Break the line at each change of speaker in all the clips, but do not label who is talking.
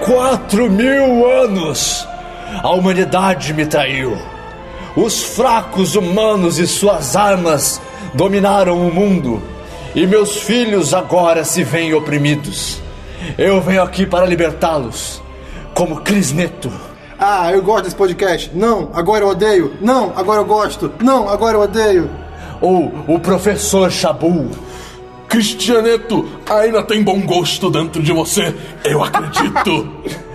quatro mil anos, a humanidade me traiu. Os fracos humanos e suas armas dominaram o mundo, e meus filhos agora se veem oprimidos. Eu venho aqui para libertá-los, como Crisneto.
Ah, eu gosto desse podcast. Não, agora eu odeio. Não, agora eu gosto. Não, agora eu odeio.
Ou o professor Shabu.
Cristianeto ainda tem bom gosto dentro de você, eu acredito.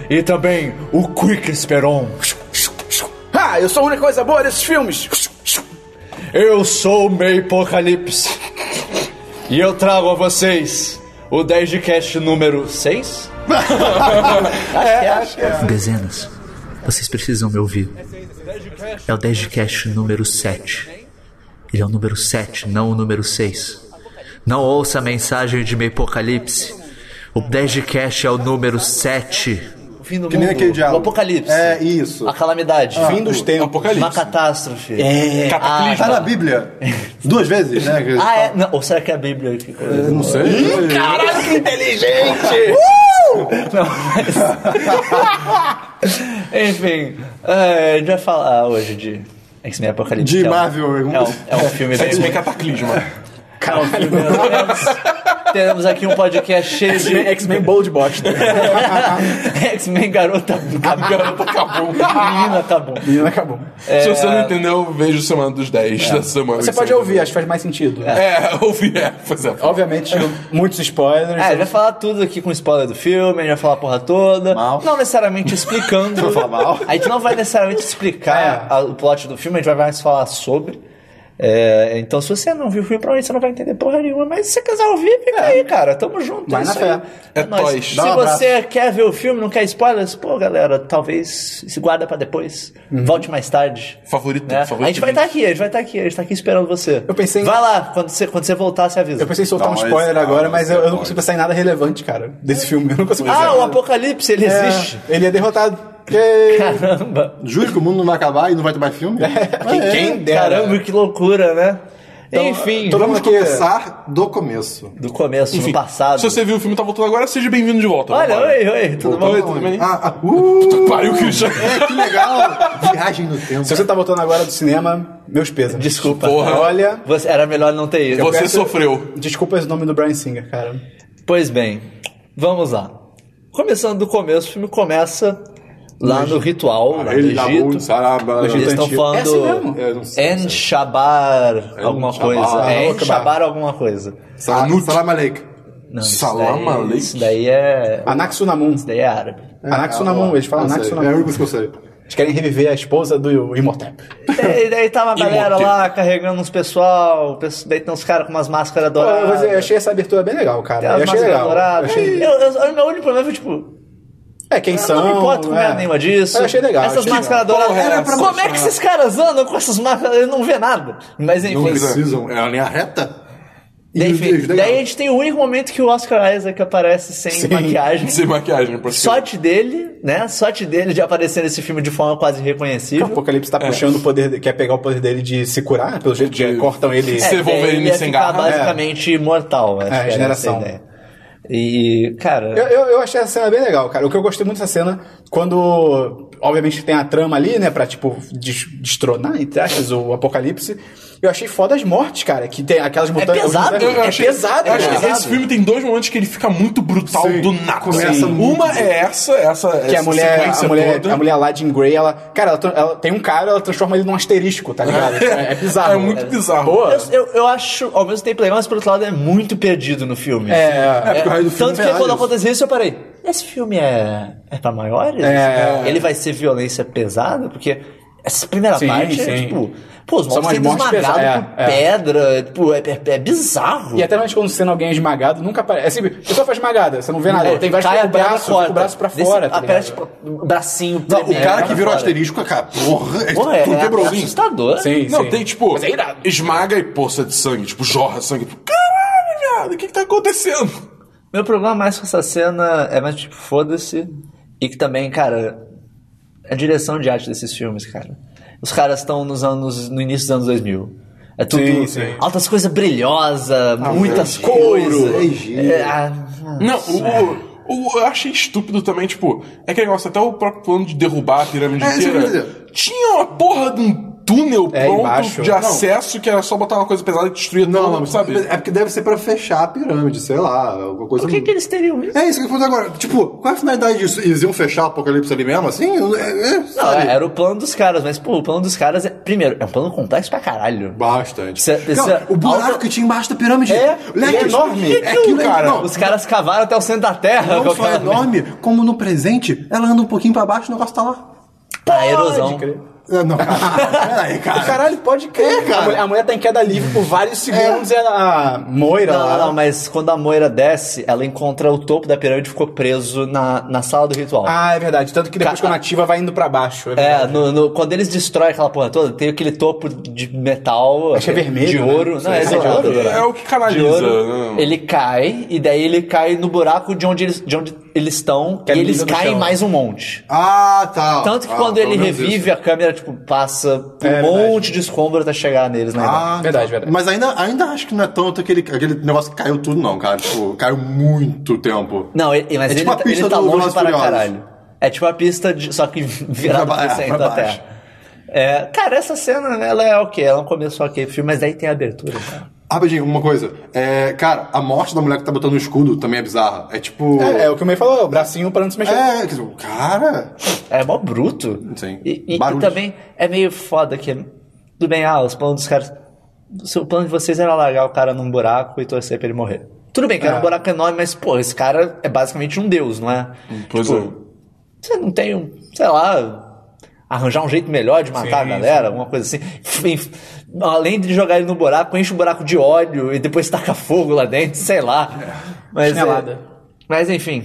e também o Quick Esperon.
Ah, eu sou a única coisa boa desses filmes.
Eu sou o Meio Apocalipse. E eu trago a vocês o 10 de cast número 6?
é, acho que é.
Dezenas, vocês precisam me ouvir. É o 10 de cast número 7. Ele é o número 7, não o número 6. Não ouça a mensagem de meio apocalipse. O 10 de cast é o número 7.
Fim do
Que
mundo.
nem aquele diálogo.
O apocalipse.
É, isso.
A calamidade.
Fim dos tempos.
Apocalipse.
Uma catástrofe. É.
Cataclisma.
Tá na Bíblia. Duas vezes, né? que-
Ah, é? Não, ou será que é a Bíblia? que-
Não sei. Uh!
Caralho, que inteligente!
Não, mas... Enfim, é, a gente vai falar hoje de X-Men Apocalipse.
De
que é um-
Marvel,
É um,
algum-
é um filme bem...
X-Men Cataclisma.
É um filme bem- Teremos- Teremos aqui um podcast cheio de...
X-Men Bold Bosta.
X-Men Garota
Garota Cabum.
Menina, tá bom.
Menina, acabou.
Se você não entendeu, veja o Semana dos 10 da semana.
É. Você
que
pode
saiu.
ouvir, né? acho que faz mais sentido.
É, ouvir, é, pois é.
Obviamente, muitos spoilers.
É, ele vai falar tudo aqui com spoiler do filme, a gente vai falar a porra toda.
Mal.
Não necessariamente explicando.
Vou falar mal.
A gente não vai necessariamente explicar
É.
a- o plot do filme, a gente vai mais falar sobre. É, então, se você não viu o filme, provavelmente você não vai entender porra nenhuma. Mas se você quiser ouvir, fica aí, cara. Tamo junto.
É. Vai
é
na
isso
fé.
aí.
É
nóis.
toys.
Se
Dá um abraço.
você quer ver o filme, não quer spoilers, pô, galera, talvez se guarda pra depois.
Uhum.
Volte mais tarde.
Favorito,
né?
É.
favorito.
A gente vai estar aqui, a gente vai estar aqui, a gente tá aqui esperando você.
Eu pensei em-
Vai lá, quando você, quando você voltar, você avisa.
Eu pensei em soltar
Não,
um spoiler
esse-
agora,
não,
mas
esse
eu,
é
eu não
bom.
consigo pensar em nada relevante, cara, desse filme. Eu não consigo pensar
Ah, o
em nada.
Apocalipse, ele
É,
existe.
Ele é derrotado. Que...
Caramba. Ah, é?
Juro que o mundo não vai acabar e não vai ter mais filme?
Quem, quem dera.
Caramba, que loucura, né? Enfim,
todo
Vamos
mundo aqui-
começar do começo.
do começo,
Enfim,
do passado.
Se você viu o filme e tá voltando agora, seja bem-vindo de volta.
Olha,
Vambora.
oi, oi, tudo bom?
Oi, tudo bem?
Ah, ah, uh,
Pariu, Christian.
é, que legal! Viagem no tempo.
Se você tá voltando agora do cinema, meus pesos.
Desculpa.
Porra.
Olha,
Você- era melhor não ter ido.
Você
peço-
sofreu.
desculpa esse nome do Brian Singer, cara.
Pois bem, vamos lá. Começando do começo, o filme começa lá no ritual, lá no
Ele dá
Egito.
muito saraba.
Eles estão
Antigo. É assim mesmo?
falando
É, não sei, não sei.
Enshabar alguma
Enshabar.
coisa. É
Enshabar.
Enshabar alguma coisa.
Salam, salam aleikum.
Não, isso
Salam
daí,
aleikum.
isso daí é.
Anaxunamun.
Isso daí é árabe.
Anaxunamun, eles falam
Não sei, É a
Anaxunamun.
única coisa que eu sei.
Eles querem reviver a esposa do Imhotep.
E daí tá uma galera
Imortal.
lá carregando uns pessoal, pesso- daí tem uns caras com umas máscaras
Pô, Eu, vou
douradas.
dizer, eu achei essa abertura bem legal,
tem
cara.
umas
Eu achei
máscaras
legal. Eu
douradas.
achei-
Eu- eu- o meu único problema foi tipo.
É, quem
eu
são. é.
não me importo
é
com merda nenhuma disso.
Eu achei legal.
Essas
achei
máscaras
legal.
douradas.
Porra, era pra
Como é que esses caras andam com essas máscaras? Ele não vê nada. Mas enfim.
Não precisam. É uma linha reta. E
Daí,
os-
enfim,
os legal.
daí a gente tem o único momento que o Oscar Isaac aparece sem
Sim.
maquiagem.
Sem maquiagem, por isso que-
Sorte dele, né? Sorte dele de aparecer nesse filme de forma quase
O
reconhecível.
Apocalipse
É.
tá puxando o poder, de- quer pegar o poder dele de se curar, pelo jeito que
De-
cortam ele. É.
É. Ser Wolverine
ele ia
sem
ficar
garra.
basicamente imortal. Acho que era
regeneração.
essa a ideia. E, cara...
Eu, eu, eu achei essa cena bem legal, cara. O que eu gostei muito dessa cena, quando, obviamente, tem a trama ali, né, pra, tipo, des- destronar, entre aspas, o apocalipse. Eu achei foda as mortes, cara, que tem aquelas mutantes.
pesado,
é, pesado,
eu acho que
cara.
esse filme tem dois momentos que ele fica muito brutal
Sim,
do nada.
começa
Sim.
muito.
Uma é essa, essa
Que a
essa
mulher, a
sequência
mulher,
toda.
a mulher lá, Jean Grey, ela. Cara, ela, tra- ela tem um cara, ela transforma ele num asterisco, tá ligado? É, é bizarro.
É muito bizarro.
Boa.
Eu, eu- eu acho, ao mesmo tempo, legal, mas por outro lado é muito perdido no filme.
É,
porque o raio do filme
Tanto que
é
quando
isso.
aconteceu isso, eu parei. Esse filme é, é pra maiores?
É.
Ele vai ser violência pesada? Porque essa primeira
Sim,
parte é
sim.
tipo. Pô, os
São
malucos
umas
sendo
mortes
esmagados
pesadas,
com
é, é.
pedra. Tipo, é, é- é bizarro.
E até mesmo quando sendo alguém esmagado, nunca aparece. É assim, a pessoa foi esmagada, você não vê nada.
É,
tem vários
cai
que
a
o braço,
perna
fica o braço pra
corta.
fora.
Desse-
tá
aparece,
ligado?
tipo, um bracinho.
Não, Tá, o
tremendo
cara que
pra
virou
fora.
asterisco, cara, porra, é
é Porra, é,
tudo quebrou.
é assustador.
Sim,
Não,
sim.
tem tipo,
Mas é irado.
esmaga e poça de sangue, tipo, jorra sangue. Tipo, Caralho, viado, o que, que tá acontecendo?
Meu problema mais com essa cena é mais tipo, foda-se. E que também, cara, a direção de arte desses filmes, cara. Os caras estão nos anos. no início dos anos 2000. É tudo.
Sim, sim.
Altas coisas brilhosas, muitas
Ah, é
coisas.
giro, é giro.
ah,
Não, o, o, O- eu achei estúpido também, tipo, é que negócio, até o próprio plano de derrubar a pirâmide
É, isso que eu queria
inteira.
dizer.
Tinha uma porra de um túnel
É,
pronto
embaixo.
de
Não.
acesso que era só botar uma coisa pesada e destruir
Não,
tudo,
não,
sabe?
é porque deve ser pra fechar a pirâmide, sei lá, alguma coisa.
Por que, que eles teriam isso?
É isso que eu vou fazer agora. Tipo, qual é a finalidade disso? Eles iam fechar o apocalipse ali mesmo, assim? É, é,
Não,
sabe?
é, era o plano dos caras, mas, pô, o plano dos caras é. Primeiro, é um plano complexo pra caralho.
Bastante.
Isso é- isso
Cara,
é-
o buraco
alta-
que tinha embaixo da pirâmide.
É,
Leque,
é enorme.
É aquilo,
Cara,
Não,
Os caras cavaram até o centro da terra.
não
qual
só
que
é
é o nome?
enorme, como no presente, ela anda um pouquinho pra baixo e o negócio tá lá.
A erosão.
É, Não, cara. Peraí, cara.
Caralho, pode
É,
crer,
cara.
A mulher, a mulher tá em queda livre por vários segundos e a a Moira
Não,
lá.
não, não, mas quando a Moira desce, ela encontra o topo da pirâmide e ficou preso na, na sala do ritual.
Ah, é verdade. Tanto que depois
Ca-
quando ativa vai indo pra baixo. É,
É,
verdade.
no, no- quando eles destroem aquela porra toda, tem aquele topo de metal.
Acho que é vermelho,
De
né?
ouro. Não, é,
É de
dourado,
ouro?
dourado.
É o que canaliza,
De ouro.
né?
Ele cai, e daí ele cai no buraco de onde eles, de onde eles estão,
Que é
e eles
lindo no
caem
chão.
mais um monte.
Ah, tá.
Tanto que
Ah,
quando
pelo
ele
menos
revive,
isso.
a câmera, tipo, passa por um
É verdade.
monte de escombro até chegar neles, né?
Ah,
Verdade,
tá.
verdade.
Mas ainda, ainda acho que não é tanto aquele, aquele negócio que caiu tudo, não, cara. Tipo, caiu muito tempo.
Não, ele- mas
É
ele,
tipo a
tá-
pista
ele tá
do
longe
Velozes
para
Furiosos.
caralho. É tipo a pista, de- só que virada
Pra ba-
pro
é,
centro
pra
da
baixo.
Terra. É, cara, essa cena, né, ela é ok, ela é um começo ok do filme, mas daí tem a abertura. cara.
Rapidinho, Ah, uma coisa. É, cara, a morte da mulher que tá botando o escudo também é bizarra. É tipo.
É, é o que o meio falou, o bracinho pra não se mexer.
É, quer dizer, cara.
É mó bruto.
Sim.
E, e- e
Barulhos.
também é meio foda que. Tudo bem, ah, os planos dos caras. O seu plano de vocês era largar o cara num buraco e torcer pra ele morrer. Tudo bem que era um buraco enorme, mas, pô, esse cara é basicamente um deus, não é?
Pois
Você não tem um, sei lá, arranjar um jeito melhor de matar
Sim,
a galera, alguma coisa assim. Enf- Além de jogar ele no buraco, enche o buraco de óleo e depois taca fogo lá dentro, sei lá. Mas,
Chinelada.
é, mas enfim.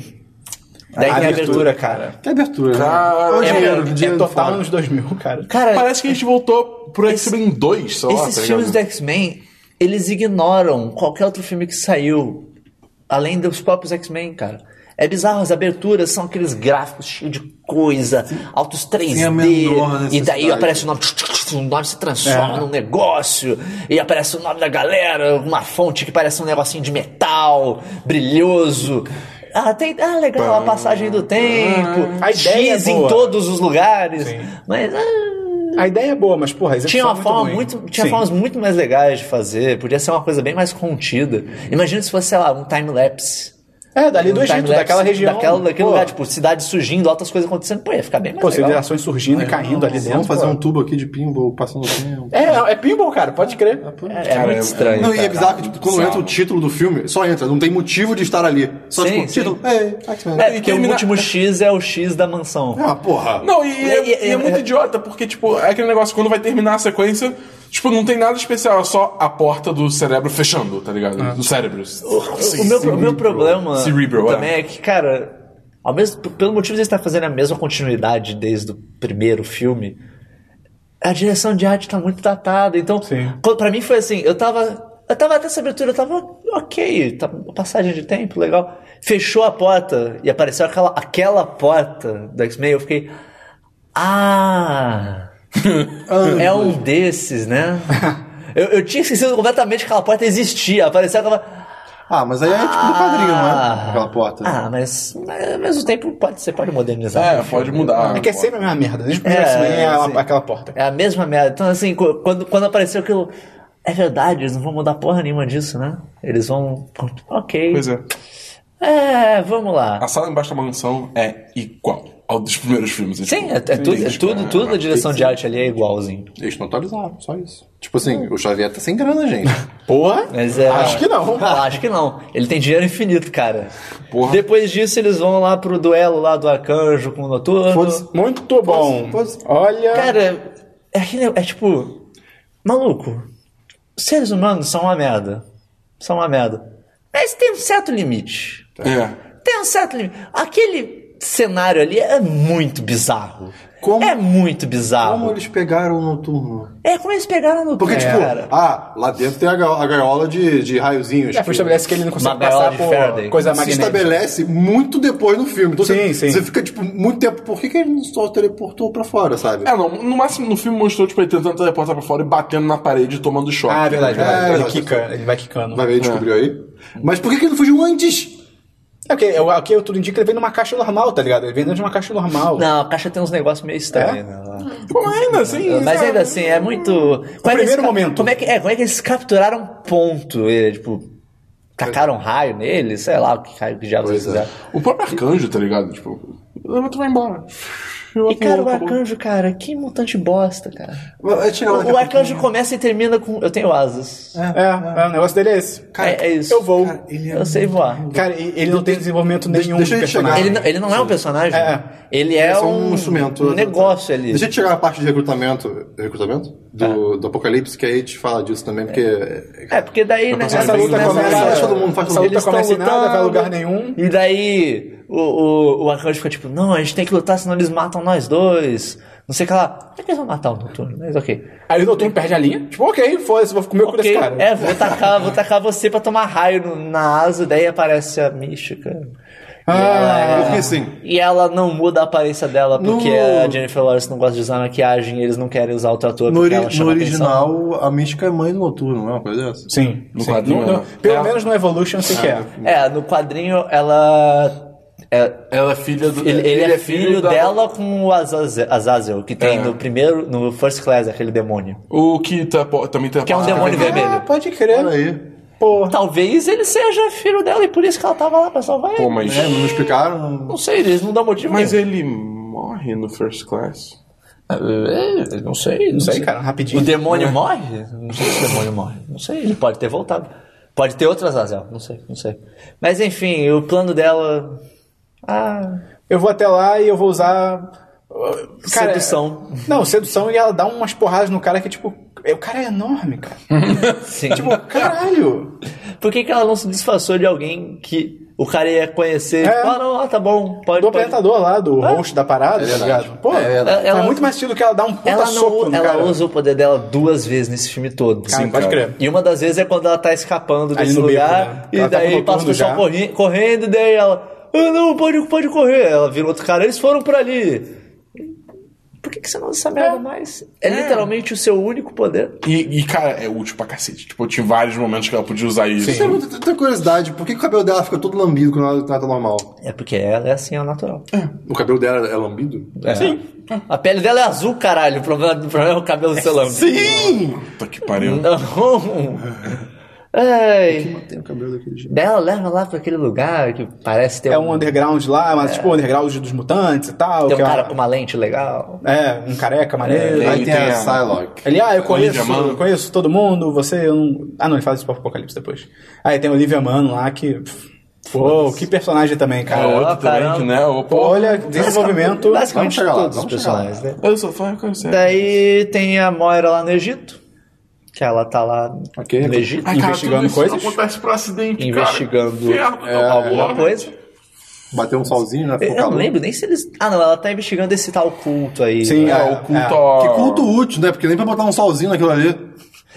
Daí tem a abertura, cara.
Que abertura,
Cara,
né?
É,
É o dinheiro,
é
dinheiro
total
fora.
anos 2000, cara.
Cara,
é. Parece que a gente voltou pro
Esse-
X-Men 2, sei lá,
esses
tá ligado?
filmes do X-Men, eles ignoram qualquer outro filme que saiu, além dos próprios X-Men, cara. É bizarro, as aberturas são aqueles gráficos cheios de coisa, altos 3D,
Sem a menor
e daí
necessidade.
aparece o nome, o nome se transforma num negócio, e aparece o nome da galera, uma fonte que parece um negocinho de metal, brilhoso. Ah, tem, ah, legal, a passagem do tempo,
A ideia é
X em
boa.
todos os lugares,
Sim.
mas... ah,
A ideia é boa, mas porra, a execução
tinha uma
é
forma
ruim.
muito, tinha
Sim.
formas muito mais legais de fazer, podia ser uma coisa bem mais contida. Imagina se fosse, sei lá, um time lapse.
É, dali do
Um
Egito,
time-lapse
daquela região.
daquela- daquele
pô,
lugar, tipo, cidade surgindo, altas coisas acontecendo, pô, ia ficar bem mais
Pô,
legal. É.
civilizações surgindo e caindo ali dentro.
Vamos fazer
pô.
um tubo aqui de pinball passando o tempo.
É, é pinball, cara, pode crer.
É, é muito estranho.
Não, e é
cara.
bizarro que tipo, quando entra o título do filme, só entra, não tem motivo de estar ali. Só
Sim,
tipo,
sim.
título, ei, X-Men.
É, porque
termina-
o último X é o X da mansão.
Ah, porra.
Não, e, e-
E- e-
e é muito
é-
idiota, porque, tipo, é aquele negócio, quando vai terminar a sequência, tipo, não tem nada especial, é só a porta do cérebro fechando, tá ligado? Do cérebro.
o, meu, o meu problema
Cerebral, é.
também é. que, cara, ao mesmo, p- pelo motivo de estar fazendo a mesma continuidade desde o primeiro filme, a direção de arte tá muito datada. Então,
Sim.
quando, pra mim foi assim, eu tava. Eu tava até essa abertura, eu tava ok, tá, passagem de tempo, legal. Fechou a porta e apareceu aquela, aquela porta do X-Men, eu fiquei. Ah! é um desses, né? Eu, eu tinha esquecido completamente que aquela porta existia. Apareceu aquela.
Ah, mas aí é tipo do quadrinho, não
Ah.
é? Aquela porta.
Ah, mas, mas ao mesmo tempo pode, você pode modernizar. um
É, pode mudar.
É que é sempre a mesma merda. Desde o primeiro
É,
X-Men é, a-
sim.
aquela porta.
É a mesma merda. Então, assim, co- quando, quando apareceu aquilo. É verdade, eles não vão mudar porra nenhuma disso, né? Eles vão. Ok.
Pois é.
É, vamos lá.
A sala embaixo da mansão é igual ao dos primeiros filmes. tipo,
Sim, é, é tudo, é tudo, tudo a direção de arte ali é igualzinho.
Eles não atualizaram, só isso. Tipo assim, o Xavier tá sem grana, gente.
Porra?
Mas é-
Acho que não.
Ah, acho que não. Ele tem dinheiro infinito, cara.
Porra.
Depois disso, eles vão lá pro duelo lá do arcanjo com o noturno.
Foda-se.
Muito bom.
foda-se.
Olha.
Cara, é, que nem- é tipo. Maluco, seres humanos são uma merda. São uma merda. Mas tem um certo limite.
É.
Tem um certo limite. Aquele cenário ali é muito bizarro.
Como-
é muito bizarro.
Como eles pegaram o noturno?
É como eles pegaram no
Porque,
pé,
tipo,
cara.
ah, lá dentro tem a, ga- a gaiola de, de raiozinhos.
É, foi estabelece que ele não consegue
Uma gaiola
passar
de
por
Faraday.
coisa
se
magnética.
estabelece muito depois no filme. Então você,
Sim, sim.
você fica, tipo, muito tempo. Por que, que ele não só teleportou pra fora, sabe?
É, não, no máximo no filme mostrou, tipo, ele tentando teleportar pra fora e batendo na parede e tomando choque.
Ah, é verdade,
É,
verdade. Ele
verdade.
quica, ele vai quicando.
Vai ver, descobriu aí. Mas por que, que ele não fugiu antes?
É porque é o aqui eu tudo indica que ele vem numa caixa normal, tá ligado? Ele vem dentro de uma caixa normal.
Não, a caixa tem uns negócios meio estranhos. né?
Bom, ainda assim.
Mas
sabe?
ainda assim, é muito. Como
primeiro
que eles ca-
momento.
Como é, que, é, como é que eles capturaram ponto? Ele, tipo, tacaram um raio nele, sei lá o que raio que diabos eles
Pois é.
fizeram.
O próprio arcanjo, tá ligado? Tipo, levanta e vai embora.
E cara, o arcanjo, cara, que mutante bosta, cara.
Vai chegar lá daqui
O, o
a
arcanjo começa e termina com. Eu tenho asas.
É, é, o negócio dele é esse.
é, é isso.
eu vou.
pouco. Cara, ele é-
Eu sei voar.
Cara, e- ele não tem desenvolvimento
Deixa-
nenhum
deixa
de
ele chegar.
personagem.
Ele não, ele não é um personagem.
É.
Ele é,
É só
um,
um instrumento.
um negócio ali.
Deixa eu chegar na parte de recrutamento. Recrutamento? Do, do Apocalipse, que aí a gente fala disso também, porque.
É, porque daí né,
Essa
eles-
luta
nessa
começa-
hora,
faz todo mundo, faz todo
essa
mundo.
luta
eles
começa em
tão
nada, vai a
lutando,
lugar nenhum.
E daí o, o, o Arcanjo fica tipo, não, a gente tem que lutar, senão eles matam nós dois. Não sei o que lá. Como é que eles vão matar o Noturno? Mas ok.
Aí o doutor perde a linha. Tipo, ok, foda-se, vou comer o cu
Ok,
desse cara.
é, vou tacar, vou tacar você pra tomar raio no- na asa, daí aparece a mística. E
Ah,
é,
ela-
Porque
assim,
sim.
E ela não muda a aparência dela porque
No-
a Jennifer Lawrence não gosta de usar maquiagem e eles não querem usar o trator
No,
porque
ori-
ela
no
chama atenção. né?
original, a mística é mãe do noturno, não é uma coisa dessa?
Sim.
No
sim.
quadrinho,
No- no-
né?
pelo
É.
menos no Evolution sei que é.
É, no quadrinho ela. é-
Ela é filha do.
ele, ele é filho
da-
dela com o Azazel, Azazel, que tem
É.
no primeiro, no First Class, aquele demônio.
O que tá, po- também tem a
Que é um
parte-
demônio vermelho.
Ah, pode crer.
Olha aí.
Porra.
Talvez ele seja filho dela e por isso que ela tava lá pra salvar ele.
Pô, mas.
É, não explicaram. não-
Não sei, eles não dão motivo.
Mas
nenhum.
ele morre no first class.
É, não sei, não
Isso
sei.
aí, cara, rapidinho. é?
O demônio morre? Não sei se o demônio morre. Não sei, ele pode ter voltado. Pode ter outras Azazel, não sei, não sei. Mas enfim, o plano dela. Ah.
Eu vou até lá e eu vou usar. uh, cara,
Sedução.
é- Não, sedução e ela dá umas porradas no cara que, tipo. é- O cara é enorme, cara.
Sim.
tipo, caralho.
Por que, que ela não se disfarçou de alguém que o cara ia conhecer?
É.
Tipo, Ah, não, ah, tá bom, pode. pode.
Do apresentador lá, do host da parada, tá ligado? Pô,
É verdade.
faz
Ela-
muito mais sentido que ela dá um puta
Ela, não-
soco no
ela
cara.
usa o poder dela duas vezes nesse filme todo.
Cara,
Sim,
pode
cara.
crer.
E uma das vezes é quando ela tá escapando
Ali
desse
no beco,
lugar.
né?
E
Ela tá com
daí
o
passa o
noturno
pessoal
já.
corri- correndo, e daí ela. Ah, não, pode, pode correr. Ela vira outro cara, eles foram por ali. Por que, que você não usa essa merda mais? É, literalmente o seu único poder.
E, e, cara, é útil pra cacete. Tipo, eu tive vários momentos que ela podia usar isso.
Eu tenho- eu tenho é curiosidade, por que que o cabelo dela fica todo lambido quando ela ela tá normal?
É porque ela é assim, é natural.
O cabelo dela é lambido?
Sim. A pele dela é azul, caralho. O problema, o problema é o cabelo do seu Tá lambe.
Sim!
Puta que pariu.
Não!
É
Ai.
Tem o cabelo daquele jeito.
Daí ela leva lá pra aquele lugar que parece ter
É
um,
um underground lá, mas tipo, underground dos mutantes e tal.
tem
que
um
é uma-
cara com uma lente legal.
É, um careca maneiro.
É,
Aí
Ele tem
tem a
a-
Psylocke.
Ele, ah, eu conheço,
Olivia Mann.
eu conheço todo mundo, você... Eu não... Ah, não, ele fala isso pro Apocalipse depois. Aí tem o Olivia Mann lá, que... Pô, que personagem também,
É
cara.
outro
caramba.
também, que, né? O
Pô,
pô.
olha, desenvolvimento...
Vamos
Basicamente
chegar lá,
todos os
vamos chegar lá.
personagens, né?
Eu sou fã, é? eu sei.
Daí tem a Moira lá no Egito, que ela tá lá
Ok.
no Egito
Ai, cara,
investigando
tudo isso
coisas?
acontece por acidente, cara.
investigando
Inferno,
alguma
é.
coisa.
Bateu um solzinho, né?
Eu
Ficou
não
calor.
lembro nem se eles... Ah, não, ela tá investigando esse tal culto aí.
Sim,
É,
é,
o culto
é.
ao-
Que culto útil, né? Porque nem pra botar um solzinho naquilo ali.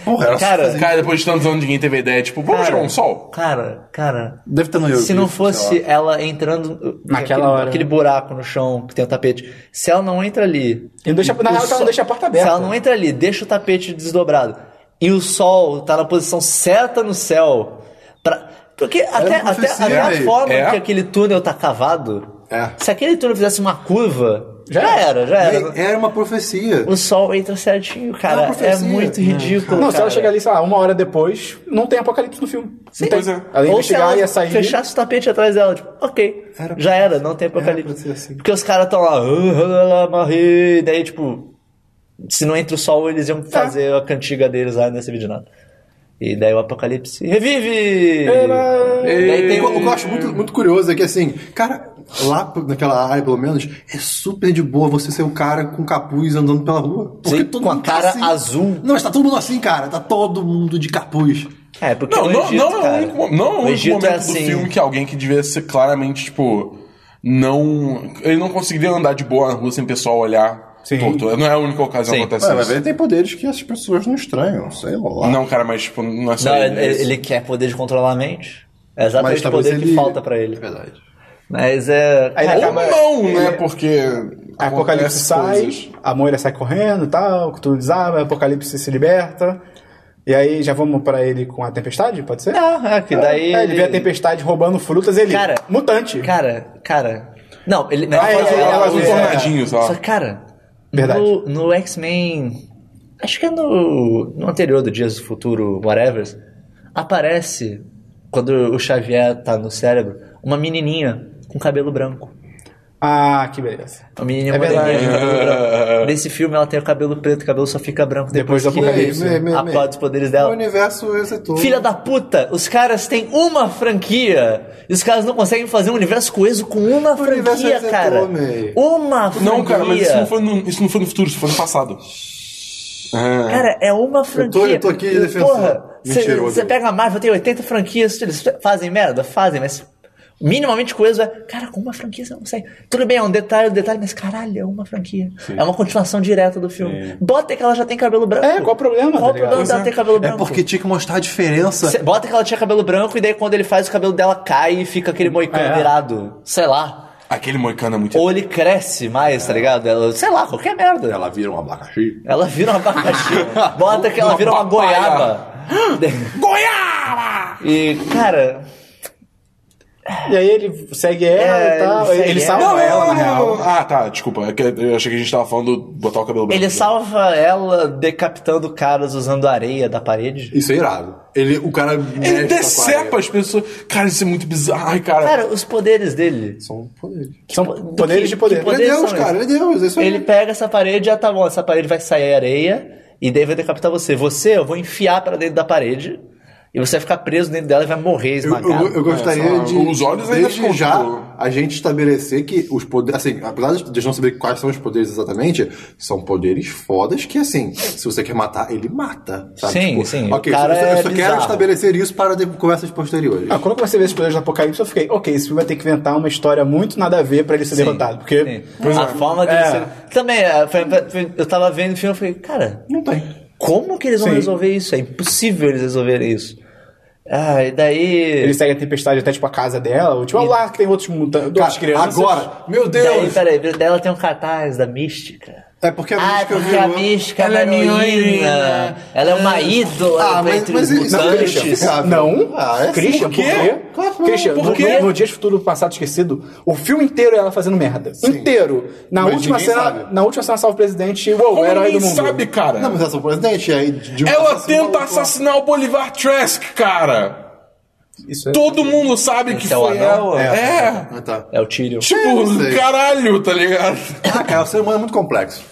Porra, era só
Cara,
fazer.
Cara, depois de tantos anos ninguém teve ideia. Tipo, vamos
Cara,
tirar um sol?
Cara, cara...
Deve estar no Eurogif,
Se não
sei
fosse
lá.
ela entrando
Naquela
naquele,
hora,
naquele
né?
buraco no chão que tem o tapete, se ela não entra ali.
E não deixa- na
o
real, que ela
sol-
não deixa a porta aberta.
Se ela não entra ali, deixa o tapete desdobrado. E o sol tá na posição certa no céu. Pra, porque até,
uma
até,
profecia,
até a
velho.
forma
É.
que aquele túnel tá cavado.
É.
Se aquele túnel fizesse uma curva, já,
Já
era, já era.
Era uma profecia.
O sol entra certinho,
É uma
cara. É,
profecia.
muito ridículo.
assim, né, Não, se ela
cara.
chegar ali, sei lá, uma hora depois, não tem Apocalipse no filme. Sim. Não tem.
Pois é.
Ela ia
Ou se
investigar
ela
e ia sair...
fechasse o tapete atrás dela, tipo, ok,
Era pra
já era, não tem
Era pra
apocalipse.
ser assim.
Porque os caras estão lá, "Ah, ah, ah, morri, daí tipo, se não entra o sol, eles iam
Tá.
fazer a cantiga deles lá nesse vídeo nada. E daí o apocalipse revive! Daí tem
O que eu acho muito, muito curioso é que, assim, cara, lá pro- naquela área, pelo menos, é super de boa você ser o cara com capuz andando pela rua. Porque
Sim,
todo
com a
mundo tá
cara
assim.
azul.
Não, mas tá todo mundo assim, cara. Tá todo mundo de capuz.
É, porque
Não,
no
não,
Egito,
não é o
cara,
único, mo- não é o
no
único
Egito
momento
é assim,
do filme que alguém que devia ser claramente, tipo, não. Ele não conseguiria andar de boa na rua sem o pessoal olhar.
Sim.
torto. Não é a única ocasião
Sim.
que acontece isso.
tem poderes que as pessoas não estranham, sei lá.
Não, cara, mas tipo, não é só
Não,
ele.
ele,
é isso.
ele quer poder de controlar a mente. É exatamente o
talvez
poder que
ele-
falta pra
É
ele.
verdade.
Mas é.
Aí ele
Ou
acaba-
não, né?
ele-
Porque.
A Apocalipse
acontece
sai,
coisas.
a Moira sai correndo e tal, tudo desaba, a Apocalipse se liberta. E aí já vamos pra ele com a tempestade? Pode ser?
Não, é que daí.
É, ele vê a tempestade roubando frutas, ele.
Cara.
Mutante.
Cara, cara. Não, ele.
Ela
não,
faz,
é,
ela
é,
faz um
é,
tornadinho, só.
Só que, cara,
Verdade.
no, no X-Men. Acho que é no, no anterior do Dias do Futuro, whatever. Aparece, quando o Xavier tá no cérebro, uma menininha com cabelo branco.
Ah, que beleza.
Uma menininha
É
moreninha
verdade.
de cabelo branco. Nesse filme ela tem o cabelo preto, o cabelo só fica branco depois,
Depois do
que é
apocalipse.
Meio, meio, meio, meio.
aplaude os poderes
O
dela.
universo
é
exetou.
Filha da puta, os caras têm uma franquia e os caras não conseguem fazer um universo coeso com uma
universo
franquia,
é resetou,
cara.
meu.
Uma franquia.
Não, cara, mas isso não, foi no, isso não foi no futuro, isso foi no passado. É.
Cara, é uma franquia.
eu tô aqui
E,
defensor.
Porra,
Mentira,
você
odeio.
pega a Marvel, tem 80 franquias, eles fazem merda? Fazem, mas minimamente coeso é. Cara, com uma franquia você não consegue. Tudo bem, é um detalhe, um detalhe, mas caralho, é uma franquia. É uma continuação direta do filme. Bota que ela já tem cabelo branco.
É, qual o
Qual
problema, tá
o problema
ligado?
dela ter cabelo
É
branco?
porque tinha que mostrar a diferença.
Cê- bota que ela tinha cabelo branco e daí quando ele faz o cabelo dela cai e fica aquele moicano
É.
virado. Sei lá.
Aquele moicano é muito.
Ou ele cresce mais, tá ligado? Ela, sei lá, qualquer merda. Ela,
Ela vira um abacaxi.
vira um abacaxi. bota que ela
Uma
vira uma
papaya.
goiaba.
Goiaba!
E, cara,
E aí ele segue ela
É,
e
ele
tal. Ele,
segue
salva
Não, não,
ela,
não,
na real.
não. Ah, tá, desculpa. É que eu achei que a gente tava falando botar o cabelo branco.
ele salva ela decapitando caras usando areia da parede.
Isso é irado. Ele, o cara.
Ele decepa as pessoas. Cara, isso é muito bizarro. Ai, cara.
Cara, os poderes dele.
São poderes.
São
po-
poderes
que-
de poder.
que
Ele é
Poderes
Deus,
são
cara. Ele é Deus. é Isso aí.
Ele pega essa parede e ah, tá bom, essa parede vai sair areia e daí vai decapitar você. Você, eu vou enfiar pra dentro da parede e você vai ficar preso dentro dela e vai morrer
Eu,
esmagado.
eu, eu gostaria
É, só-
de.
os olhos ainda
desde
ficam,
já
tipo-
a gente estabelecer que os poderes. Assim, apesar de a gente não saber quais são os poderes exatamente, são poderes fodas que, assim, se você quer matar, ele mata. Sabe?
Sim,
Tipo,
sim,
Ok,
o cara
eu só, eu
é
só quero
bizarro.
estabelecer isso para de- conversas posteriores.
Ah, quando eu comecei a ver os poderes do Apocalipse, eu fiquei, ok, esse filme vai ter que inventar uma história muito nada a ver pra ele ser derrotado. Porque.
Sim. A forma dele
É.
ser... Também, é, foi- foi- eu tava vendo o filme e falei, cara,
Não tem.
como que eles vão
Sim.
resolver isso? É impossível eles resolverem isso. Ah, e daí...
Ele segue a tempestade até, tipo, a casa dela. Ou, tipo, lá que tem outros mutantes, outras
Cara,
crianças.
agora, meu
Daí,
Deus!
peraí, dela tem um cartaz da mística.
É porque a
Ah,
música
porque a
virou-
mística ela
Ela é
é
minha heroína.
heroína. Ela é uma ídola
Ah, mas,
entre
mas
os
isso é
mutantes.
justificável.
Não?
Ah, é
Christian, por
quê?
quê?
Claro que não.
Christian,
Por
no,
quê?
no, no Dias Futuro Passado Esquecido, o filme inteiro é ela fazendo merda. Inteiro. Na
Mas
última
ninguém
cena,
sabe.
na última cena salva o presidente, uou,
Como
herói
ninguém
do mundo.
sabe, cara?
Não, mas essa é o presidente é de um
Ela
assassino
tenta
maluco.
assassinar o Bolivar Trask, cara.
Isso é...
Todo mundo sabe que
é o
foi
anão?
ela. É.
Ah, tá.
É o Tyrion.
Eu não
Tipo,
sei.
caralho, tá ligado?
Ah, cara, o ser humano é muito complexo.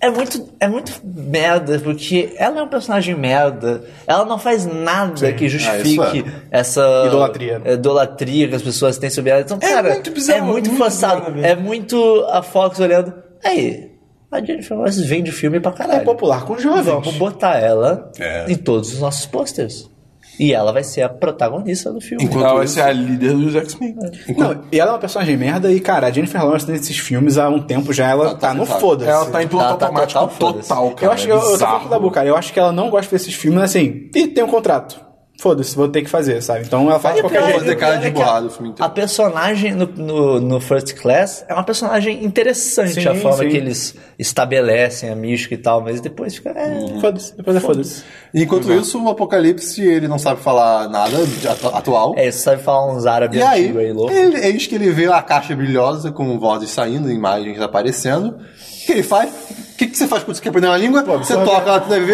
É muito, é muito merda, porque ela é um personagem merda. Ela não faz nada que
Ah,
justifique
isso
essa
Idolatria.
idolatria que as pessoas têm sobre ela. Então,
É
cara,
muito bizarro,
é muito,
muito
forçado.
bizarro mesmo.
é muito a Fox olhando. Aí, a Jennifer Lawrence vende filme pra
É
caralho.
popular com jovens.
Vamos botar ela
É.
em todos os nossos posters. E ela vai ser a protagonista do filme.
ela vai ser é a líder dos X-Men.
Não, e ela é uma personagem merda e, cara, a Jennifer Lawrence nesses filmes há um tempo já, ela tá, no foda-se.
Ela tá em piloto
Tá- tá
automático
total,
total,
foda-se.
cara.
Eu acho que eu, eu tô falando
Bizarro.
da boca, cara. Eu acho que ela não gosta desses filmes assim. E tem um contrato. Foda-se, vou ter que fazer, sabe? Então ela faz de
E o pior
qualquer
é-
jeito.
fazer cara de
o pior é que
borrado o filme inteiro.
A personagem no, no, no First Class é uma personagem interessante,
Sim,
a forma
sim.
que eles estabelecem a mística e tal, mas depois fica. É,
Foda-se, depois é foda-se.
Enquanto isso, o Apocalipse, ele não sabe falar nada de atu- atual.
é, você sabe falar uns árabes
E aí, É,
antigos aí, louco.
ele, eis que ele vê a caixa brilhosa com vozes saindo, imagens aparecendo. O que ele faz? O que, que você faz quando você quer aprender uma língua? você
absorve.
toca na TV.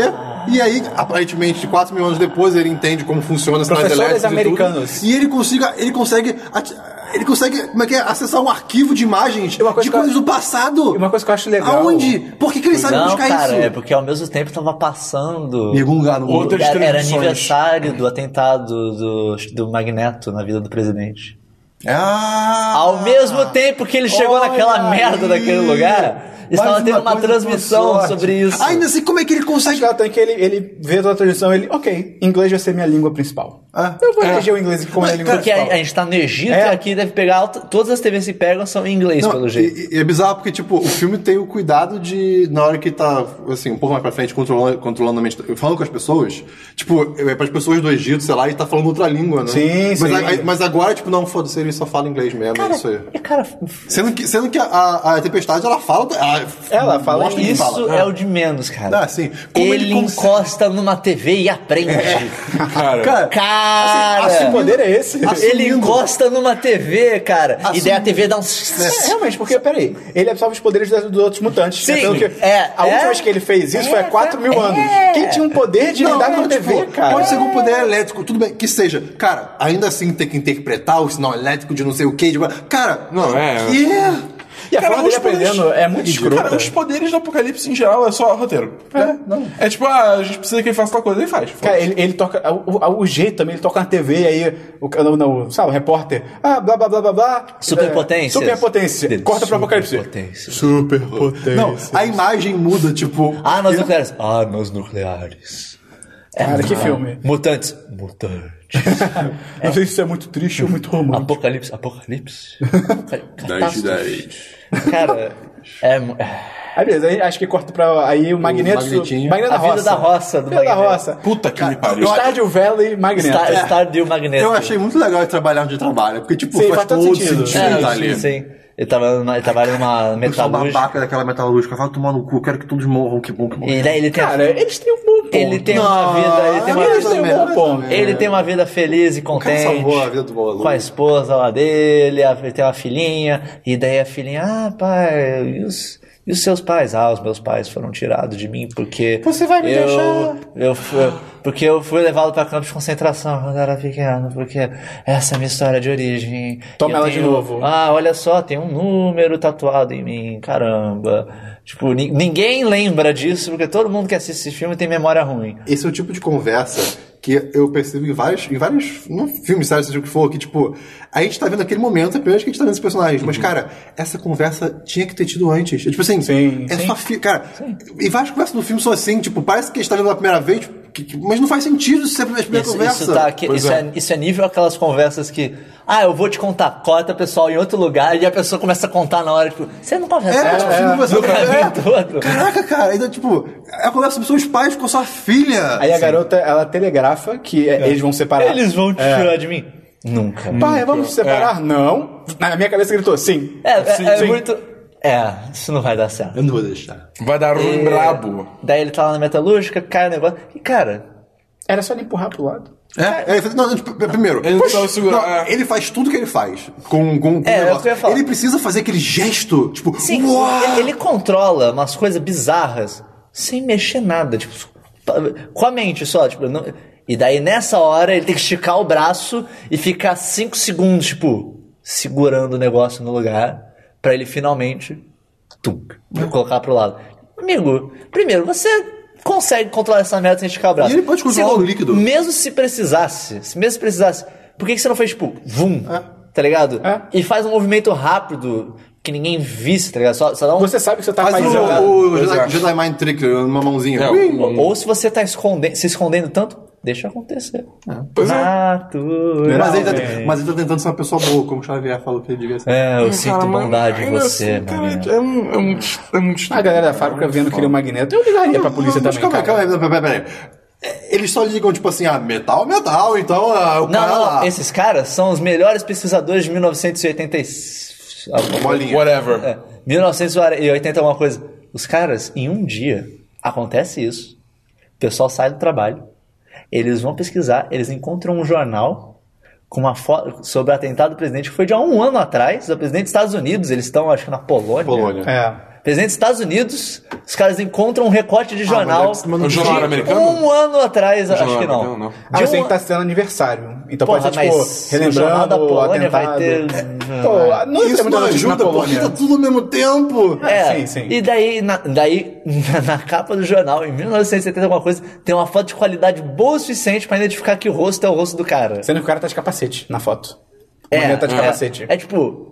E aí, aparentemente, 4 mil anos depois, ele entende como funciona as sinais
Professores
elétricas e tudo.
americanos.
E ele, consiga, ele consegue... ati- Ele consegue, como é que é? Acessar um arquivo de imagens
E uma coisa
de
que eu-
coisas do passado.
e uma coisa que eu acho legal.
Aonde? Por que, que ele sabe
Não,
buscar
cara,
isso?
é porque ao mesmo tempo tava
é
passando.
Em algum lugar no mundo.
Outra-
Era, era
transmissões.
aniversário do atentado do, do Magneto na vida do presidente.
Ah!
Ao mesmo tempo que ele chegou
Olha
naquela merda
aí.
daquele lugar, estava
Mais
tendo uma
coisa
transmissão
por sorte.
sobre isso.
Ainda assim, como é que ele
Acho
consegue.
que ela tem que ele, ele vê toda a tradução, ele, ok, inglês vai ser minha língua principal.
Ah.
Eu vou eleger o inglês como minha língua
Porque a,
principal.
a gente tá no Egito
É.
e aqui deve pegar. alta- Todas as TVs que pegam são em inglês,
Não,
pelo
e-
jeito.
e é bizarro porque, tipo, o filme tem o cuidado de, na hora que tá, assim, um pouco mais pra frente, controlando, controlando a mente, falando com as pessoas, tipo, é pras pessoas do Egito, sei lá, e tá falando outra língua, né?
Sim,
mas,
sim.
a- a- mas agora, tipo, não, foda-se, ele só fala inglês mesmo, é
Cara,
isso aí.
e cara,
Sendo que, sendo que a, a- a tempestade, ela fala, ela ela.
Ela fala
mostra o que
isso. assim,
fala.
Isso é o de menos, cara.
Ah, sim. Como ele
ele
consegue-
encosta numa TV e aprende.
Cara,
Cara,
É. Assim, assim, o poder é esse.
ele encosta numa TV, cara. E daí a TV dá um.
É, realmente, porque, peraí, ele absorve os poderes dos, dos outros mutantes.
Sim.
né, pelo que-
É,
a
é.
última vez que ele fez isso foi há 4 mil anos. Quem tinha um poder de lidar com a TV,
tipo,
cara?
Pode ser com poder elétrico, tudo bem, que seja. Cara, ainda assim tem que interpretar o sinal elétrico de não sei o que. cara,
Não, é.
Que?
E a
Cara,
forma dele
os poderes-
aprendendo é muito escrota.
Cara, os poderes do apocalipse em geral é só roteiro. É, não. É tipo, ah, a gente precisa que ele faça tal coisa, ele faz.
Cara, ele, ele toca. O, o- o jeito também, ele toca na TV, aí o, ca- não, não, sabe, o repórter. Ah, blá blá blá blá blá.
Superpotências.
É, superpotência. Corta pra apocalipse.
Potência.
Superpotência.
Não, a imagem muda, tipo.
Armas Ah, nucleares. Armas nucleares.
Cara, que filme.
Mutantes. Mutantes.
Não sei se isso é muito triste ou muito romântico.
Apocalipse. Apocalipse. Apocalipse. Catástrofe. Cara, é. mu-
Aí beleza, aí acho que corta pra. Aí o Magneto.
Magnetinho.
Magneto
A vida da roça do
Vida da
Magneto.
roça.
Puta que me pariu.
Estádio Valley Magneto.
Star, Stardew Magneto.
Eu achei muito legal ele trabalhar onde trabalha, porque, tipo,
Sim,
faz
faz todo
todo
sentido.
sentido,
É,
tá
sim,
ali.
sim. Ele trabalha numa, ele trabalha numa
Eu sou
metalúrgica.
babaca daquela metalúrgica, fala tomar no cu, quero que todos morram, que bom, que bom.
E daí ele tem.
Cara, eles têm um bom ponto.
ele tem uma vida. Ele tem uma
eles
vida.
têm um bom ponto.
Ele tem uma vida feliz e
é- O cara salvou a
contente.
vida do maluco.
Com a esposa lá dele, a- ele tem uma filhinha, e daí a filhinha, ah, pai, e os, e os seus pais? Ah, os meus pais foram tirados de mim porque.
Você vai me
eu,
deixar?
Eu, fui- eu- porque eu fui levado para campo de concentração quando eu era pequeno, porque essa é a minha história de origem.
Toma
Eu
ela de novo.
Ah, olha só, tem um número tatuado em mim, caramba. Tipo, ni- ninguém lembra disso, porque todo mundo que assiste esse filme tem memória ruim.
Esse é o tipo de conversa que eu percebo em vários, em vários não, filmes, sabe, seja o que for, que tipo, a gente tá vendo aquele momento, é a primeira vez que a gente tá vendo esses personagens,
Uhum.
mas cara, essa conversa tinha que ter tido antes. É, tipo assim,
Sim,
é só fi- cara, e várias conversas do filme são assim, tipo, parece que a gente tá vendo pela primeira vez, tipo, que- que- mas não faz sentido ser a primeira
Isso,
conversa.
isso, tá aqui-
Pois
isso, é. isso é nível aquelas conversas que. Ah, eu vou te contar. Corta, pessoal, em outro lugar. E a pessoa começa a contar na hora. Tipo, você não
É,
conversa.
tipo, filme, você
no caminho todo.
Caraca, cara, então, tipo, a conversa sobre seus pais com a sua filha.
é-
Aí a garota, ela telegrafa que é, eles vão separar. É.
Eles vão te tirar de mim. Nunca.
Pai, vamos se separar? Não. Na minha cabeça gritou, sim.
É, é,
Sim,
é
sim.
muito. É, isso não vai dar certo.
Eu não vou deixar.
Vai dar
é.
um brabo.
Daí ele tá lá na metalúrgica, cai o negócio. E, cara,
Era só ele empurrar pro lado.
É, é, não, não, tipo, primeiro,
Ele não tava segurando,
não,
é.
ele faz tudo que ele faz com, com, com
É,
o
é o
negócio.
que eu ia falar.
Ele precisa fazer aquele gesto, tipo,
sim,
uau!
ele, ele controla umas coisas bizarras sem mexer nada. Tipo, com a mente só. Tipo, não- E daí nessa hora ele tem que esticar o braço e ficar 5 segundos, tipo, segurando o negócio no lugar pra ele finalmente tum, colocar pro lado. Amigo, primeiro, você consegue controlar essa merda sem esticar o braço.
E ele pode controlar o líquido.
Mesmo se precisasse, se mesmo se precisasse, por que, que você não fez tipo, vum, tá ligado?
É.
E faz um movimento rápido que ninguém visse, tá ligado? Só, só dá um.
Você sabe que você tá
Faz
fazendo.
o, o
Pois é.
Jedi, Jedi Mind Trick, uma mãozinha.
É,
Ui!
um-
Ou se você tá escondendo, se escondendo tanto, deixa acontecer.
Pois é.
Natural.
mas, ele tá, mas ele tá tentando ser uma pessoa boa, como o Xavier falou que ele devia ser.
É, eu sinto
Cara, mas
bondade em
ainda
você,
assim, cara,
mano.
É um. É um, é um
A galera da fábrica vendo que ele é um magneto. Eu ligaria pra polícia
Mas
também,
calma aí,
cara.
calma aí, peraí, peraí, peraí. É, Eles só ligam, tipo assim, ah, metal, metal, então ah, o
Não,
cara
não, não,
lá.
esses caras são os melhores pesquisadores de 1986.
Bolinha.
Whatever.
É, 1980 alguma um, coisa. Os caras, em um dia, acontece isso. O pessoal sai do trabalho, eles vão pesquisar, eles encontram um jornal com uma foto sobre o atentado do presidente, que foi de há um ano atrás, do presidente dos Estados Unidos, eles estão, acho que na Polônia.
Polônia.
É.
Presidente dos Estados Unidos, os caras encontram um recorte de jornal.
mas é- mas não
O jornal era americano?
Um ano atrás, acho que não.
americano, não.
Ah,
De
mas tem
um-
que estar sendo aniversário. Então
Porra,
pode ser, tipo,
mas o jornal da
relembrando o
Polônia
atentado.
vai ter-
Pô, ah, não ia ter
Isso
muita
não
notícia na
ajuda, porque
Polônia.
tá tudo ao mesmo tempo.
É,
Ah, Sim, sim.
E daí, na, daí na, na capa do jornal, em 1970, alguma coisa, tem uma foto de qualidade boa o suficiente pra identificar que o rosto é o rosto do cara.
Sendo que o cara tá de capacete na foto. O magneto tá de capacete.
É, tipo,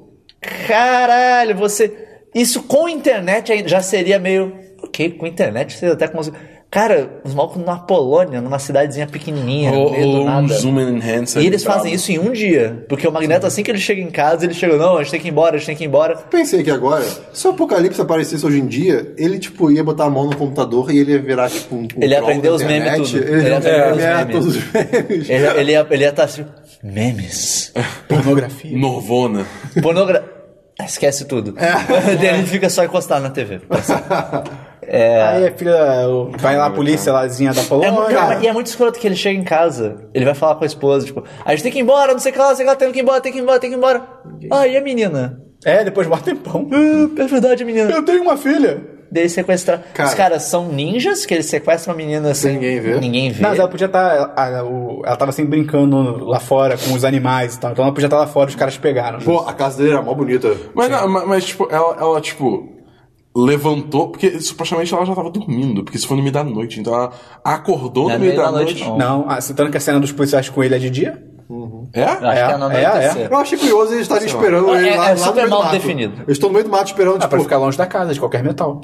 caralho, você. Isso com internet aí já seria meio. Ok, com internet você até consegue. Cara, os malucos na Polônia, numa cidadezinha pequenininha, no meio do
Ou um
nada.
zoom tá and enhance.
E eles fazem isso em um dia. Porque o Magneto, assim que ele chega em casa, ele chega, não, a gente tem que ir embora, a gente tem que ir embora.
Pensei aqui agora, se o Apocalipse aparecesse hoje em dia, ele, tipo, ia botar a mão no computador e ele ia virar, tipo, um... um
Ele ia
troll
aprender
da
os
internet.
memes tudo.
Ele,
Ele ia aprender os
ia
memes.
aprender todos os memes.
Ele, ele ia estar ele ia tá assim, memes.
Pornografia.
Norvona.
Pornogra... Esquece tudo. Ele fica só encostado na É TV.
Aí a filha o- vai lá a polícia lázinha da
É,
Polônia.
muito- cara, e é muito escroto que ele chega em casa, ele vai falar com a esposa, tipo, a gente tem que ir embora, não sei o que lá, não sei o que lá, tem que ir embora, tem que ir embora, tem que ir embora. Ah, e a menina?
É, depois bota tempão.
Ah, É verdade, a menina.
Eu tenho uma filha.
Daí sequestrar.
Cara.
Os caras são ninjas que eles sequestram a menina assim.
Ninguém vê.
Ninguém vê.
Não, mas é ela podia tá, estar. ela tava sempre brincando lá fora com os animais e tal. Então ela podia estar lá fora, os caras pegaram.
Pô, a casa dele era mó bonita.
Mas, não, ma- mas, tipo, ela, ela, tipo, levantou, porque supostamente ela já tava dormindo, porque isso foi no meio da noite, então ela acordou
Não é
no meio da noite.
não.
Não, ah, citando que a cena dos policiais com ele é de dia?
É?
Ah,
Acho
É,
que é na
é,
noite
é.
terceira.
Eu achei curioso eles estarem esperando
É-
ele lá,
é
lá no
super
meio do
mal
mato.
definido.
Eles estão no meio do mato esperando,
Ah, pra
tipo...
ficar longe da casa, de qualquer metal.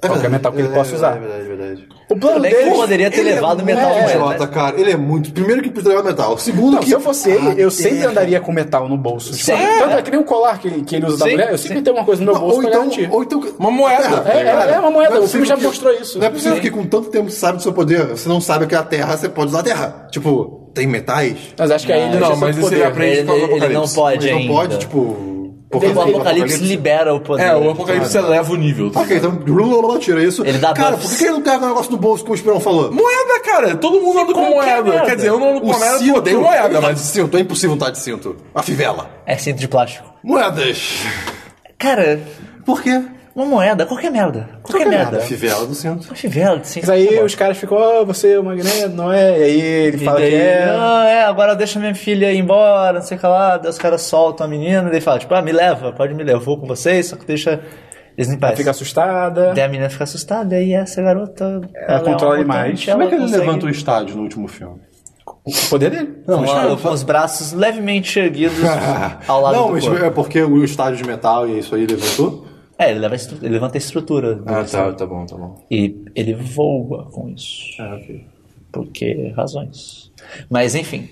qualquer metal que ele
É,
possa usar.
É verdade, é verdade.
O plano
Tudo bem que ele
dele.
poderia ter levado o metal
é,
com ele, né?
idiota, cara. Ele é muito... Primeiro que precisa levar metal. Segundo
Não,
que...
se eu fosse
Ah,
ele, eu sempre
terra.
andaria com metal no bolso. Tipo,
Sim.
tanto é que nem o colar que, que ele usa da
Sim,
mulher, eu sempre tenho uma coisa no meu bolso
Ou
pra
então,
garantir.
ou então...
Uma moeda.
Terra.
É, é, é uma moeda,
Não
o
possível
filme já
que-
mostrou isso.
Não é possível que com tanto tempo você sabe do seu poder, você não sabe que é a terra, você pode usar a terra. Tipo, tem metais?
Mas
Ah,
acho que aí ele
Não,
já sabe
mas
o
esse
poder.
ele aprende
Ele,
por causa do
ele não
apocalipse.
pode
Mas não
ainda.
pode, tipo... por
o
causa do
apocalipse, libera o poder.
É, o Apocalipse você leva o nível. tá
Ok,
ligado?
então Bruno Lola tira isso.
Ele dá
cara,
buffs.
por que ele não pega o negócio do bolso como o Esperão falou?
Moeda, cara! Todo mundo anda com
Qualquer
moeda.
merda.
Quer dizer, eu não ando com moeda, eu odeio
Ele tá
moeda,
de
mas.
cinto, é impossível não tá de cinto. A fivela.
É cinto de plástico.
Moedas.
Cara,
Por quê?
uma moeda, qualquer merda. Qualquer, merda.
Fivela do cinto.
Uma fivela de cinto.
Mas aí
tá bom.
os caras ficam, ó, você é o Magneto, não é? E aí ele
E
fala
daí,
que é.
"Ah, é, agora deixa minha filha ir embora, não sei o que lá. Daí os caras soltam a menina, daí fala, tipo, ah, me leva, pode me levar, eu vou com vocês, só que deixa eles em paz.
Fica assustada.
Daí a menina fica assustada, e essa garota...
Ela controla animais.
É, Como é que ele levanta o estádio no último filme?
É O poder dele.
Não,
Não,
com,
mas-
com os braços levemente erguidos ao lado
não,
do
mas
corpo.
é porque o estádio de metal e isso aí levantou?
É, ele, leva a estru- ele levanta a estrutura. do-
Ah,
tá bom, tá bom.
E ele voa com isso.
É, ok.
Porque razões. Mas enfim.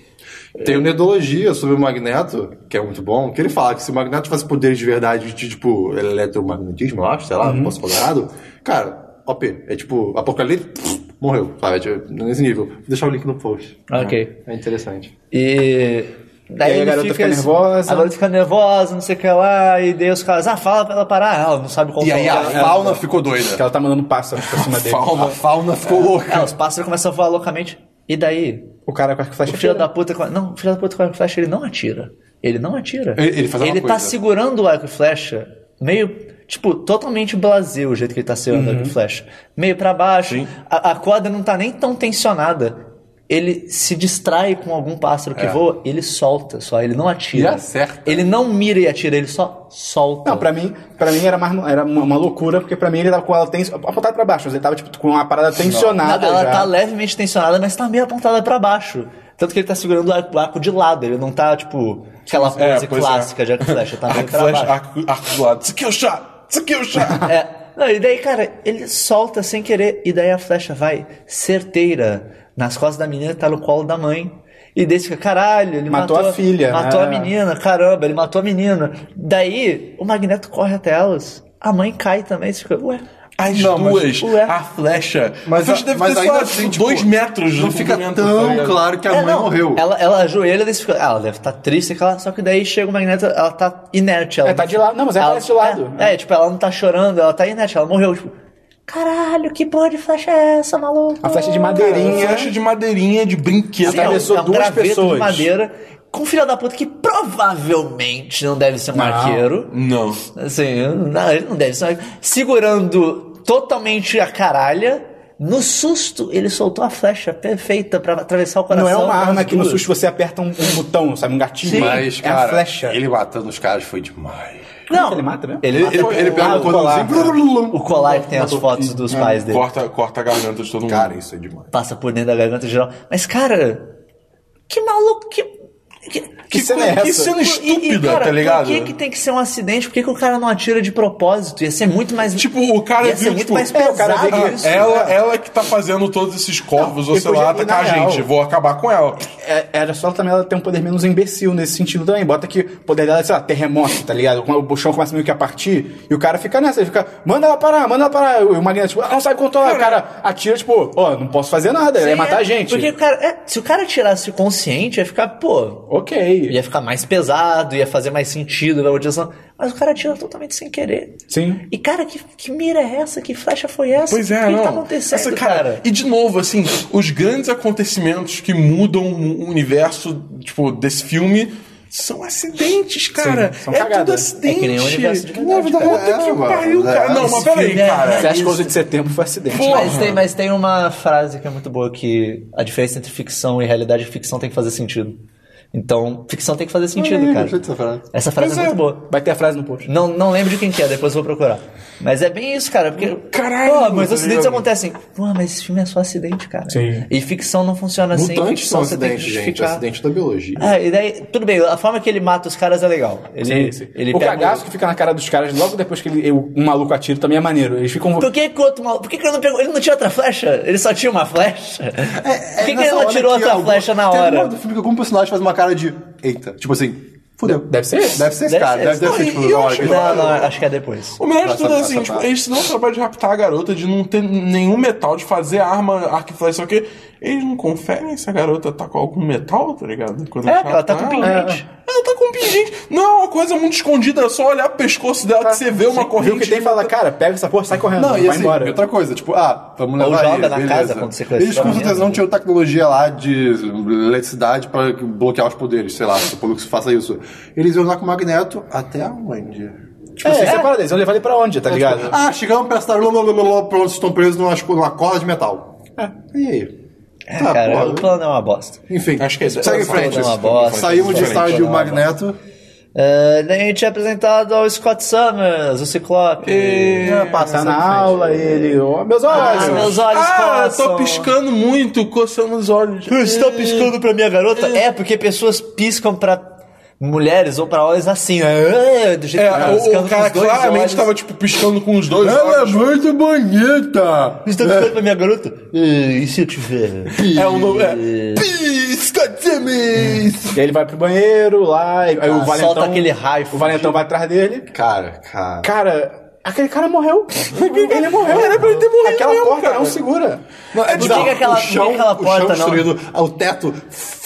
Tem uma ideologia sobre o Magneto, que é muito bom, que ele fala que se o Magneto tivesse poderes de verdade, de tipo eletromagnetismo, eu acho, sei lá, não posso falar errado, cara, OP, é tipo, apocalipse, pff, morreu, sabe? É tipo, nesse nível. Vou deixar o link no post.
Ok.
É interessante.
E. Daí
E aí a
ele
garota fica nervosa.
A garota fica nervosa, não sei o que lá. E daí os caras, ah, fala pra ela parar. Ela não sabe é como
E aí a fauna ficou
Que
doida.
ela tá mandando pássaros pra cima dele.
A fauna ficou
É.
louca.
os pássaros começam a voar loucamente. E daí?
O cara com a flecha
O filho
atira.
da puta. com a- Não, o filho da puta com a flecha, ele não atira. Ele não atira.
Ele- ele faz uma
Ele tá
coisa.
segurando o arco e flecha, meio. Tipo, totalmente blasé o jeito que ele tá segurando
Uhum.
o arco e flecha. Meio pra baixo. A, a corda não tá nem tão tensionada. Ele se distrai com algum pássaro que voa, ele solta só, ele não atira.
É. E acerta.
Ele não mira e atira, ele só solta.
Não, pra mim, pra mim era, mais, era uma uma loucura, porque pra mim ele tava com ela tens... apontada pra baixo, mas ele tava tipo, com uma parada tensionada.
Ela
já.
tá levemente tensionada, mas tá meio apontada pra baixo. Tanto que ele tá segurando o arco, o arco de lado, ele não tá, tipo, aquela pose
pois é.
clássica de arco e flecha, tá meio
Arco,
pra
flash,
baixo.
arco, arco do lado. Isso aqui é o chá! Isso aqui é o chá!
É. Não, e daí, cara, ele solta sem querer, e daí a flecha vai certeira nas costas da menina, tá no colo da mãe. E daí você fica, caralho, ele
Matou
matou,
a filha,
Matou
né?
a menina, caramba, ele matou a menina. Daí, o Magneto corre até elas. A mãe cai também, você fica, ué.
As
Não, mas-
duas,
Ué.
a flecha.
Mas
a flecha
a-
deve
mas
ter só
ainda assim, tipo,
dois metros
Não
de
fica
comprimento, tá
tão
ligado?
claro que a
É,
mãe morreu.
Ela, ela ajoelha, daí você fica, ah, ela deve estar triste, que ela, só que daí chega o Magneto, ela tá inerte. Ela
É, tá de lado. Não, mas ela parece de lado.
É, é, tipo, ela não tá chorando, ela tá inerte, ela morreu, tipo... Caralho, que porra de flecha é essa, maluco?
A flecha de
Uma
madeirinha.
É um Flecha de madeirinha, de brinquedo.
Sim, é um-
atravessou
é um
duas
graveto
pessoas.
de madeira com um filho da puta que provavelmente não deve ser um
Não.
arqueiro.
Não.
Assim, não, ele não deve ser um arqueiro. Segurando totalmente a caralha. No susto, ele soltou a flecha perfeita pra atravessar o
Não
coração.
é uma
das
arma que no
duas.
susto você aperta um, um botão, sabe? Um gatilho.
Sim.
Mas,
é a
cara,
flecha.
ele matando os caras foi demais.
Não.
Ele mata mesmo?
Ele,
Ele, ele pega
Ah,
o assim,
o colar.
colarzinho.
o colar que tem as fotos dos pais dele.
Corta, corta a garganta de todo mundo.
Cara, isso é demais.
Passa por dentro da garganta geral. Mas, cara, que maluco, que. que-
Que cena é
que
essa?
cena
E- e,
estúpida,
cara,
tá ligado?
Por que, que tem que ser um acidente? Por que, que o cara não atira de propósito? Ia ser muito mais.
Tipo, o cara
ia ser
viu,
muito
tipo,
mais
é, o
pesado.
cara vê que-
isso.
ela, ela que tá fazendo todos esses corvos,
Não,
ou sei lá,
e podia- e
atacar a
na real-
gente. Vou acabar com ela.
É- Era só também ela ter um poder menos imbecil nesse sentido também. Bota que o poder dela é, sei lá, terremoto, tá ligado? O chão começa meio que a partir e o cara fica nessa, ele fica, manda ela parar, manda ela parar. E o Magneto, tipo, ela não sabe controlar. O cara atira, tipo, ó, não posso fazer nada, ele
Sim,
vai matar
é,
a gente.
Porque o cara, é, se o cara tirasse consciente, ia ficar, pô,
Ok.
ia ficar mais pesado, ia fazer mais sentido, vai uma direção. Mas Mas o cara atira totalmente sem querer.
Sim.
E, cara, que, que mira é essa? Que flecha foi essa?
Pois
o
é,
que
não.
que tá acontecendo,
Essa,
cara?
E de novo, assim, os grandes acontecimentos que mudam o universo, tipo, desse filme são acidentes, cara.
Sim, são
é
cagadas.
tudo
É
acidente.
que nem o universo de
Puta
verdade, cara.
cara.
que pariu,
É,
cara. Não,
esse
mas peraí,
filme é-
Você
cara.
acha que o 11 de setembro foi um acidente?
Pô,
Mas tem, mas tem uma frase que é muito boa que a diferença entre ficção e realidade é que ficção tem que fazer sentido. Então, ficção tem que fazer sentido,
Ih,
cara.
gostei dessa frase.
Essa frase é muito boa.
Vai ter a frase no post.
Não, não lembro de quem que é, depois eu vou procurar. Mas é bem isso, cara. Porque,
Caralho,
Pô, mas
tá
acidentes
ligado?
acontecem. Pô, mas esse filme é só acidente, cara.
Sim.
E ficção não funciona assim.
Mutantes
ficção
são
você tem que
acidentes, gente.
justificar.
Acidente da biologia.
É, e daí, tudo bem, a forma que ele mata os caras é legal. Ele, ele
o
pega um-
cagaço que fica na cara dos caras logo depois que ele, o, um maluco atira também é maneiro. Eles ficam.
Por que, que o outro maluco. Por que, que ele não pegou? Ele não tinha outra flecha? Ele só tinha uma flecha?
é,
por que, que ele não tirou outra flecha na
Tem
hora?
uma do filme que algum personagem faz uma cara de... Eita. Tipo assim... Fudeu.
Deve ser esse.
Deve ser esse
Deve ser
cara. Deve,
esse.
deve ser,
Não,
tipo,
e
na
eu
hora
acho
que ele
Não, não, acho que é depois.
O melhor de tudo é
Passa,
assim,
passa,
tipo,
passa.
eles se dão o trabalho de raptar a garota, de não ter nenhum metal, de fazer arma, arco e flecha, só que eles não conferem se a garota tá com algum metal, tá ligado? Quando
É,
eles
ela tá
raptam
com
ela.
pingente.
É. Ela tá com pingente. Não, é uma coisa muito escondida, é só olhar pro pescoço
Tá.
dela que você vê uma
Viu
corrente.
o que tem e fala, cara, pega essa porra, sai correndo,
Não,
vai
e assim,
embora.
e outra coisa, tipo, ah, vamos
Ou
levar
joga
ele,
na
beleza.
casa quando você conhece
Eles com
ela
certeza
mesmo.
não tinham tecnologia lá de eletricidade pra bloquear os poderes, sei lá, supondo que se faça isso. Eles iam lá com o Magneto até onde? Tipo
É,
assim,
é. separa deles, vão levar ele pra onde, tá ligado?
ah, chegamos pra estar, blá, blá, blá, blá, pronto, estão presos numa, numa corda de metal. E aí?
É,
Tá,
cara,
porra.
o plano é uma bosta.
Enfim,
Acho que é-
segue em
essa
frente.
é uma bosta,
Saímos de
diferente,
estágio
é uma
Magneto.
É, daí a gente é apresentado ao Scott Summers, o Ciclope.
Ah, Passar na aula, ele. ó, meus olhos!
Ah, meus olhos
Ah, eu
coçam.
tô piscando muito, coçando os olhos.
Eu estou tá piscando pra minha garota? É, porque pessoas piscam pra mulheres ou pra olhos assim. ah, Do jeito
É,
que tá piscando
o,
com
o
os
cara
dois
claramente
olhos.
tava, tipo, piscando com os dois olhos.
é muito bonita!
Eu Estou piscando pra minha garota? Eh, E se eu tiver?
É um novo. É.
Pisca, Demis!
E aí ele vai pro banheiro lá, e aí o
Ah,
Valentão.
solta aquele raio
O Valentão vai atrás dele.
Cara, cara.
Cara, aquele cara morreu. ele morreu.
Era pra ele ter morrido
Aquela
mesmo,
porta
cara.
não segura.
Não, é
Por que
bizarro.
que aquela-
o chão,
por que aquela
o chão
porta não?
destruído, o teto.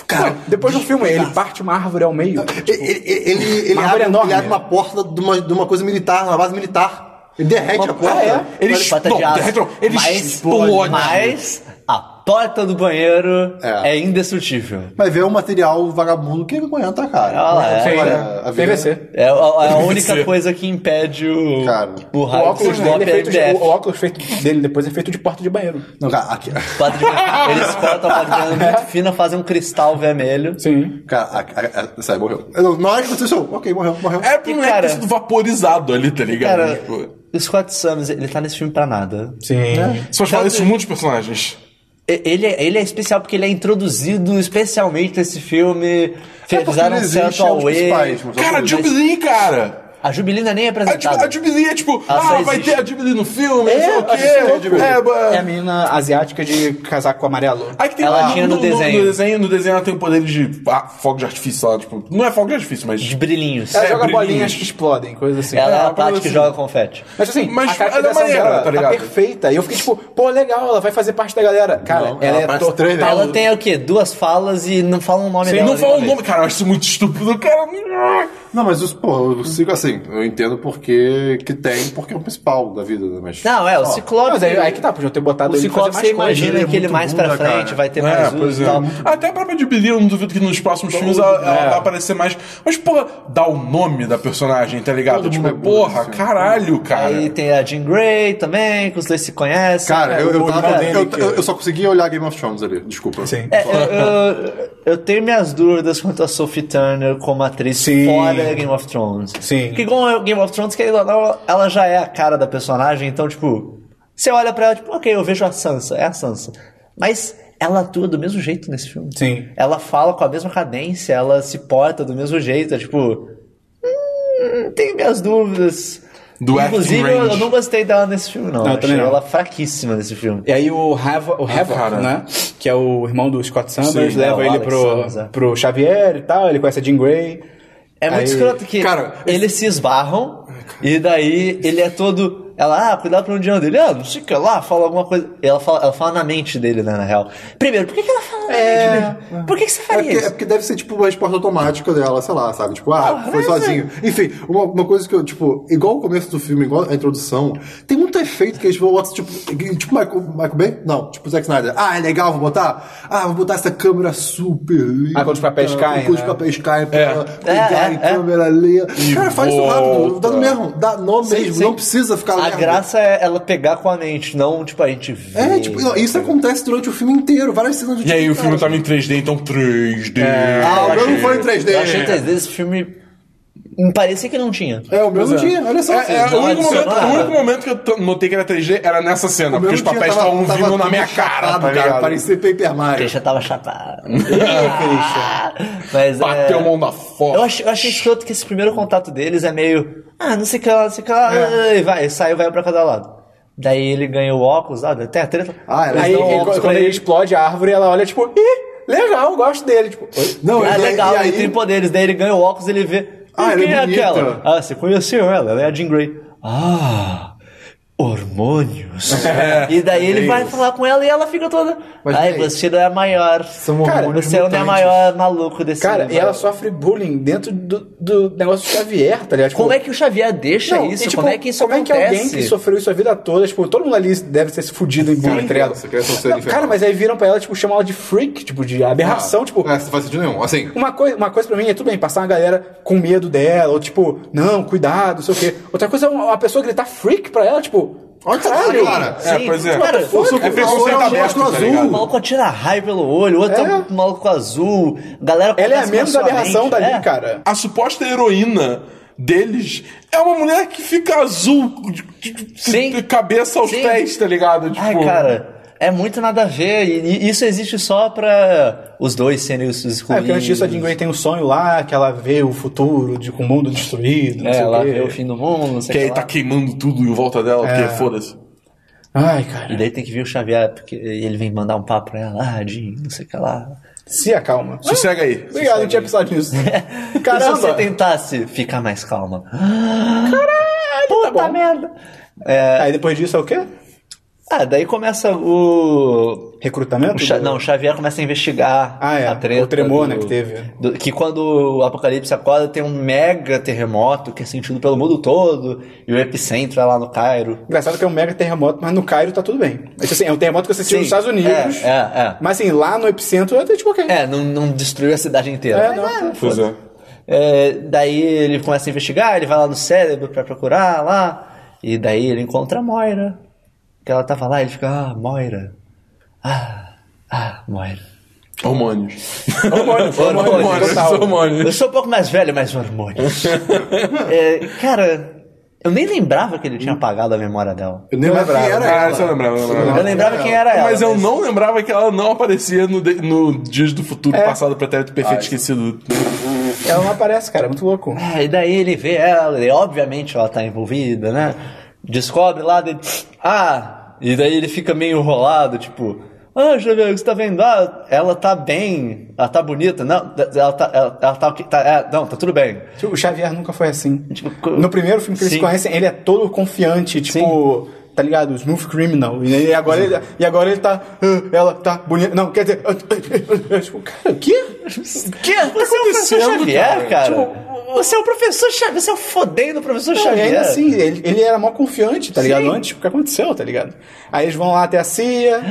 Cara,
Depois do filme, ele parte uma árvore ao meio.
ele, ele, ele, ele,
Uma árvore
abre,
enorme.
ele abre uma porta de uma, de uma coisa militar, uma base militar. Ele derrete a porta.
é?
Ele
Olha, pata
explode.
de aço.
Retro- Ele
mas,
explode.
né? Mas a porta do banheiro é,
É.
indestrutível.
Mas vê um material vagabundo que ele aguenta, cara.
Ah, lá, é.
Sim,
Olha,
né?
a vida-
PVC.
É a, é a
Sim.
única coisa que impede o,
Cara,
o
O
raio
óculos,
do
dele é feito de, o
PMDF.
óculos feito dele depois é feito de porta de banheiro.
Não, cara, aqui-
Porta de banheiro- Eles cortam a porta de banheiro muito fina, fazem um cristal vermelho.
Sim.
Cara, a, a, a, sai, morreu. Eu não- Na hora que aconteceu, ok, morreu, morreu.
Era pra
E,
um moleque
cara-
ter sido vaporizado ali, tá ligado?
Cara,
Tipo,
o Scott Summers, ele tá nesse filme pra nada.
Sim.
Você pode falar isso em muitos personagens.
E- Ele, é- ele é especial porque ele é introduzido especialmente nesse filme.
É porque
Fizeram
ele
um certo
existe, é um dos
away.
principais, mas-
Cara, a Jubilee, cara!
A Jubilina nem é
A, Ju-
apresentada.
a Jubilee é tipo,
Ah, só
ah, vai
existe.
ter a Jubilee no filme, não sei o
acho que é a
quê.
Jubilee.
É, ba-
É a menina asiática de casaco amarelo.
Aí que tem
Ela
lá,
tinha no desenho.
No desenho, no desenho ela tem o poder de ah, fogo de artifício lá, tipo. Não é fogo de artifício, mas.
De brilhinhos.
Ela
É,
joga
brilhinhos.
bolinhas que explodem, coisa assim.
Ela é a
uma
parte
coisa
que
assim.
joga confete.
Mas assim,
Mas
a caracterização
ela é maneira,
dela
tá
tá,
ligado?
perfeita. E eu fiquei tipo, pô, legal, ela vai fazer parte da galera. Cara,
Não,
ela,
ela
é
parece
total...
três, né?
Ela tem o quê? Duas falas e não fala o nome
Sim,
dela.
não
nem
fala o
também.
nome, cara, eu acho isso muito estúpido, cara.
Não, mas os, porra, eu sigo assim. Eu entendo porque que tem, porque é o principal da vida, né? Mas...
Não, é, o
Ó,
Ciclope.
Mas aí, aí que tá, podiam ter botado
O
ele pra
Ciclope
fazer
você
mais coisa. né?
imagina
ele é
que ele
muito
mais pra
bunda,
frente
cara.
vai ter
É,
mais
pois
uso e
é.
tal.
Até a própria Jubilee, eu não duvido que nos próximos filmes ela, ela vai aparecer mais. Mas, porra, dá o nome da personagem, tá ligado?
Todo
tipo,
mundo é burro,
porra,
assim.
caralho, cara.
Aí tem a Jean Grey também, que os dois se conhecem.
Cara,
É,
eu, eu,
o-
tava,
é.
dele
eu,
que-
eu- eu só conseguia olhar Game of Thrones ali, desculpa.
Sim.
É, eu, eu- eu tenho minhas dúvidas quanto a Sophie Turner como atriz
Sim.
fora Game of Thrones.
Sim.
Porque com o Game of Thrones, querendo ou não, ela já é a cara da personagem, então, tipo, você olha pra ela, tipo, ok, eu vejo a Sansa, é a Sansa. Mas ela atua do mesmo jeito nesse filme.
Sim.
Ela fala com a mesma cadência, ela se porta do mesmo jeito, é tipo. Hum, tenho minhas dúvidas.
Do acting
Inclusive, eu,
range.
eu não gostei dela nesse filme, não.
Não, eu
Achei
também não.
ela fraquíssima nesse filme.
E aí o Havo, o Havoc,
cara.
né? Que é o irmão do Scott Summers,
Sim, é,
leva
o
ele
Alex
pro,
Summers, é.
pro Xavier e tal, ele conhece a Jean Grey.
É muito
Aí-
escroto que
Cara,
eles se esbarram e daí ele é todo. Ela, ah, cuidado pra onde anda. Ele, ah, não sei o que lá, fala alguma coisa. Ela fala, ela fala na mente dele, né, na real. Primeiro, por que, que ela fala É. Por que, que você
É
faria
porque, é
isso?
porque deve ser, tipo, uma resposta automática dela, sei lá, sabe? Tipo, ah,
né,
foi sozinho. Enfim, uma, uma coisa que eu, tipo, igual o começo do filme, igual a introdução, tem muito efeito que eles vão, tipo, tipo Michael, Michael Bay? Não, tipo Zack Snyder. Ah, é legal, vou botar? Ah, vou botar essa câmera super lenta.
Ah, quando os papéis caem,
Quando os
né?
papéis caem, pra ela
É,
pegar
é,
em câmera lenta. Cara, faz isso rápido,
volta.
dá no mesmo, dá no mesmo,
sim.
não precisa ficar
A
lerdo.
graça é ela pegar com a mente, não, tipo, a gente vê.
É, tipo, não, isso acontece durante o filme inteiro, várias cenas de
E aí o filme tava em 3D, então 3D.
Ah, o
eu
meu não
achei-
foi em 3D.
Eu achei três vezes esse filme. Parecia que não tinha.
né? É, o meu não
Pois é.
tinha, olha só.
assim,
É, é,
Vocês
o, único
adicionou
momento, o
nada.
único momento que eu to- notei que era 3D era nessa cena,
O
porque
meu
os
dia
papéis
tava-
estavam
tava
vindo na
todo
minha cara,
chapado,
tá ligado?
Parecia Paper
A
Mario.
Christian tava chapada.
É,
Ah, Mas
Bateu a
é...
mão na foto.
Eu achei, eu achei escroto que esse primeiro contato deles é meio. Ah, não sei o que lá, não sei o que lá. E vai, saiu, vai pra cada lado. Daí ele ganha o óculos, ah, tem a treta.
Ah, era
Eles
Aí,
dão um o
ele-
óculos
quando
pra
ele explode a árvore, ela olha, tipo, ih, legal, gosto dele. Tipo, oi?
Não,
Ah,
e-
legal,
e aí-
ele tem poderes. Daí ele ganha o óculos ele vê.
Ah,
"Ih,
ela é
quem é,
bonita."
aquela? Ah, você conheceu ela, ela é a Jean Grey. Ah, hormônios. e daí ele vai falar com ela e ela fica toda. Ai,
peraí.
você não é a maior.
Cara,
Cara, você não é a maior maluco desse
Cara,
mundo."
e ela sofre bullying dentro do, do negócio do Xavier, tá ligado? Tipo,
Como é que o Xavier deixa
Não,
isso?
e, tipo,
como é que isso
como
acontece?
é que alguém que sofreu isso a vida toda, tipo, todo mundo ali deve ter se fudido em bullying, tá ligado?
Essa criança é um ser
Não,
infernal.
Cara, mas aí viram pra ela, tipo, chamam ela de freak, tipo, de aberração, tipo,
É, não faz sentido nenhum. Assim,
Uma coisa, uma coisa pra mim é tudo bem, passar uma galera com medo dela, ou tipo, não, cuidado, não sei o quê. Outra coisa é uma uma pessoa gritar freak pra ela, tipo,
olha que
Caralho.
cara.
É, pois é.
Cara,
o
foda-se,
é preconceito
o
aberto,
monstro
tá
azul.
O
ligado?
maluco atira raio pelo olho, outro
Uh!
um
É.
maluco azul. Galera
ela é a
acontece
menos
com sua
aberração
mente,
dali,
é.
cara.
A suposta heroína deles é uma mulher que fica azul de, de-
Sim.
de cabeça aos
Sim.
pés, tá ligado? Tipo,
Ai, cara, é muito nada a ver. E, e isso existe só pra os dois serem os
É,
excluídos.
porque antes disso a Jean Grey tem um sonho lá, que ela vê o futuro de com o mundo destruído, não
É,
sei
ela
o quê.
vê o fim do mundo, não sei
que
o
aí
que
tá
lá.
queimando tudo em volta dela, porque foda-se.
Ai,
E
cara.
daí tem que vir o Xavier, porque ele vem mandar um papo pra ela, ah, Jean, não sei o que lá.
Se acalma.
Sossega aí.
Ah, Obrigado, não tinha pensado nisso.
E se você
Caramba.
tentasse ficar mais calma? Caralho, puta
tá bom.
merda.
Aí depois disso é o quê?
Ah, daí começa o...
Recrutamento?
O Xa- Um não, o Xavier começa a investigar
Ah, é.
a treta.
O
do-
tremor, né, que teve.
do- que quando o Apocalipse acorda, tem um mega terremoto que é sentido pelo mundo todo. E o epicentro é lá no Cairo.
Engraçado que é um mega terremoto, mas no Cairo tá tudo bem. É, tipo assim, é um terremoto que você assistiu nos Estados Unidos.
É, é,
Mas assim, lá no epicentro é até tipo ok.
é. É, não, não destruiu a cidade inteira.
É, não.
Pois é.
É, daí ele começa a investigar, ele vai lá no cérebro pra procurar lá. E daí ele encontra a Moira. Que ela tava lá, ele fica, ah, Moira. Ah, ah, Moira.
Hormônios.
Hormônios, hormônios,
Hormônios,
total.
Eu
hormônios.
sou um pouco mais velho, mas hormônios. É, cara, eu nem lembrava que ele tinha apagado a memória dela.
Eu nem lembrava quem era
Ah,
ela.
isso eu lembrava, eu
Eu
lembrava.
lembrava quem era ela.
é. mas eu não lembrava que ela não aparecia no, de- no Dias do Futuro Passado Pretérito Perfeito Esquecido.
Ela não aparece, cara, é muito louco.
É, e daí ele vê ela, e obviamente ela tá envolvida, né? Descobre lá, dele, ah, e daí ele fica meio enrolado, tipo, ah, Xavier, você tá vendo? Ah, ela tá bem, ela tá bonita, não, ela tá, ela, ela tá, tá- é, não, tá tudo bem.
O Xavier nunca foi assim.
Tipo, co-
No primeiro filme que eles
Sim.
se conhecem, ele é todo confiante, tipo, tá ligado? Smooth criminal. E agora ele, e agora ele tá. "Ah, ela tá bonita. Não, quer dizer. Tipo, cara, o quê?
Que? Você é o professor
acontecendo,
Xavier, cara?
cara?
você é o professor Xavier, você é o fodendo professor
Não, e
Xavier.
ainda assim, ele, ele era mal confiante, tá ligado?
é. Sim.
Antes, o que aconteceu, tá ligado? Aí eles vão lá até a CIA.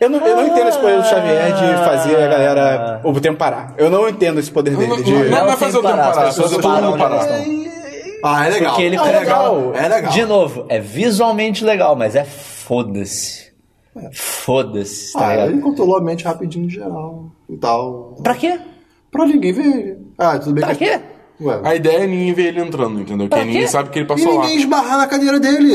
Eu não,
Ah.
eu não entendo esse poder do Xavier de fazer a galera. o tempo parar. Eu não entendo esse poder dele. De...
Não, não,
Ela
vai fazer o
tem
tempo
que parar,
parar,
as pessoas
fazer todo mundo
param, né?
parar.
Ah, é legal.
Porque ele
ah, é legal. É legal.
De novo, é visualmente legal, mas é foda-se. Foda-se, tá
Ah,
ligado?
ele controlou a mente rapidinho em geral e tal.
Pra quê?
Pra ninguém ver ele. Ah, tudo bem
Pra
que...
quê?
Ué.
A ideia é ninguém ver ele entrando, entendeu? Porque ninguém sabe que ele
E
passou lá.
ninguém esbarrar na cadeira dele.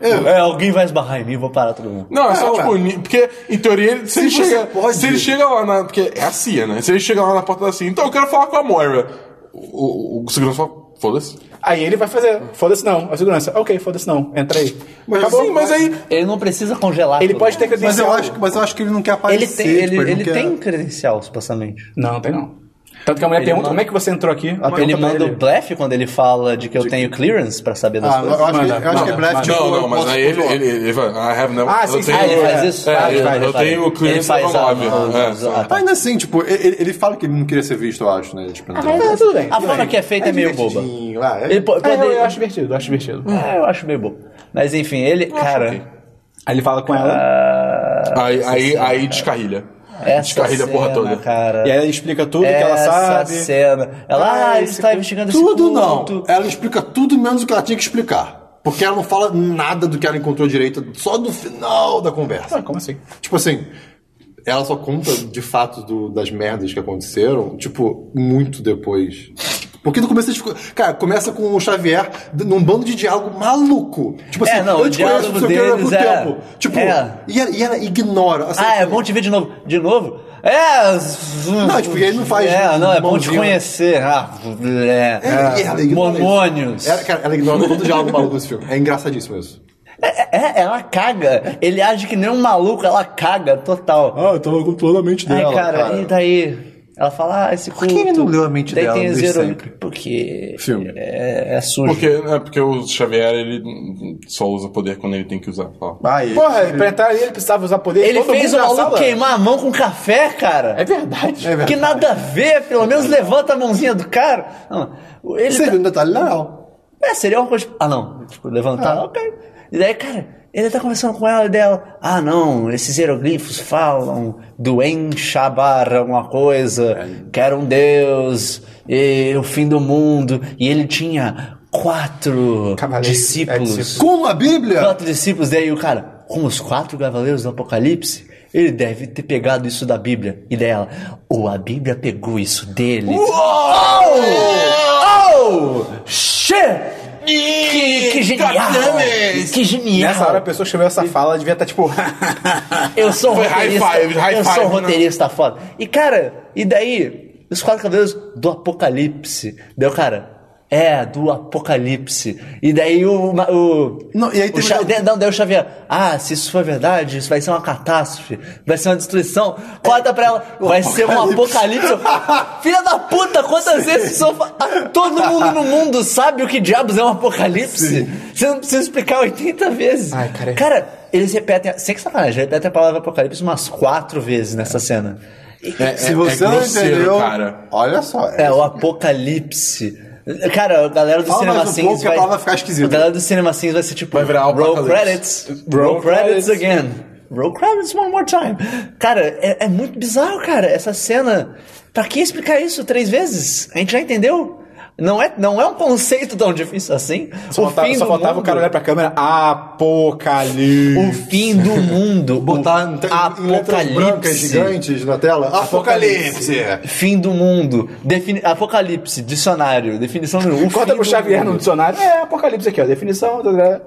Eu.
É, alguém vai esbarrar em mim, vou parar todo mundo.
Não, é só
Ah,
tipo.
ué.
ni- Porque, em teoria, ele- se,
Se
ele
você
chega,
pode.
se ele chega lá na. Porque é a CIA, né? Se ele chega lá na porta da CIA, então eu quero falar com a Moira. O, o, o segurança fala, foda-se.
Aí ele vai fazer, foda-se não, a segurança. Ok, foda-se não, entra aí.
Mas
Acabou.
Sim, mas aí. então,
Ele não precisa congelar.
Ele
todo
pode ter
mundo.
Mas
credencial.
eu, acho, mas eu acho que ele não quer aparecer.
Ele tem, ele,
tipo,
ele
não quer-
tem credencial, supostamente.
Não, tem não. Tanto que a mulher
Ele
pergunta
manda-
como é que você entrou aqui. Ela
Ele
pergunta pra
manda o blefe quando ele fala de que eu tenho clearance pra saber das
Ah,
coisas?
eu acho que,
Manda,
eu acho que é
manda,
blefe,
manda.
tipo...
Não,
eu
não, mas
posso
aí ele,
controlar.
ele, ele vai, I have never.
Ah, sim,
eu
sim.
tenho,
Ah,
ele faz isso?
É,
Ah, ele
eu,
faz, ele
eu
faz.
tenho
Ele
clearance
faz,
level
ah,
nove,
ah,
é,
ah,
sabe?
Ainda assim, tipo, ele, ele fala que ele não queria ser visto, eu acho, né?
é
Tipo, não tem-
Ah, tudo bem.
A
tudo
forma
bem.
que é feita é, meio boba.
Divertidinho, lá, é-
Ele po-
É,
quando
eu,
ele-
eu acho divertido, eu acho divertido.
É, eu acho meio bobo. Mas enfim, ele. Cara.
Aí ele fala com ela,
Aí, aí, aí descarrilha.
Essa
Descarrilha a porra
cena,
toda.
Cara.
e aí ela explica tudo que ela
É, essa
sabe.
cena. Ela,
Ah,
ah, ele
esse
está
cu-
investigando esse
Tudo não. É
culto.
Ela explica tudo menos o que ela tinha que explicar. Porque ela não fala nada do que ela encontrou direito, só no final da conversa.
Ah, como assim?
Tipo assim, ela só conta de fato do- das merdas que aconteceram, tipo, muito depois. Porque no começo eles ficam. Cara, começa com o Xavier d- num bando de diálogo maluco. Tipo assim,
É, não, o
eu te conheço,
diálogo
não sei o que, há
deles
muito
é-
tempo. Tipo,
é.
e, ela, e ela ignora. assim,
Ah, é bom te ver de novo. De novo? É. Não,
tipo, e ele não faz
É, não, é bom te
mãozinha.
conhecer. Ah,
é,
é.
e ela ignora isso.
Monônios.
Ela, cara, ela ignora todo o diálogo maluco desse filme. É engraçadíssimo isso.
É, é, ela caga. Ele age que nem um maluco, ela caga total.
Ah, eu tava controlando a mente
Ai, cara, e daí? Ela fala, ah, esse culto...
que ele não leu a mente
daí
dela
tem
desde
zero...
sempre?
Porque...
Filme.
É, é sujo.
Porque, é porque o Xavier, ele só usa poder quando ele tem que usar. Ó.
Ah, e-
Porra, pra entrar ali ele precisava usar poder. de
Ele
todo
fez
mundo
o
na
maluco
sala.
queimar a mão com café, cara.
É verdade.
É
Que
verdade.
nada a ver, pelo menos levanta a mãozinha do cara. Não, ele
Seria
tá-
um detalhe legal.
É, seria uma coisa. tipo, Ah, não. Tipo, levantar,
Ah.
ok. E daí, cara, ele tá conversando com ela e dela. Ah, não, esses hieroglifos falam do Enshabar, alguma coisa,
É.
que era um deus, e o fim do mundo. E ele tinha quatro
Cavaleiros, é,
discípulos.
discípulos.
Com a Bíblia?
Quatro discípulos, daí o cara, com os quatro cavaleiros do Apocalipse, ele deve ter pegado isso da Bíblia. E daí ela, ou a Bíblia pegou isso dele. Oh! Oh! Shit! Que, que genial! Que genial!
Nessa hora a pessoa escreveu essa fala, ela devia estar tipo.
Eu sou um
Foi high
roteirista.
five, high
eu
five,
sou um
né?
roteirista foda. E cara, e daí? Os quatro cavaleiros do apocalipse. Deu, cara. É, do apocalipse. E daí o. ma- o
Não, e aí
o
tem-
Xa- de- não, daí o Xavier. Ah, se isso for verdade, isso vai ser uma catástrofe. Vai ser uma destruição. Corta pra ela. Vai ser um apocalipse. Filha da puta, quantas vezes isso fa- Ah, Todo mundo no mundo sabe o que diabos é um apocalipse. Você não precisa explicar 80 vezes.
Ai, cara, é-
Cara, eles repetem, sem sacanagem, repetem a palavra apocalipse umas quatro vezes nessa cena. E-
É,
Se
é-
você
é
não
grosseiro,
entendeu,
cara.
olha só.
É, o apocalipse. Cara, a galera do
Fala
Cinema
mais um
Sins
pouco que a
vai,
palavra vai ficar esquisita.
A galera do Cinema Sins vai ser tipo...
Vai virar
Roll
apocalipse.
credits. Roll
Roll
credits
credits.
again. Roll credits one more time. Cara, é, é muito bizarro, cara, essa cena. Pra que explicar isso três vezes? A gente já entendeu. Não é, não é um conceito tão difícil assim.
Só
o
faltava,
fim
só
do
faltava o
mundo-
cara olhar pra câmera. Apocalipse.
O fim do mundo. o
Botar em, em letras brancas
apocalipse.
gigantes na tela. Apocalipse!
Fim do mundo. Defini apocalipse, dicionário. Definição número um.
Corta
fim
pro
do
Xavier no
mundo.
dicionário. É, apocalipse aqui, ó. Definição. tá ligado?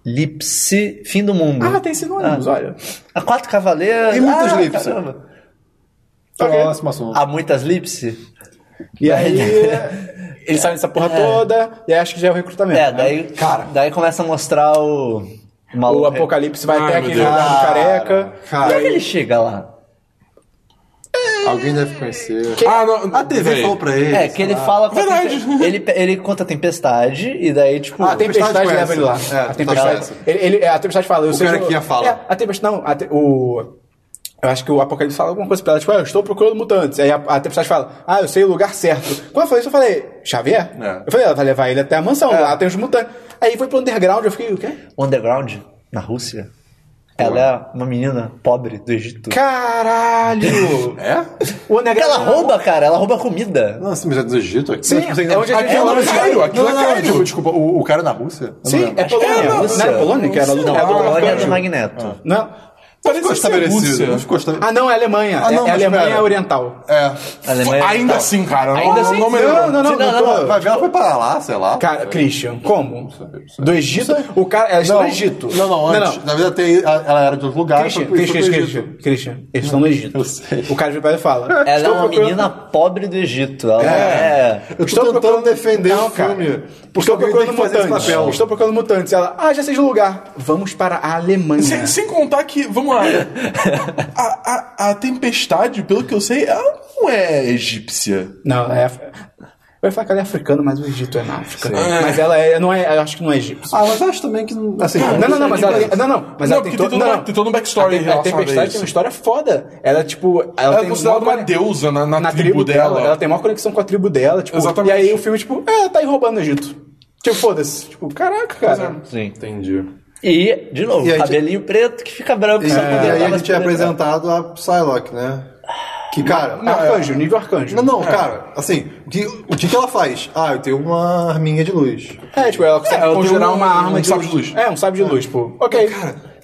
Apocalipse, fim do mundo.
Ah, tem sinônimos,
Ah.
olha.
Há quatro cavaleiros.
E muitos
ah,
lips.
caramba.
Próximo assunto.
Há muitas lips?
Tá E aí. Ele sai dessa porra toda, e aí acho que já é o recrutamento.
É,
né?
daí,
Cara,
daí começa a mostrar o. o maluco.
o apocalipse vai
Ai,
até
meu
aquele
Deus.
lugar do careca.
Como é
Cara,
que ele chega lá?
alguém deve conhecer.
Ah, não.
A TV
peraí.
falou pra ele.
É, que ele fala. com a
Verdade.
tempe- Ele, ele conta a tempestade e daí, tipo.
A tempestade
conhece.
leva ele lá.
É,
a tempestade.
conhece.
Ele, ele- é, a tempestade fala. Eu sei
cara
eu-
que ia falar.
É, a tempestade não. a te- o eu acho que o Apocalipse fala alguma coisa pra ela, tipo, ah, eu estou procurando mutantes. Aí a, a Tempestade fala, ah, eu sei o lugar certo. Quando eu falei isso, eu falei, Xavier?
É.
Eu falei, ela vai levar ele até a mansão,
É.
lá tem os mutantes. Aí foi pro underground, eu fiquei, o quê?
underground na Rússia. Ela é uma menina pobre do Egito.
Caralho!
É?
o underground...
Ela rouba, cara, ela rouba comida.
Não, assim, mas é do Egito? aqui.
Sim,
Mas, tipo, assim,
é onde a gente
Aquilo
falou
é Cairo, aquilo
Não, não,
é
não, tipo,
Cairo.
desculpa, o, o cara na Rússia? Eu
Sim,
não lembro.
é Polônia.
é a
não,
Rússia.
era Polônia que era do
Não, a Polônia é do
Não.
Magneto.
Ah.
não.
Ficou
Parece ser
estabelecido. Não
Rússia.
ficou estabelecido.
Ah, não, é Alemanha.
Ah, não,
é, é
mas
Alemanha
pera.
Oriental.
A Alemanha é
Ainda
oriental.
assim, cara. não-
Ainda
não,
assim,
não melhorou.
Não, não, não.
Sim, não,
eu tô-
não,
Vai ver, ela foi pra lá, sei lá.
Cara, Christian, como?
sei.
Do Egito? O cara. Ela está
não,
no Egito.
Não, não, antes. Na verdade, tem- a- ela era de outro lugar.
Christian,
foi pro- foi pro
Christian,
Egito.
Christian, Christian. Eles estão no Egito.
Eu sei.
O cara vira pra ela e fala.
Ela é
"Estou
uma
procurando-
menina pobre do Egito. Ela é.
Eu tô tentando defender o filme. Porque
Estou
alguém
procurando
tem que fazer esse
mutantes.
papel.
Estou procurando mutantes. Ela, ah, já sei de lugar. Vamos para a Alemanha.
Sem, sem contar que, vamos lá, a, a, a tempestade, pelo que eu sei, ela não não é egípcia.
Não, é. Eu ia falar que ela é africana, mas o Egito é na África. Mas ela é, não é, eu acho que não é egípcio.
Ah, mas eu acho também que. não- Assim,
Não, não, não, mas ela tem. Não, não, mas
Não,
ela tem
porque tem
todo.
todo
Não,
uma-
não.
tem todo um backstory
A, Tem-
em
a
relação a
Tempestade
isso.
tem uma história foda. Ela, tipo. Ela,
Ela é
tem
considerada
maior
uma deusa na, na
Na
tribo, dela.
Ela tem maior conexão com a tribo dela. Tipo,
Exatamente.
E aí o filme, tipo, é, tá aí roubando o Egito. Tipo, foda-se. Tipo, caraca, cara.
Sim.
Entendi.
E, de novo,
E aí,
cabelinho preto que fica branco.
E,
só porque
e aí a
tava
gente é
escuro.
apresentado a Psylocke, né? Que, cara.
Não, arcanjo, nível arcanjo.
É. Não, não, cara, assim, o que, o que, que ela faz? Ah, eu tenho uma arminha de luz.
É, tipo, ela consegue
ela tem
conjurar
um-
uma arma
um
de,
sabre de luz.
É, um sábio de luz, tipo. Ok.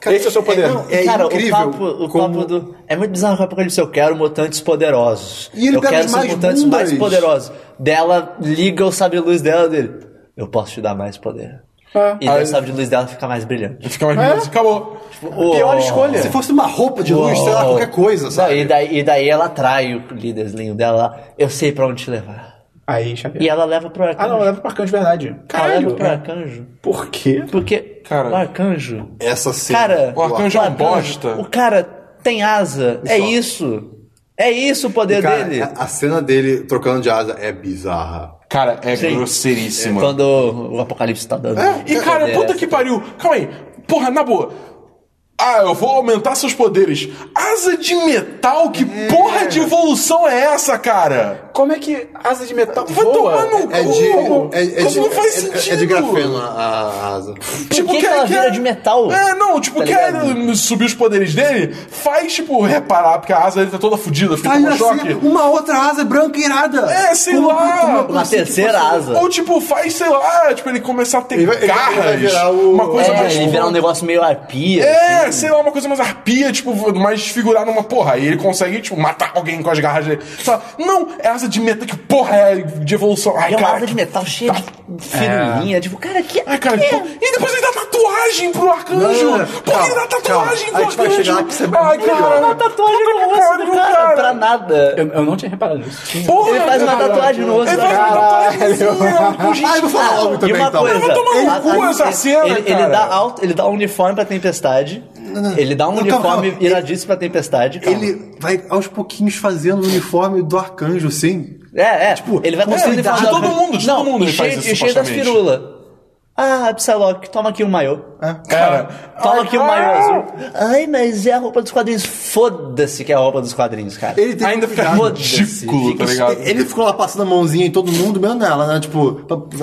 cara,
Esse é o seu poder.
é, não,
é,
é-
cara,
incrível
o papo, o
como-
papo do. É muito bizarro o apocalipse. Eu quero mutantes poderosos.
E ele
eu
pega
quero
os
ser
mais
mutantes mais
bundas.
poderosos. Dela liga o sabre de luz dela dele. Eu posso te dar mais poder.
É.
E daí o sabre de luz dela fica mais brilhante. Oh.
Fica mais bonito. Acabou.
Pior escolha.
Se fosse uma roupa de luz, sei lá, qualquer coisa,
Não,
sabe?
e, daí, e daí ela atrai o líderzinho dela lá. Eu sei pra onde te levar.
Aí, Xavier.
E ela leva pro arcanjo.
Ah,
é
não, leva pro arcanjo de verdade.
ela leva
Caralho.
pro arcanjo.
Por quê?
Porque
Cara.
o arcanjo.
Essa cena.
Cara,
O arcanjo é um
arcanjo,
bosta.
O cara tem asa. É
Só.
isso. É isso o
E,
poder
cara,
é
dele.
a- A cena dele trocando de asa é bizarra.
Cara, é
Sim.
grosseiríssima.
É
Quando o apocalipse tá dando.
É, e cara,
Poder,
puta
é.
que pariu. Calma aí. Porra, na boa. Ah, eu vou aumentar seus poderes. Asa de metal? Que
É.
porra de evolução é essa, cara?
Como é que asa de metal
Vai
voa?
tomar no
É
cu.
de.
Como,
É, é de
não faz
é- é-
sentido.
É de grafeno a, a asa.
Tipo,
que que
quer-
ela
quer-
vira de metal?
É, não, tipo,
Tá
quer
ligado?
subir os poderes dele? Faz, tipo, reparar, porque a asa dele tá toda fodida, fica
Aí
com
na
choque.
cena, assim, uma outra asa branca irada.
É, sei lá.
Uma terceira asa.
Ou, tipo, faz, sei lá, tipo, ele começar a ter
Ele vai- ele vai- ele vai
garras.
virar o-
Uma coisa
É,
mais
ele virar um negócio meio arpia.
É,
assim.
sei lá, uma coisa mais arpia, tipo, mais desfigurada numa porra. E ele consegue, tipo, matar alguém com as garras dele. Sabe? Não, é asa de metal, que porra é de evolução? Ai,
É uma
cara. É.
asa de metal cheia de firulinha. Tipo, cara, que.
Ai, cara, então,
que é?
pô- E depois ele dá tatuagem pro arcanjo!
Não, não, não.
Por que ele dá
Calma,
tatuagem
calma. A gente
pro
vai
arcanjo?
chegar lá que isso é bem
Ai,
melhor.
cara, tá
Uma tatuagem
puta
no
é que
rosto do
pariu,
cara, pra nada.
Eu, eu não tinha reparado nisso.
Porra,
Ele faz uma
cara.
tatuagem no rosto
é Ele
do
faz
cara.
uma tatuagem assim, ó, com
Ah, eu vou falar
Ah,
logo
e
também,
uma
então.
coisa,
Vai tomar no
a-
cu
a-
essa
ele-
cena,
ele, ele
cara.
dá alto, ele dá um uniforme pra tempestade. Ele dá um
Não, calma,
uniforme
calma.
iradíssimo pra tempestade. calma.
Ele vai aos pouquinhos fazendo o uniforme do arcanjo, sim.
É, é. ele vai
é,
construindo e
de
fazendo-
todo mundo, de
não,
todo mundo ele
e cheio,
faz isso,
e cheio das
supostamente.
firulas. Ah, Psylocke, toma aqui um maiô.
Cara,
Toma
ai,
aqui um maiô
ai.
azul. Ai, mas é a roupa dos quadrinhos. Foda-se que é a roupa dos quadrinhos, cara.
Ele tem
Ainda fica
Foda-se,
ridículo,
fica-
tá ligado?
assim. Ele ficou lá passando a mãozinha em todo mundo, menos nela, né? Tipo,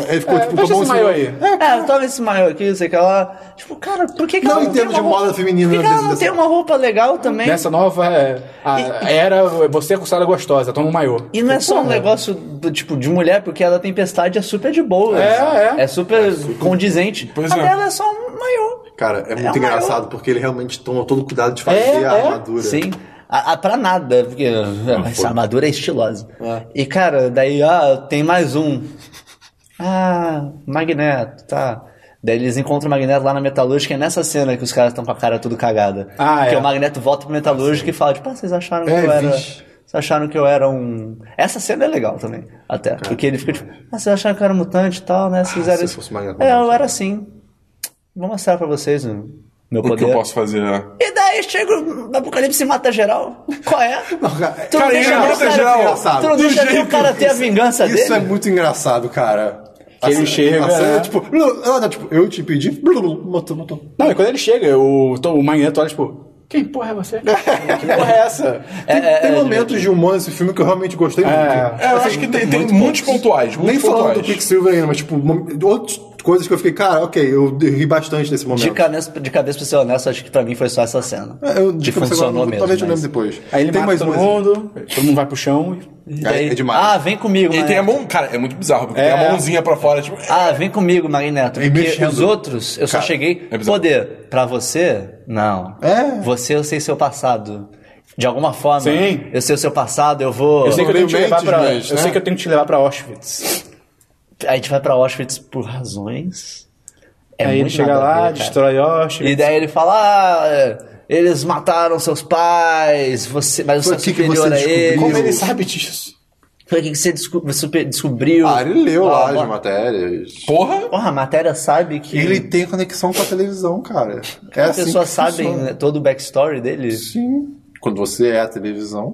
ele ficou
É,
tipo
fecha esse maiô aí.
É, toma esse maiô aqui, sei que ela. Tipo, cara, por que, que
Não
ela não tem
entendo
uma
de moda
roupa-
feminina
Por que, que ela
desse-
não tem uma roupa legal também?
Nessa nova é, a era, você é considerada gostosa, toma um maiô.
E não é só um negócio do, tipo de mulher, porque a da tempestade é super de boa.
É, é.
É super condizente.
Pois
a
é.
dela é só um maiô.
Cara, é muito
um
engraçado
maiô.
porque ele realmente toma todo o cuidado de fazer
É,
a
é.
armadura.
Sim. A, a- pra nada, porque ah, essa armadura é estilosa. E cara, daí, ah, tem mais um. Ah, Magneto, tá. Daí eles encontram o Magneto lá na Metalúrgica, é nessa cena que os caras estão com a cara tudo cagada.
Ah,
que
é.
o Magneto volta pro Metalúrgica e fala, tipo, ah, vocês acharam que
É,
eu era...
vixe.
Vocês acharam que eu era um... Essa cena é legal também, até. porque ele fica tipo, ah, vocês acharam que eu era mutante e tal, né? Vocês fizeram
se eu
isso.
fosse Magneto,
é,
não,
eu era assim. Vou mostrar pra vocês o meu
O
poder.
que eu posso fazer? né?
E daí chega o Apocalipse e mata geral. Qual é?
Não, cara, é
Tu não
cara,
deixa nem
ele
o
mata
cara-
geral.
Tu não
Do
deixa nem o
jeito-
cara ter a vingança
Isso
dele.
é muito engraçado, cara.
Que ele
A cena-
chega,
a cena,
né?
tipo, blu, ela, tipo, eu te pedi, blu, blu, matou, matou.
Não, e quando ele chega, o, o Magneto olha, tipo, quem porra é você? que porra é essa?
Tem, tem momentos de humor nesse filme que eu realmente gostei Tipo assim, muito.
É, eu acho que tem, tem muitos pontuais. Muitos
Nem falando do
pontuais.
Quicksilver ainda, mas tipo, mom- outras coisas que eu fiquei, cara, ok, eu ri bastante nesse momento.
De cabeça, de cabeça pra ser honesto, acho que pra mim foi só essa cena.
É, eu,
que
desculpa,
funcionou
agora,
mesmo.
Talvez eu
mas-
lembre depois.
Aí ele
tem
mata
mais
todo
uma.
mundo, todo mundo vai pro chão e...
E
É, é demais.
Ah, vem comigo,
E tem a
Magneto.
mão, cara, é muito bizarro, porque tem a mãozinha pra fora, tipo.
Ah, vem comigo, Magneto.
E
Porque
mexendo.
os outros, eu só
Cara,
cheguei.
é bizarro.
poder, pra você, não.
É.
Você, eu sei seu passado. De alguma forma.
Sim.
Eu sei o seu passado, eu vou.
Eu sei, que eu, tenho que te levar pra,
Mentes,
eu
né?
sei que eu tenho que te levar pra Auschwitz.
A gente vai pra Auschwitz por razões. É
aí ele
muito
chega
nada a
lá,
ver, cara.
destrói Auschwitz.
E daí ele fala: ah, eles mataram seus pais, você, mas você é
Foi aqui que
superior
você
a
descobriu.
eles.
Como
Meu.
ele sabe disso?
Foi aqui que você desco- super- descobriu.
Ah, ele leu
Ah,
lá
bom.
as matérias.
Porra!
Porra, a matéria sabe que
Ele tem conexão com a televisão, cara. É
as
assim
pessoas
que
sabem
funciona.
né, todo o né, backstory dele.
Sim.
Quando você é a televisão,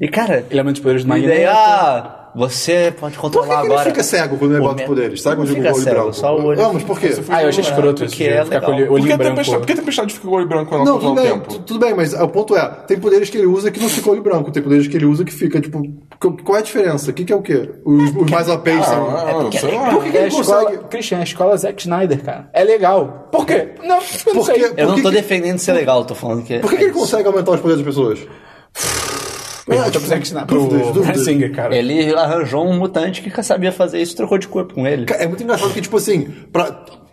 E cara,
Elemento de poderes do
a
Magneto.
ideia, ah, você pode
Por que,
controlar
que ele
agora.
fica cego quando ele
O
bota os
me-
poderes? Sabe
Não
onde
fica
o olho
cego,
branco?
só o olho.
Vamos, por quê?
Ah, eu achei escroto isso.
Porque
de
é
ficar com
legal.
olho,
Por que,
olhinho
a
branco.
tempestade, por que a tempestade fica com o olho branco quando não, é.
Não, tudo
controla o
bem,
tempo?
tu- tudo bem, mas ah, o ponto é, tem poderes que ele usa que não fica olho branco, tem poderes que ele usa que fica, tipo, co- qual é a diferença? O que, que é o quê? Os, os mais OPs são...
Ah, ah, sei lá.
Por que, que
É a
ele
escola,
consegue...
Christian, é a escola Zack Snyder, cara. É legal. Por quê? Não, eu não
Por
sei.
quê?
Eu
Por
não
que
tô
que-
defendendo ser legal, eu tô falando que. é
Por que, que ele consegue aumentar os poderes das pessoas?
Pergunta pro Zack Snyder.
tipo, dúvidas,
Pro
dúvidas.
Hessinger, cara.
Ele arranjou um mutante que sabia fazer isso e trocou de corpo com ele.
Ca- É muito engraçado que, tipo assim, pra,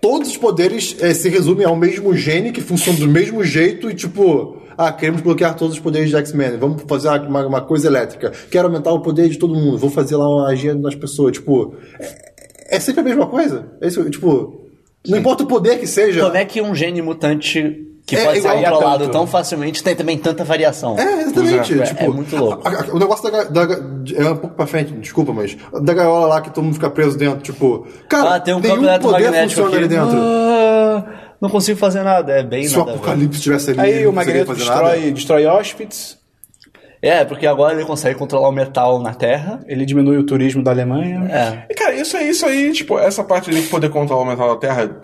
todos os poderes eh, se resumem ao mesmo gene que funciona do mesmo jeito e, tipo, ah, queremos bloquear todos os poderes de X-Men, vamos fazer uma, uma coisa elétrica, quero aumentar o poder de todo mundo, vou fazer lá uma magia nas pessoas, tipo, é, é sempre a mesma coisa. É isso, tipo, não importa o poder que seja.
Como é que um gene mutante que
Então, É,
pode ser
igual a
controlado
tanto.
tão facilmente tem também tanta variação?
É, exatamente.
é,
tipo,
é muito louco.
a- a- o negócio da, ga- da ga- de- É um pouco pra frente, desculpa, mas. Da gaiola lá que todo mundo fica preso dentro, tipo. Cara,
Ah, tem um campo
nenhum poder
eletromagnético
funciona
aqui.
ali dentro.
Ah, não consigo fazer nada, é bem
Se o
nada a ver.
apocalipse estivesse ali, ele
Aí
não
o Magneto
conseguiria fazer nada.
destrói, destrói Auschwitz.
É, porque agora ele consegue controlar o metal na Terra.
Ele diminui o turismo da Alemanha.
É.
E, Cara, isso aí, isso aí, tipo, essa parte de poder controlar o metal da Terra,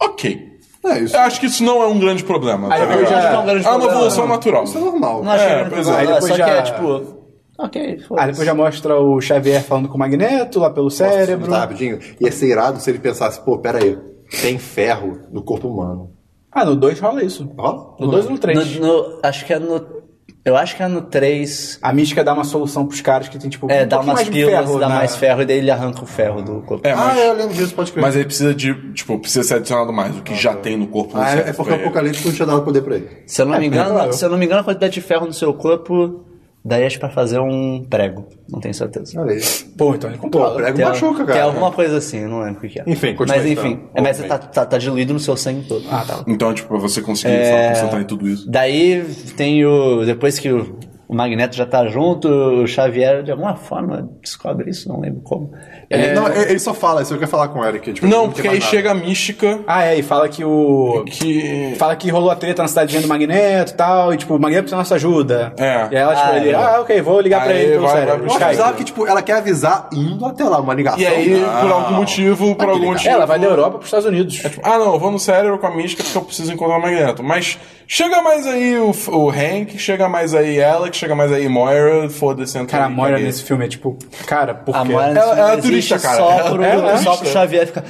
ok.
É, isso
Eu acho que isso não é um grande problema. Tá
Aí
ligado?
depois já-
é, uma evolução natural.
é normal.
Não achei
É,
grande
pois
problema,
é. Aí
só
depois
que é
já-
tipo. Ok,
Ah,
foda-se.
depois já mostra o Xavier falando com o Magneto lá pelo cérebro.
Tá, rapidinho. Ia ser irado se ele pensasse, pô, pera aí, tem ferro no corpo humano.
Ah, no 2 rola isso.
Ó,
No 2 ou no 3?
No- no- acho que é no. Eu acho que é no 3.
A mística dá uma solução pros caras que tem, tipo,
É,
um
dá
pouquinho
umas
de
pílulas, dá
na-
mais ferro, e daí ele arranca o ferro do corpo.
É,
Ah,
mas,
eu lembro disso, pode crer.
mas ele precisa de, tipo, precisa ser adicionado mais o que já tem no corpo. do
Ah, é,
Zé,
é porque o
foi-
apocalipse não tinha dado poder pra ele.
Se eu não me engano,
provável.
se eu não me engano, a quantidade de ferro no seu corpo daria acho, pra fazer um prego. Não tenho certeza.
Olha aí.
Pô, então ele
Pô,
controla.
o prego
Tem, um-
machuca, cara.
tem alguma coisa assim, não lembro o que que é.
Enfim, continua
Mas
aí,
enfim,
tá.
é, mas tá, tá, tá diluído no seu sangue todo. Ah, tá.
Então, tipo, pra você conseguir é... concentrar em tudo isso.
Daí tem o. Depois que o, o Magneto já tá junto, o Xavier de alguma forma descobre isso, não lembro como.
Ele,
É.
é,
não, ele ele só fala, isso eu quero falar com o Eric. Tipo, ele
Não,
quer
porque
mais
aí
nada.
chega a mística
Ah, é, e fala que o...
que.
Fala que rolou a treta na cidadezinha do Magneto e tal, e tipo, o Magneto precisa da nossa ajuda.
É.
E ela, tipo,
Ah,
ele,
é.
ah, ok, vou ligar pra
Aí
ele pelo
vai-
cérebro.
vai-
Eu
Skype.
achava que, tipo, ela quer avisar indo até lá, uma ligação.
E aí,
Não.
por algum motivo, por algum motivo.
Ela vai da Europa pros Estados
É
Unidos.
tipo,
Ah, não, eu vou no cérebro com a mística porque eu preciso encontrar o Magneto. Mas chega mais aí o, o Hank, chega mais aí Alex, chega mais aí Moira, foda-se, entra
Cara, a
aí,
Moira
caguei.
nesse filme é tipo, cara, por
A
quê?
Moira
Ela- ela é
existe
turista, cara.
Só
Ela-
pro,
ela é
só pro
turista.
Xavier ficar.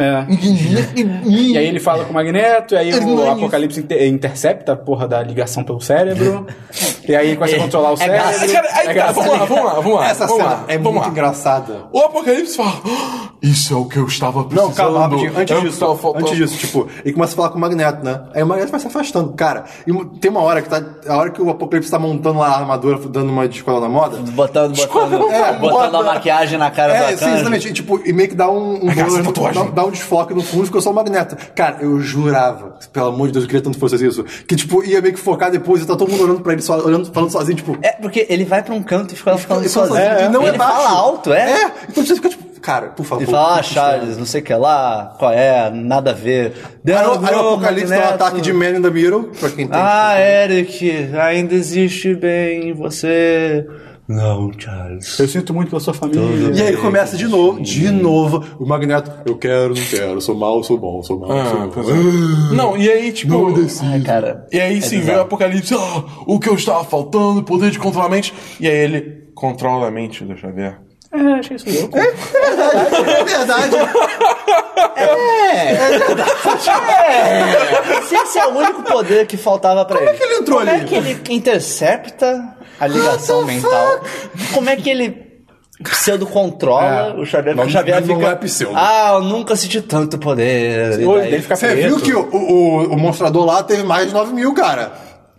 É. e é aí ele fala com o Magneto, e aí o Apocalipse inter- intercepta a porra da ligação pelo cérebro. e aí ele começa a controlar o
Ah,
cérebro.
cara, aí
É
tá,
engraçado.
vamos lá, vamos lá, vamos lá.
Essa
vamos
cena
lá,
é
vamos
muito
lá.
engraçada.
O Apocalipse fala: "Ah, Isso é o que eu estava precisando.
Não, calma, rapidinho. Antes
É o que
disso,
estava faltando."
antes disso, tipo, ele começa a falar com o Magneto, né? Aí o Magneto vai se afastando, cara. E mo- tem uma hora que tá. A hora que o Apocalipse tá montando lá a armadura, dando uma de escola na moda.
Botando, botando,
É,
botando
bota-
a maquiagem na cara
É,
do
sim,
Arcanjo.
exatamente. E, tipo, e meio que dá um, um
Arregaça a
blur no-
tatuagem.
dá, dá um desfoque no fundo, ficou só o Magneto. Cara, eu jurava, pelo amor de Deus, eu queria tanto que fosse isso, que, tipo, ia meio que focar depois e tá todo mundo olhando pra ele, só, olhando, falando sozinho, tipo...
É, porque ele vai pra um canto e fica lá falando
ele fala
sozinho.
sozinho, e não
ele
é baixo.
fala alto, é?
É, então você fica, tipo, cara, por favor.
Ele fala, ah, Charles, não sei o que lá, qual é, nada a ver. Deu,
Aí, o- aí o
deu,
Apocalipse dá um
Magneto.
ataque de Man in the Middle, pra quem tem...
Ah, Eric, ainda existe bem em você. Não, Charles.
Eu sinto muito pela sua família.
E aí começa de novo, de novo, o Magneto, eu quero, não quero, sou mal, sou bom, sou mal, sou
Ah,
bom.
pois é. Não, e aí, tipo.
Ai, cara.
E aí sim, vem o apocalipse, ah, o que eu estava faltando, poder de controlar a mente. E aí ele controla a mente do Xavier.
É, achei isso louco.
É verdade, é
Se esse é o único poder que faltava pra ele. Como é que
ele entrou
Como
ali?
é que ele intercepta a ligação mental? Como é que ele pseudo-controla o Xavier? Porque o Xavier
É. não
fica...
é pseudo.
Ah, eu nunca senti tanto poder. E
Olho
daí-
dele fica
Você
preto.
viu que o, o, o mostrador lá teve mais de 9 mil, cara?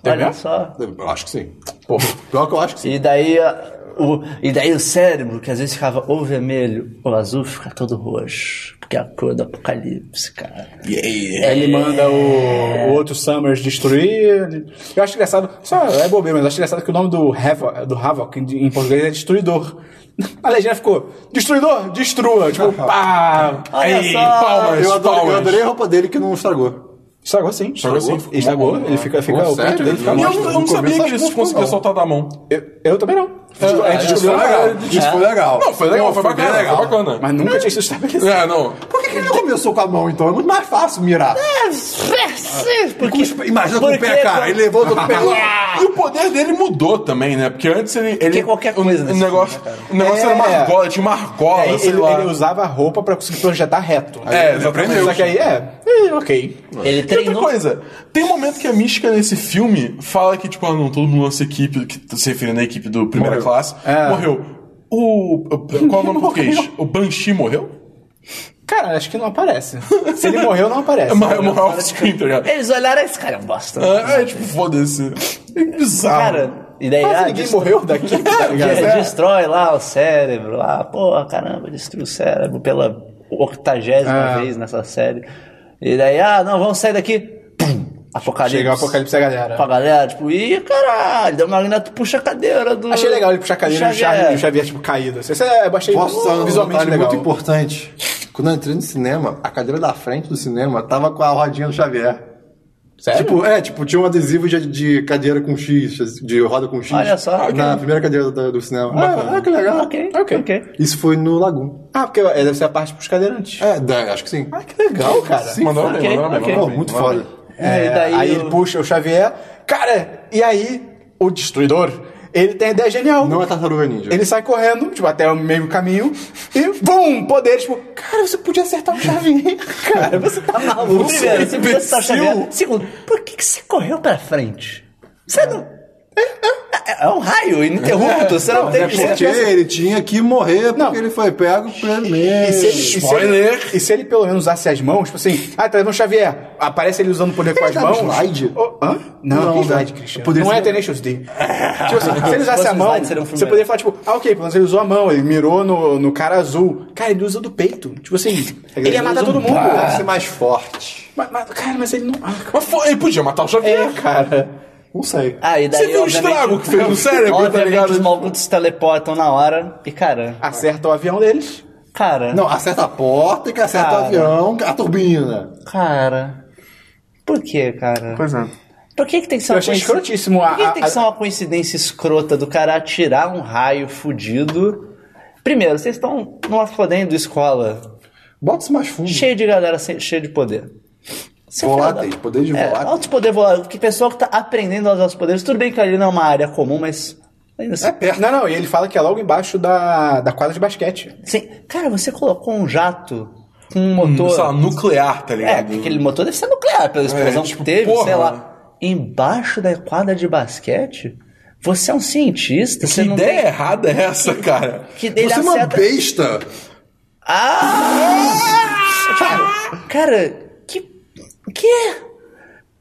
Olha só.
Eu acho que sim. Pô, pior que eu acho que sim.
E daí... a- O, e daí o cérebro, que às vezes ficava ou vermelho ou azul, fica todo roxo. Porque é a cor do apocalipse, cara.
Ele manda o, o outro Summers destruir. Eu acho engraçado, só é bobeira, mas eu acho engraçado que o nome do Havoc, do Havoc em, em português é Destruidor. A legenda ficou: Destruidor, destrua. Tipo, pá!
Olha
Ei,
só.
palmas,
Eu adorei, eu
palmas.
adorei a roupa dele que não estragou.
Estragou sim.
Estragou sim, ficou
Estragou.
bom,
ele fica, fica
Pô,
o canto
sério?
dele fica
E eu,
mostra.
eu não sabia que eles conseguiam soltar da mão.
Eu, eu também não. a gente
É, Isso
descobriu
foi
na
legal.
hora.
Isso foi legal.
Não, foi legal,
Não,
foi
bem
bacana, foi bacana.
Mas nunca tinha sido estabelecido.
É, não.
Por que, que ele não começou com a mão, então? É muito mais fácil mirar.
É Porque,
Com os- Imagina com o pé,
porque-
cara. Ele levou todo o pé.
E o poder dele mudou também, né? Porque antes ele. ele
qualquer coisa
o,
nesse
negócio, o negócio
É.
era uma argola, tinha uma argola,
Aí
sei
É, ele,
lá.
ele usava a roupa pra conseguir projetar reto.
É, ele aprendeu.
Só que aí é. é, ok.
Ele
E outra
treinou.
coisa, tem um momento que a mística nesse filme fala que, tipo, ah, não, todo mundo nessa equipe, que tá se referindo à equipe do primeira
Morreu.
classe,
É.
morreu. O. o- Qual é o nome em português? O Banshee morreu?
Cara, acho que não aparece. Se ele morreu, não
É,
aparece.
mas morreu off-screen, tá ligado?
Eles olharam, esse cara é um bosta.
É, é, tipo, foda-se. É bizarro.
Cara, e daí,
Quase
ah,
ninguém
des-
morreu daqui. tá ligado?
é, destrói lá o cérebro. Ah, porra, caramba, destruiu o cérebro pela
É.
octagésima vez nessa série. E daí, ah, não, vamos sair daqui. Pum, apocalipse.
Chega o apocalipse a galera.
Pra galera, tipo, ih, caralho, deu uma linda, tu puxa a cadeira do.
Achei legal ele puxar a cadeira e o
Xavier.
Xavier, o Xavier, tipo, caído. Isso é, eu achei
Nossa,
visualmente
um detalhe
legal.
muito importante. Quando eu entrei no cinema, a cadeira da frente do cinema tava com a rodinha do Xavier.
Sério?
Tipo, é, tipo, tinha um adesivo de, de cadeira com X, de roda com X.
Olha só.
Na primeira cadeira do, do cinema. Ah, ah, que legal.
Ok,
Ok.
ok. ok.
Isso foi no Lagoon.
Ah, porque é, deve ser a parte pros cadeirantes.
É, da- acho que sim.
Ah, que legal, cara.
Sim,
Mandaram bem,
ok,
mandaram bem,
ok.
Pô,
mandaram bem.
muito
mandaram
foda.
bem.
É,
e daí
aí
o-
ele puxa o Xavier. Cara, e aí o destruidor, ele tem a ideia genial.
Não é tartaruga ninja.
Ele sai correndo, tipo, até o meio caminho, e bum! Poder, tipo, cara, você podia acertar o Xavier, cara, você tá maluco.
Primeiro, você precisa estar
imbecil.
Xavier. Segundo, por que, que você correu pra frente? Você não. É, é- é um raio ininterrupto, você não, tem
É porque ele tinha que morrer porque
Não.
ele foi pego primeiro.
E se, ele, e se ele- e se ele pelo menos usasse as mãos, tipo assim, ah, traz um Xavier, aparece ele usando o poder com as
dava
mãos.
slide?
Oh, hã? Não,
Não,
que slide,
né?
Cristiano.
Poderia
não
ser-
é Tenacious D. tipo assim, se ele usasse
fosse
a mão,
slide, seria um filme
você
melhor.
poderia falar, tipo, ah, ok, pelo menos ele usou a mão, ele mirou no, no cara azul. Cara, ele usa do peito. Tipo assim, ele ia matar todo mundo. Ah.
Deve ser mais forte.
Mas, mas, cara, mas ele não. Ah,
Mas foi, ele podia matar o Xavier.
É, cara.
Não sei.
Ah, e daí,
Você viu o
obviamente,
estrago que fez no cérebro, tá
obviamente,
ligado?
Os malucos se teleportam na hora. E cara,
Acerta o avião deles.
cara,
Não, acerta a porta, que acerta o
Cara.
avião, a turbina.
cara. Por que, cara?
Pois é.
Por que, que tem que ser
Eu
uma
achei
coinci-
escrotíssimo a-
Por que, que tem
a-
que ser uma coincidência escrota do cara atirar um raio fudido? Primeiro, vocês estão numa fodendo escola
Bota isso mais fundo.
cheia de galera sem- cheia de poder. Você
Voláteis,
fala-
poder de
É,
volátil.
alto poder volátil. Que pessoa que tá aprendendo a usar os poderes. Tudo bem que ali não é uma área comum, mas. Ainda assim.
Não, não, e ele fala que é logo embaixo da, da quadra de basquete.
Sim. Cara, você colocou um jato com um
Sei
motor.
lá, nuclear, tá
é,
ligado?
porque aquele motor deve ser nuclear, pela explosão que
tipo,
teve,
porra.
sei lá. Embaixo da quadra de basquete? Você é um cientista,
Que
você não
ideia
tem-
errada é essa, cara?
Que ele
Você é uma
acerta...
besta.
Cara, Tipo, cara, que. Que?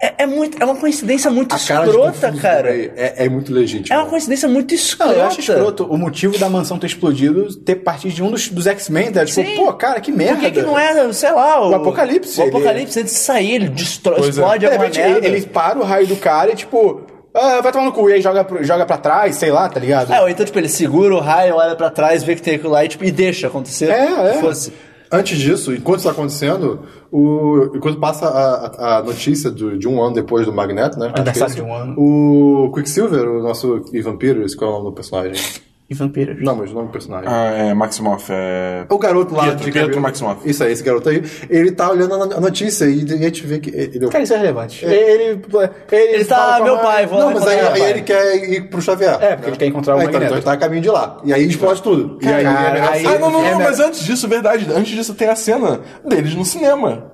É, é muito, é uma coincidência muito
A cara de
escrota,
confuso
cara.
também É, é muito legítimo.
É uma coincidência muito
Não,
escrota.
eu acho escroto o motivo da mansão ter explodido ter partido de um dos, dos X-Men, tá? Tipo,
Sim.
pô, cara, que merda.
Por que, que não é, sei lá, o,
O Apocalipse,
O
ele-
Apocalipse, antes de sair, ele destrói,
Pois é.
explode
De
a
repente, ele,
merda.
ele para o raio do cara e, tipo, ah, vai tomar no cu, e aí joga, pro- joga pra trás, sei lá, tá ligado?
É, ou então, tipo, ele segura o raio, olha pra trás, vê que tem aquilo lá e, tipo, e deixa acontecer.
É,
Se
é.
fosse.
Antes disso, enquanto isso tá acontecendo, o... enquanto passa a, a- a notícia do- de um ano depois do Magneto, né? Acho que é
de
isso.
um ano.
O Quicksilver, o nosso Ivan Peters, qual é o nome do personagem?
E vampiros.
Não, mas o nome do personagem.
Ah, é, Maximoff, é.
O garoto lá
Pietro,
de
Pietro
cabelo-
Maximoff.
Isso aí, esse garoto aí. Ele tá olhando a no- a notícia e a gente vê que ele...
Cara, isso é relevante. Ele. Ele,
Ele tá,
fala com a
meu
mãe-
pai, vou-
Não, mas aí,
Encontrar
aí
o
ele quer ir pro Xavier.
É, porque ele quer encontrar o
Ah, então,
Magneto.
então ele tá a caminho de lá. E aí explode tudo. E aí,
Cara,
é melhor
aí-
sair.
Ah, não, não,
É,
não,
né?
mas antes disso, verdade, antes disso tem a cena deles no cinema.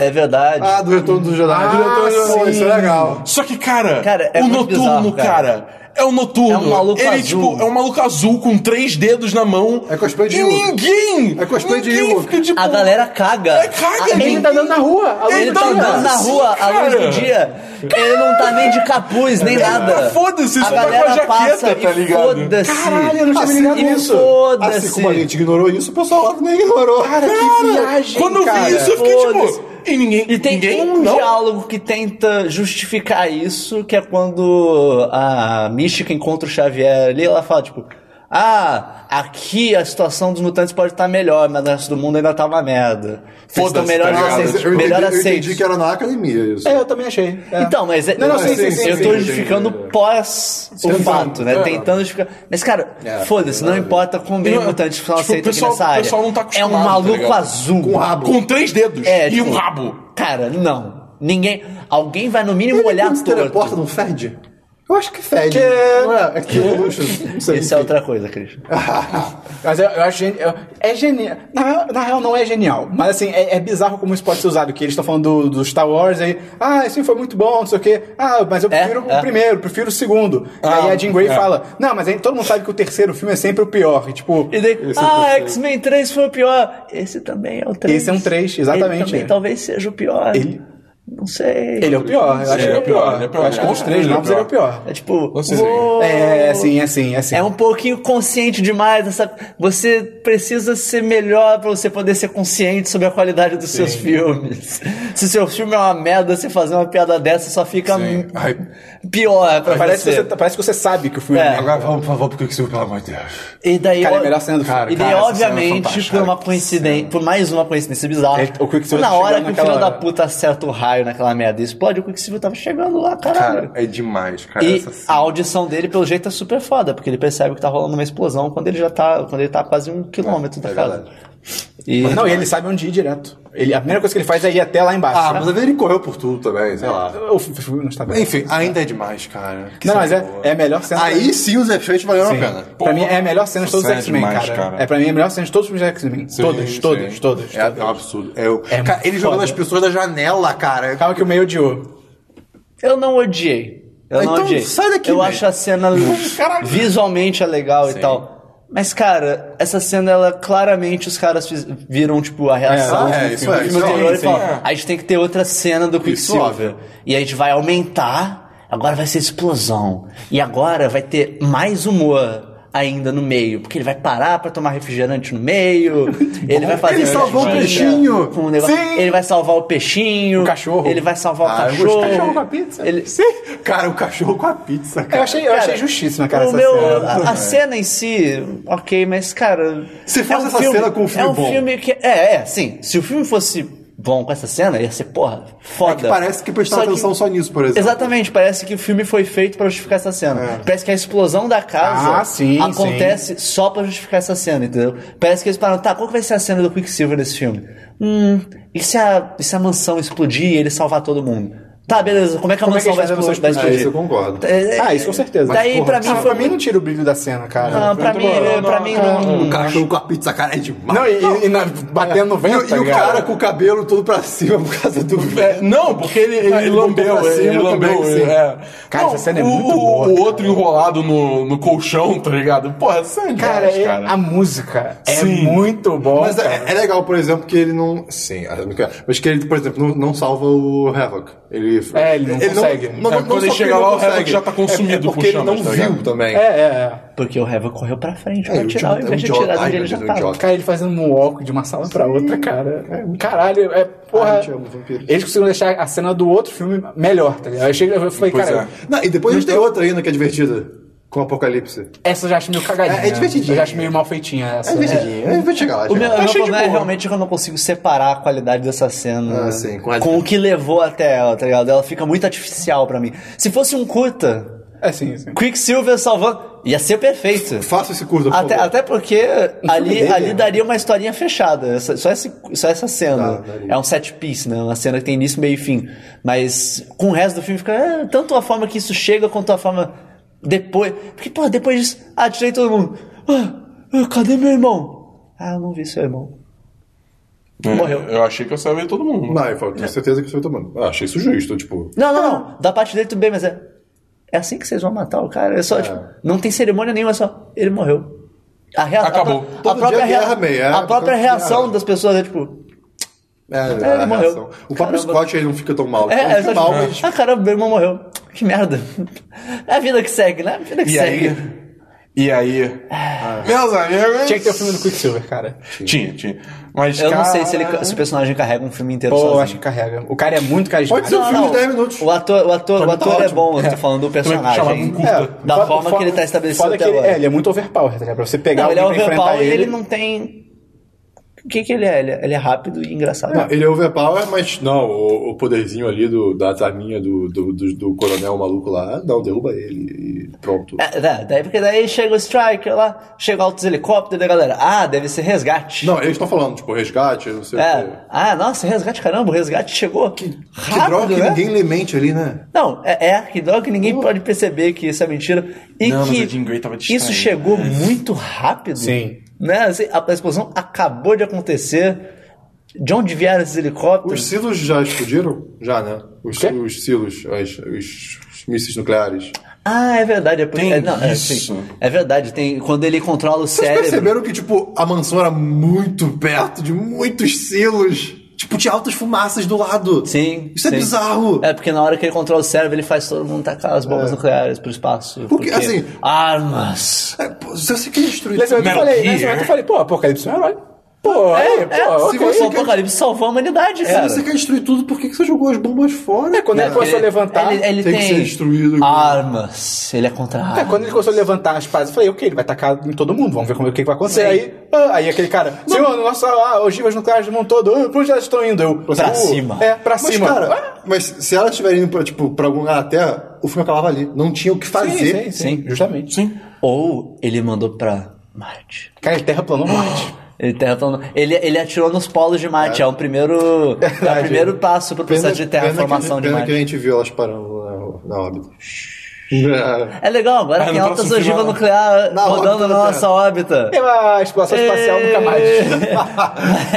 É verdade.
Ah, do retorno do Jedi.
Ah,
do retorno do Jedi.
sim.
Isso é legal.
Só que, cara,
Cara, é
o
muito
noturno,
bizarro,
cara.
cara.
É o noturno.
É um maluco
Ele,
azul.
tipo, é um maluco azul com três dedos na mão.
É cosplay de
E
Ewok.
ninguém!
É cosplay de
ninguém
Ewok.
fica, tipo,
a galera caga.
É, caga,
A-
Ele
Ele-
tá andando na rua. a luz
Ele
do
tá
dia.
andando na rua à luz
Cara.
do dia. Ele não tá nem de capuz, nem nada.
foda-se,
a
isso tá com a
galera
jaqueta,
passa
tá
e
ligado?
Foda-se.
Caralho, eu não tinha me ligado
E
nisso.
Assim
Foda-se.
como a gente ignorou isso, o pessoal lá também ignorou.
Cara, que viagem.
Quando eu
cara.
vi isso, eu fiquei
Foda-se.
tipo. E ninguém.
E tem
ninguém,
um
não.
diálogo que tenta justificar isso, que é quando a Mística encontra o Xavier ali, ela fala, tipo, Ah, aqui a situação dos mutantes pode estar melhor, mas o resto do mundo ainda tá uma merda. Vocês estão
Foda-se,
melhor
tá ligado?
aceitos.
Eu entendi-
Melhor
Eu entendi
aceitos.
que é era na academia isso.
É, eu também achei. É.
Então, mas é-
Não, não, sim, sim, sim,
eu
sim,
tô
sim,
justificando
sim.
pós o
Sim,
fato, né?
é.
Tentando justificar. Mas, cara,
É,
foda-se, não importa como bem
E,
mutantes são
tipo,
aceitos
o pessoal-
aqui nessa área.
o pessoal não tá
é um
acostumado, tá
maluco
ligado?
azul.
Com rabo.
Com três dedos
É,
e
tipo,
um rabo.
Cara, não. Ninguém. Alguém vai no mínimo olhar
Quando teleporta
torto.
não fede? um Eu acho que fede. Não é? É que luxo. Não sei.
Isso é outra coisa, Christian.
Mas eu, eu acho gen- eu- é genial. Na, real- na real, não é genial. Mas assim, é, é bizarro como isso pode ser usado. Que eles estão falando do, do Star Wars aí. Ah, esse foi muito bom, não sei o quê. Ah, mas eu
É,
prefiro
é. Ah,
o primeiro, prefiro o segundo. e aí a Jean Grey fala: Não, mas aí todo mundo sabe que o terceiro filme é sempre o pior. E, tipo,
E daí, ah, X-Men 3 foi o pior. Esse também é o 3.
Esse é um três, exatamente,
Ele também
é.
talvez seja o pior.
Ele-
Não sei.
ele é o pior. Eu acho que ele é o pior.
ele é o
Eu acho que dos três
Ele é o
novos ele é o pior.
É tipo.
Vocês
uou,
É, assim, é assim, é assim.
É um pouquinho consciente demais. Essa... Você precisa ser melhor pra você poder ser consciente sobre a qualidade dos seus filmes. Se seu filme é uma merda, você fazer uma piada dessa só fica
Sim. Ai,
pior pra
Parece que,
você.
você, tá, parece que você sabe que o filme
É.
é, merda.
Agora vamos, por favor, porque isso, pelo amor de Deus.
E daí,
Cara, é a
ó-
melhor cena do filme.
E daí,
Cara, essa cena é
obviamente,
fantástica.
por uma coincidência, por mais uma coincidência bizarra,
É, o Quicksilver
na
tá
hora
chegando
que o
naquela
filho da
hora.
puta acerta o raio naquela merda e explode, o Quicksilver tava chegando lá, caralho.
Cara, é demais, cara.
e
essa cena.
a audição dele, pelo jeito, é super foda, porque ele percebe que tá rolando uma explosão quando ele já tá, quando ele tá a quase um quilômetro da
é
casa.
verdade.
E,
Não, e ele sabe onde ir direto. Ele, a primeira coisa que ele faz é ir até lá embaixo.
Ah, mas às vezes ele correu por tudo também, sei lá.
O filme não está bem.
Enfim, ainda é demais, cara. Que
não,
cena
mas é,
boa.
é a melhor cena.
Aí sim os efeitos valeram
Sim.
a pena.
Pra mim é a melhor cena de todos os
Cena
X-Men,
demais,
cara.
cara.
É pra mim é a melhor cena de todos os X-Men. Todos,
sim.
todos, todos,
É,
todos.
é um absurdo. É o-
É
cara, ele
foda.
jogando as pessoas da janela, cara.
Calma que o meio odiou.
eu não odiei. Eu não
Então,
odiei.
sai daqui,
eu
velho.
acho a cena visualmente é legal e tal. Mas, cara, essa cena, ela claramente os caras fiz- viram, tipo, a reação
é,
do
isso
filme,
é,
do
isso
filme
é,
anterior e
sim,
falar,
é.
a gente tem que ter outra cena do Quicksilver. E a gente vai aumentar, agora vai ser explosão. E agora vai ter mais humor ainda no meio, porque ele vai parar pra tomar refrigerante no meio, ele vai fazer...
Ele salvou o
festinha
peixinho.
com um negócio-
Sim.
Ele vai salvar o peixinho.
O cachorro.
Ele vai salvar
Ah,
o
eu gostei.
cachorro.
Cachorro
com a pizza.
Ele...
Cara, o cachorro com a pizza, cara.
Eu achei, eu
Cara,
achei justíssima, cara,
o
essa
meu,
cena.
A, a cena em si, ok, mas, cara.
Se fosse essa cena com um filme
É um
bom.
filme que. É, é, sim. Se o filme fosse bom com essa cena, ia ser, porra, foda.
É que parece que prestaram
Só
atenção só nisso, por exemplo.
Exatamente, parece que o filme foi feito pra justificar essa cena. Parece que a explosão da casa
Ah, sim,
acontece só pra justificar essa cena, entendeu? Parece que eles falaram, tá, qual que vai ser a cena do Quicksilver nesse filme? Hum, e se a, e se a mansão explodir e ele salvar todo mundo? Tá, beleza, como é que a
Como é que
mansão
a
vai
gente faz a
explodir?
mansão
vai
É,
explodir?
isso eu concordo.
É,
Ah, isso com certeza.
Daí,
Mas,
pra
porra,
mim,
pra
foi-
mim não tira o brilho da cena, cara.
Não, pra mim,
Não,
pra
não,
mim
cara,
não.
O um cachorro com a pizza, cara, é demais.
Não, e, e- e na- batendo no
E o-
vento,
e
tá
o
ligado?
cara com o cabelo todo pra cima por causa do
É, não, porque ele, ele,
Ah, ele botou
lambeu,
pra
ele,
cima
ele lambeu.
também,
ele-
sim.
é.
Cara,
Não,
essa cena é
o-
muito
o-
boa,
O
cara.
outro enrolado no, no colchão, tá ligado? Porra, essa cena é
Cara,
demais,
é-
cara.
a música é
Sim.
muito boa.
Mas
cara.
é, é legal, por exemplo, que ele não. Sim, eu não quero- mas que ele, por exemplo, não, não salva o Havoc. Ele,
É, ele não consegue.
É, quando
só
ele
que
chega
não
lá, o Havoc
consegue.
já tá consumido
É, é porque
por
ele
chamas,
não
tá
viu
ligado?
também.
É, é,
Porque o Havoc correu pra frente
É,
pra
o
tirar, ao
idiota,
invés de
é um
tirar
idiota,
dele,
ai,
ele já
meu Deus,
tava.
é um
é. Cara, ele fazendo um walk de uma sala pra outra, cara. Caralho, é
Ah,
porra.
eu te amo, vampiro.
eles conseguiram deixar a cena do outro filme melhor, tá ligado? Eu, cheguei, eu falei,
Pois
cara,
é.
Não, e depois a gente tem outra ainda que é divertida. Com o Apocalipse.
Essa eu já acho meio cagadinha.
É- é divertidinha.
Eu já acho meio mal feitinha essa.
É divertidinho. É. Vou chegar lá.
O
chega
meu,
lá.
o meu
Achei Tá de
problema é
boa.
realmente que eu não consigo separar a qualidade dessa cena
Ah, sim, com a-
com o que levou até ela, tá ligado? Ela fica muito artificial pra mim. Se fosse um curta,
É sim, sim.
Quicksilver salvando, ia ser perfeito.
Faça esse curso, por
Até,
favor.
até porque ali,
dele,
ali
né?
daria uma historinha fechada. Essa- Só, esse, só essa cena.
Tá, daria.
é um set piece, né? Uma cena que tem início, meio e fim. Mas com o resto do filme fica. é, tanto a forma que isso chega quanto a forma depois. Porque, pô, depois disso. Ah, tirei todo mundo. Ah, ah, cadê meu irmão? Ah, eu não vi seu irmão.
É,
Morreu.
Eu achei que eu salvei todo mundo.
Não, eu falo, tenho certeza que você vai tomando. Ah, achei isso justo, tipo.
Não, não, não. Da parte dele tudo bem, mas é. É assim que vocês vão matar o cara. É só, tipo, não tem cerimônia nenhuma, é só. Ele morreu. A rea-
Acabou.
A, pro- a
Todo
própria,
dia
rea-
guerra, meia.
a própria
Todo dia
reação
guerra.
das pessoas é tipo.
É,
É, ele
a
morreu.
reação. O próprio
Caramba.
Scott ele não fica tão mal. Ele
É, é
fica
só
mal,
tipo, ah, caramba, meu irmão morreu. Que merda. É a vida que segue, né? É a vida que
E
segue.
aí? E aí. Meus amigos.
Tinha que ter o filme do Quicksilver, cara.
Tinha, tinha. Mas,
Eu não
cara,
sei se, ele, se o personagem carrega um filme inteiro
Pô,
sozinho.
acho que carrega. O cara é muito carismático.
Pode ser
Não,
um filme
não.
de 10 minutos.
O ator, o ator, o
Pra mim tá
ator é
ótimo.
bom, eu tô falando do
chamava um
personagem.
curta.
Da
Foda-
forma que ele tá estabelecido
foda
até
que ele,
agora.
É, ele é muito overpower, tá ligado? Pra você pegar
Não, ele é
alguém pra enfrentar
overpower e
ele...
ele não tem. O que, que ele é? Ele é, ele é rápido e engraçado.
Não, ele é overpower, mas não, o, o poderzinho ali do, da arminha do, do, do, do coronel maluco lá, não, derruba ele e pronto.
É, da- daí, porque daí chega o Striker lá, chega altos helicópteros, né, galera? Ah, deve ser resgate.
Não, eles estão falando, tipo, resgate, não sei o
É.
quê.
Ah, nossa, resgate, caramba, o resgate chegou.
Que
rápido,
droga que
né?
ninguém lemente ali, né?
Não, é, é que droga que ninguém pode perceber que isso é mentira. E
Não, mas
que
a Jean Grey tava distraída.
isso chegou muito rápido.
Sim.
Né? Assim, a, a explosão acabou de acontecer. De onde vieram esses
Os
helicópteros?
silos já explodiram? Já, né? Os,
quê?
os silos, as- os, os mísseis nucleares.
Ah, é verdade. É, porque-
Tem
é, não, é,
isso.
sim. é verdade. Tem, quando ele controla o
Vocês
cérebro.
perceberam que, tipo, a mansão era muito perto de muitos silos? Tipo, tinha altas fumaças do lado.
Sim.
Isso é
sim.
bizarro. É.
É, porque na hora que ele controla o cérebro, ele faz todo mundo tacar as bombas nucleares pro espaço.
Porque, assim-
Armas.
É, pô, se você quer destruir...
Nesse momento eu
Metal
falei, nesse
Gear.
momento eu falei, pô, Apocalipse é um herói. Pô, é, aí, pô,
se
ok.
você
O
quer-
um apocalipse salvou a humanidade,
Se
cara.
É.
Né,
você quer destruir tudo, por que que você jogou as bombas fora?
É, quando ele
Porque
começou a levantar...
Ele, ele
tem
tem,
que ser destruído.
Armas. Ele é contra
É,
armas.
quando ele começou a levantar as pás, eu falei, ok, ele vai tacar em todo mundo, vamos ver como, é, o que, que vai acontecer. Aí, ah, aí aquele cara, senhor, nossa, ah, ogivas nucleares do mundo todo, ah, pra onde elas estão indo? Eu,
Pra
"Uh,
cima."
É, pra
Mas,
cima. Ah,
cara, mas se ela estiver indo pra, tipo, pra algum lugar na Terra, o filme acabava ali. Não tinha o que
sim,
fazer.
sim, sim, justamente.
Sim.
Ou ele mandou pra Marte.
Cara, ele terraplanou
Ah.
Marte.
Ele, terraplanou- ele, ele atirou nos polos de Marte. É, o primeiro, é o primeiro passo pro processo de terraformação
pena que,
de
pena que a
Marte.
gente viu elas parando na, na órbita.
É legal, agora
Ah,
tem
no
altas
próximo
ogivas
final.
nucleares
né? Na
rodando
órbita
na
da
nossa
Terra.
órbita.
um
É uma exploração espacial nunca mais.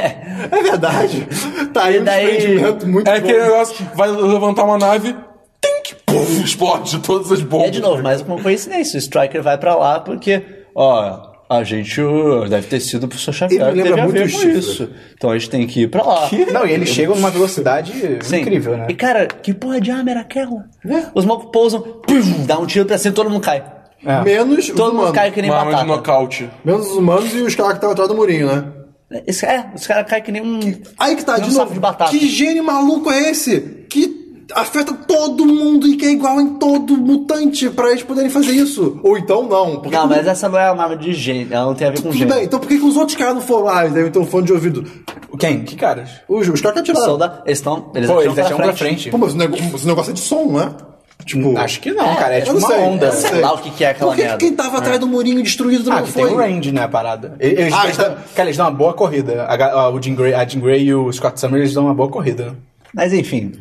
é verdade. Tá aí
E
um
daí-
desprendimento muito
É
bom.
aquele negócio que vai levantar uma nave, tem que pum, explode todas as bombas.
É de novo, mais uma coincidência. O Striker vai pra lá porque, ó, a gente uh, deve ter sido o professor Xavier
Ele
que
me
teve
lembra
a ver
muito
com
o Chifre.
isso. Então a gente tem que ir pra lá.
Não, e eles chegam numa velocidade
Sim.
incrível, né?
E cara, que porra de arma era aquela?
Né?
Os mocos pousam, pum, dá um tiro pra cima, todo mundo cai.
É.
Menos os
Todo mundo
humanos.
cai que nem
Uma arma de
batata.
nocaute.
Menos os humanos e os caras que estavam atrás do murinho, né?
Esse- é, os caras caem que nem um.
Aí que tá,
nem um
de
saco
novo.
de batata.
Que gênio maluco é esse? Que afeta todo mundo e que é igual em todo mutante pra eles poderem fazer isso. Ou então não. Porque
Não, mas essa não é uma arma de gênio, ela não tem a ver com
Tudo
gênio.
bem, então por que, que os outros caras não foram lá? Eles devem ter um fone de ouvido.
Quem? Que caras?
Os, os caras que
Os
atiraram.
soldados, eles estão. Eles
Pô,
atiram
eles atiram pra frente.
Pô, mas o nego- esse negócio é de som, né? Tipo.
Acho que não, cara. É
eu
tipo
não
uma
sei,
onda.
eu não
Sei lá o que, que é aquela
Por que, que
merda.
quem tava atrás do murinho destruído também
Ah,
não
que tem
foi?
um range, né, a parada. E- Eles,
Ah,
eles
tá.
dão- Cara, eles dão uma boa corrida. A, ga- a- o Jean Grey, a Jean Grey e o Scott Summers eles dão uma boa corrida. né?
Mas enfim.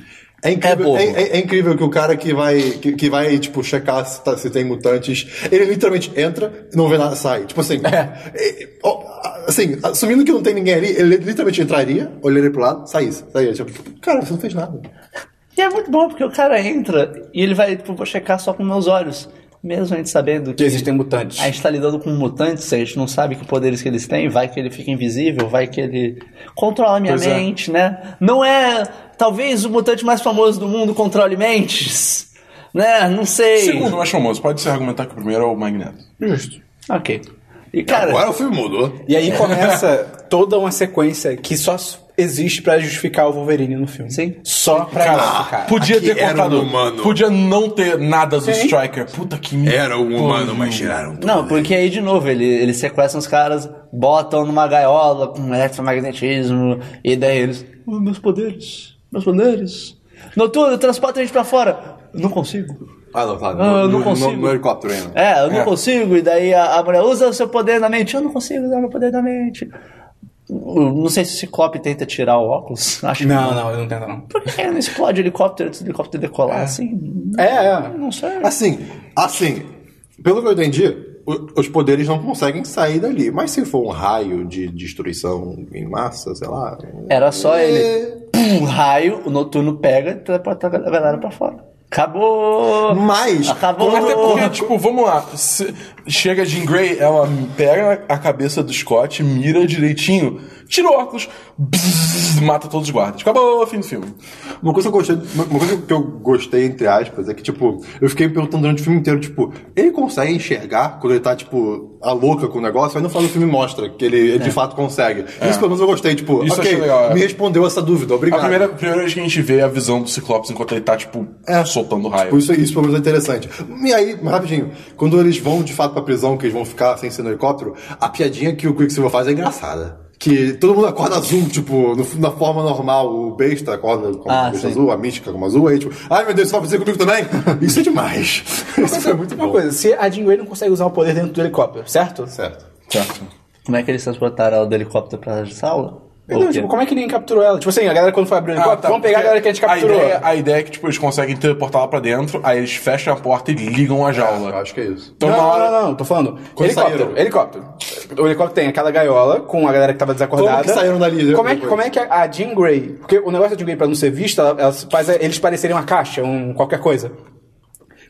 É incrível,
É
é,
bobo.
é- é incrível que o cara que vai, que, que vai tipo, checar se, tá- se tem mutantes, ele literalmente entra, não vê nada, sai. Tipo assim, é, ó, assim, assumindo que não tem ninguém ali, ele literalmente entraria, olharia pro lado, saísse, saía. Tipo, cara, você não fez nada.
E é muito bom, porque o cara entra e ele vai, tipo, vou checar só com meus olhos. Mesmo a gente sabendo
Que
que.
existem mutantes.
A gente tá lidando com mutantes, a gente não sabe que poderes que eles têm, vai que ele fica invisível, vai que ele controla a minha
Pois é.
mente, né? Não é talvez o mutante mais famoso do mundo controle mentes, né? Não sei.
Segundo mais famoso, pode se argumentar que o primeiro é o Magneto.
Justo.
Ok. E cara,
Agora o filme mudou.
E aí começa toda uma sequência que só existe pra justificar o Wolverine no filme.
Sim.
Só pra isso, cara.
Podia
aqui
ter
era
contado.
um humano.
Podia não ter nada do Striker. Puta que merda.
um tiraram tudo.
não, porque aí de novo ele, eles sequestram os caras, botam numa gaiola com eletromagnetismo e daí eles, "Oh, meus poderes, meus poderes. Noturno, transporta a gente pra fora. Não consigo.
Ah, não, tá.
Ah, eu não
no-
consigo.
No, no helicóptero ainda.
É, eu não
É.
consigo. E daí a, a mulher usa o seu poder da mente. Eu não consigo usar meu poder da mente. Eu não sei se o Ciclope tenta tirar o óculos. Acho
Não, não, eu não entendo não.
que. Por que não explode o helicóptero antes do helicóptero decolar? Assim.
É, é.
Não sei.
Assim, assim, pelo que eu entendi, o- os poderes não conseguem sair dali. Mas se for um raio de destruição em massa, sei lá.
Era só ele. Pum, raio, o noturno pega e teleporta a galera pra fora. Acabou!
Mas,
Acabou!
tá
Até porque, tipo, vamos lá. se- chega a Jean Grey, ela pega a cabeça do Scott, mira direitinho, tira o óculos, bzzz, mata todos os guardas. Acabou, fim do filme.
Uma coisa, que eu gostei, uma uma coisa que eu gostei, entre aspas, é que, tipo, eu fiquei me perguntando durante o filme inteiro, tipo, ele consegue enxergar quando ele tá, tipo, a louca com o negócio? Aí no final do filme mostra que ele, ele de fato consegue. Isso pelo menos eu gostei, tipo,
É. Isso eu
ok,
achei legal, é.
me respondeu essa dúvida,
A
obrigado.
primeira, a primeira vez que a gente vê é a visão do Ciclopes enquanto ele tá, tipo,
É.
soltando raio.
Tipo,
Por isso, isso pelo menos é interessante. E aí, rapidinho, quando eles vão de fato pra prisão, que eles vão ficar sem ser no helicóptero, a piadinha que o Quicksilver faz é engraçada. Que todo mundo acorda azul, tipo, no- na forma normal, o besta acorda com
Ah,
a besta
sim.
azul, a mística como azul, aí tipo, ai meu Deus, isso vai acontecer comigo também? Isso é demais. Isso foi muito
Uma
bom.
coisa, se a Jean Grey não consegue usar o poder dentro do helicóptero, certo?
Certo.
Certo.
Como é que eles transportaram ela do helicóptero pra sala? Ou o
Não,
quê?
tipo, como é que ninguém capturou ela? Tipo assim, a galera quando foi abrir o
Ah,
helicóptero,
tá,
vamos pegar a
porque
galera que a gente capturou.
ideia, a ideia é que, tipo, eles conseguem teleportar lá pra dentro, aí eles fecham a porta e ligam a
Eu
jaula.
acho que é isso.
Então,
não,
na hora.
não, não, não, tô falando.
Quando
helicóptero,
saíram.
helicóptero. O helicóptero tem aquela gaiola com a galera que tava desacordada.
Como que saíram dali, né,
Como é, que-
depois?
como é que a a Jean Grey... Porque o negócio da Jean Grey, pra não ser vista, ela, ela faz eles parecerem uma caixa, um qualquer coisa.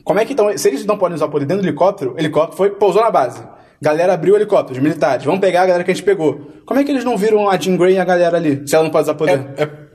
Como é que então... Se eles não podem usar o poder dentro do helicóptero, o helicóptero foi, pousou na base. Galera abriu o helicóptero, os militares. Vamos pegar a galera que a gente pegou. Como é que eles não viram a Jean Grey e a galera ali, se ela não pode usar poder?
É, é-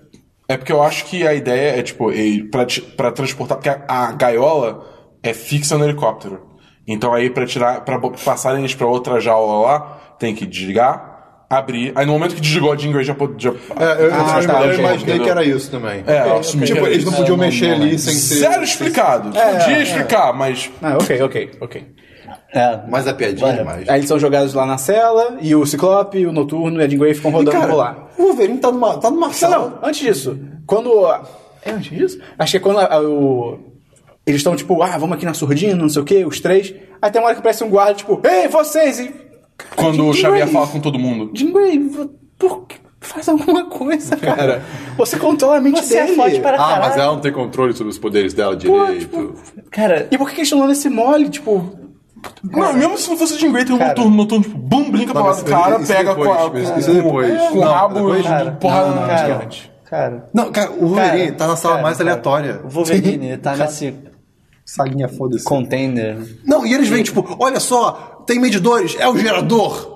é porque eu acho que a ideia é, tipo, e- pra, ti- pra transportar. Porque a, a gaiola é fixa no helicóptero. Então aí pra tirar. pra bo- passarem eles pra outra jaula lá, tem que desligar, abrir. Aí no momento que desligou a Jean Grey já pode. Já...
É, eu,
Ah,
eu-
tá,
eu
ok,
imaginei
entendeu?
que era isso também.
É, eu assumi que
tipo,
era
eles não É,
isso.
podiam mexer ali sem ser.
Zero explicado. Podia explicar, mas.
Ah, ok, ok, ok.
É.
Mas a piadinha é
Vai.
demais.
Aí eles são jogados lá na cela, e o Ciclope, o Noturno e a Jean Grey ficam rodando por lá.
o Wolverine tá numa, tá numa
Não,
sala.
Então,
não, antes disso. Quando. a- É antes disso? Acho que é quando a- a- o. Eles estão tipo, ah, vamos aqui na surdina, não sei o quê, os três. Aí tem uma hora que aparece um guarda, tipo, ei, vocês! E.
Quando
Jean
o Xavier
Grey.
fala com todo mundo.
Jean Grey, vo- por que- Faz alguma coisa, cara. Você controla a mente
Você é
dele.
forte para
Ah,
caralho. tipo,
mas ela não tem controle sobre os poderes dela direito.
Cara,
E por que que eles estão dando esse mole? Tipo,
Não, mesmo se não fosse o Jean Grey, tem um noturno, noturno, tipo, bum, blinca pra
Não,
lá
mas
do cara,
isso
pega
depois,
com a.
isso-
com-
isso depois.
Com
Não,
o rabo,
depois-
cara,
não,
porrada
não,
na
cara,
gigante.
cara.
Não, cara, o
Cara,
Wolverine tá na sala
cara,
mais
cara.
aleatória.
O Wolverine tá nesse
Salinha foda-se.
container.
Não, e eles vêm tipo, olha só, tem medidores, é o gerador.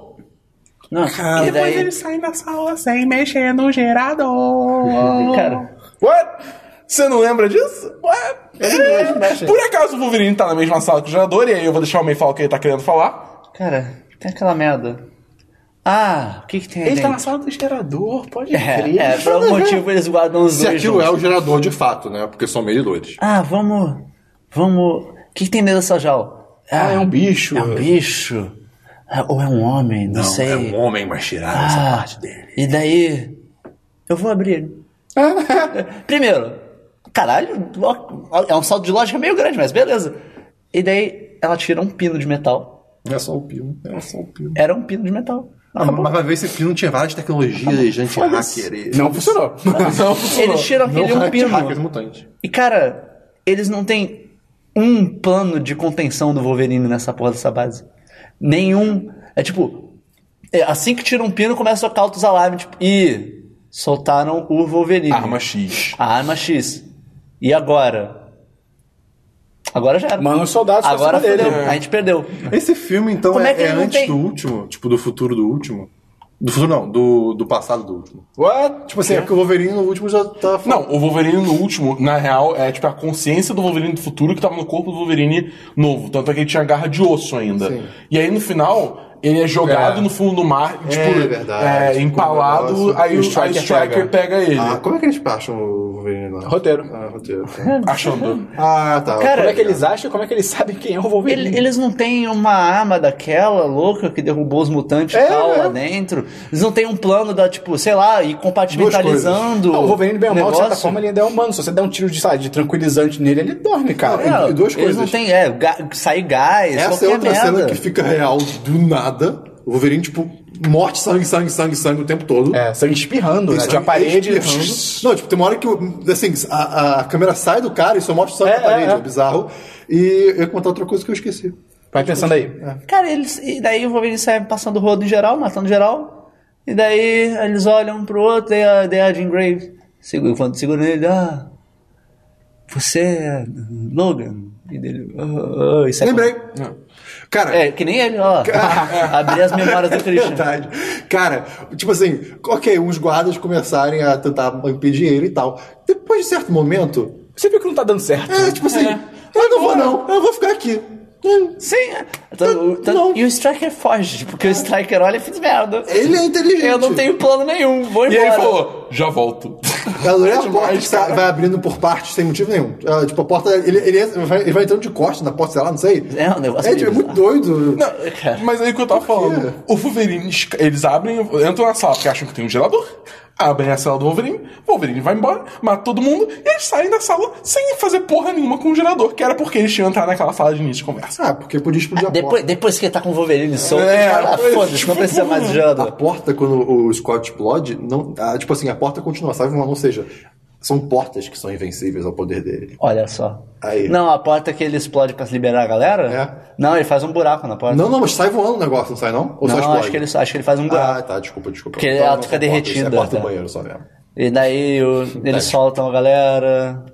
Não, e daí,
saem da sala sem mexer no gerador.
cara,
What? Você não lembra disso? What? Por acaso o Wolverine tá na mesma sala que o gerador, e aí eu vou deixar o meio falar o que ele tá querendo falar.
cara, tem aquela merda. Ah, o que que tem aí
ele tá na
dentro?
sala do gerador, pode crer. Tipo,
É, é, por algum motivo eles guardam os
Se
dois
aquilo
juntos.
é o gerador de fato, né? Porque são medidores.
Ah, vamos, vamos... O que que tem dentro dessa jaula?
Ah, é um bicho.
É um bicho. Ah, Ou é um homem, não, sei.
É um homem, mas tiraram essa
Ah,
parte dele.
E daí, eu vou abrir ele. Primeiro, caralho, ó, é um salto de lógica meio grande, mas beleza. E daí, ela tira um pino de metal.
É só o pino, é só o pino.
Era um pino de metal. Acabou.
mas vai ver se o pino tinha várias tecnologias, gente hacker. e-
Não funcionou.
Não, funcionou.
Eles tiram aquele
hack-
um pino.
hackers mutantes.
E, cara, eles não têm um plano de contenção do Wolverine nessa porra dessa base. Nenhum. É tipo, é, assim que tira um pino, começa a tocar altos alarmes. Tipo, e soltaram o Wolverine.
Arma X.
A arma X. E agora? Agora já era.
Manda os soldados pra
Agora
cima dele.
fudeu. A gente perdeu.
Esse filme, então,
Como
é,
é que
é
ele não
antes
tem-
do último, tipo, do futuro do último. Do futuro não, do, do passado do último.
um-
What?
Tipo assim, é porque o Wolverine no último já tá
Não, o Wolverine no último, na real, é tipo a consciência do Wolverine do futuro que tava no corpo do Wolverine novo. Tanto é que ele tinha garra de osso ainda. E aí no final, ele é jogado
É.
no fundo do mar, tipo,
verdade.
é,
Tipo, um
empalado,
negócio.
aí
E o
o, aí o
Striker pega.
Striker, pega. ele.
Ah, como é que eles acham o Wolverine lá?
Roteiro.
Ah, roteiro. tá.
Achando.
Ah, tá.
Cara,
Como é que eles acham? Como é que eles sabem quem é o Wolverine?
Ele- Eles não têm uma arma daquela louca que derrubou os mutantes
É,
e tal lá dentro. Eles não têm um plano da, tipo, sei lá, e compatibilitalizando.
Não, o Wolverine, bem ou mal, de certa
negócio.
forma, ele ainda é humano. Se você der um tiro de, sei lá, de tranquilizante nele, ele dorme, cara.
Não,
É,
E duas
eles
coisas.
não têm, é, ga- sair gás,
Essa
qualquer
é outra
merda.
cena que fica real do nada. O Wolverine, tipo, morte, sangue, sangue, sangue, sangue o tempo todo.
É, sangue espirrando, né?
Sangue
De a parede.
espirrando.
né?
Não, tipo, tem uma hora que o- assim, a, a câmera sai do cara e só mostra o sangue
É,
na parede,
é,
é,
é.
bizarro. E eu ia contar outra coisa que eu esqueci.
Vai pensando aí.
Cara, eles, e daí o Wolverine sai passando o rodo em geral, matando geral. E daí eles olham um pro outro, daí a, daí a Jean Grey segura, quando segura ele, ah, Você é Logan? E dele, "Ah, ah, isso é
Lembrei. Cara,
É, que nem ele, ó. Abri as memórias do Christian.
Verdade. Cara, tipo assim, ok, os guardas começarem a tentar impedir ele e tal. Depois de certo momento,
Você viu que não tá dando certo.
é tipo assim, eu não vou não, eu vou ficar aqui. Hum,
Sim. é. Então, o- então-
Não.
E o Striker foge, porque o Striker olha e fez merda.
Ele é inteligente.
Eu não tenho plano nenhum, vou embora.
E ele falou, já volto.
Eu
É
adorei a porta
demais,
que tá- vai abrindo por partes sem motivo nenhum. Ah, tipo, a porta. Ele, ele vai, ele vai entrando de costas na porta, sei lá, não sei.
É um negócio
É, tipo, é
meio
muito doido.
Não, mas é aí que eu tava falando, o Wolverine, esca- eles abrem, entram na sala porque acham que tem um gelador, abrem a sala do Wolverine, o Wolverine vai embora, mata todo mundo, e eles saem da sala sem fazer porra nenhuma com o gelador, que era porque eles tinham entrado naquela sala de início de conversa.
Ah, porque podia explodir a
Depois,
porta.
depois que ele tá com o Wolverine solto,
É,
ele fala, ah,
depois-
foda-se, não precisa mais de
A
jogador.
porta, quando o Scott explode, não, ah, tipo assim, a porta continua, sabe? Ou seja, são portas que são invencíveis ao poder dele.
Olha só.
Aí.
Não, a porta que ele explode pra se liberar a galera?
É.
Não, ele faz um buraco na porta.
Não, não, mas sai voando o negócio, não sai não? Ou só
não
explode?
acho que, ele, acho que ele faz um buraco.
Ah, tá, desculpa, desculpa.
Porque
Então,
ela
não
fica
são portas,
derretida,
É porta do
tá?
banheiro só mesmo.
E daí o- eles soltam a galera.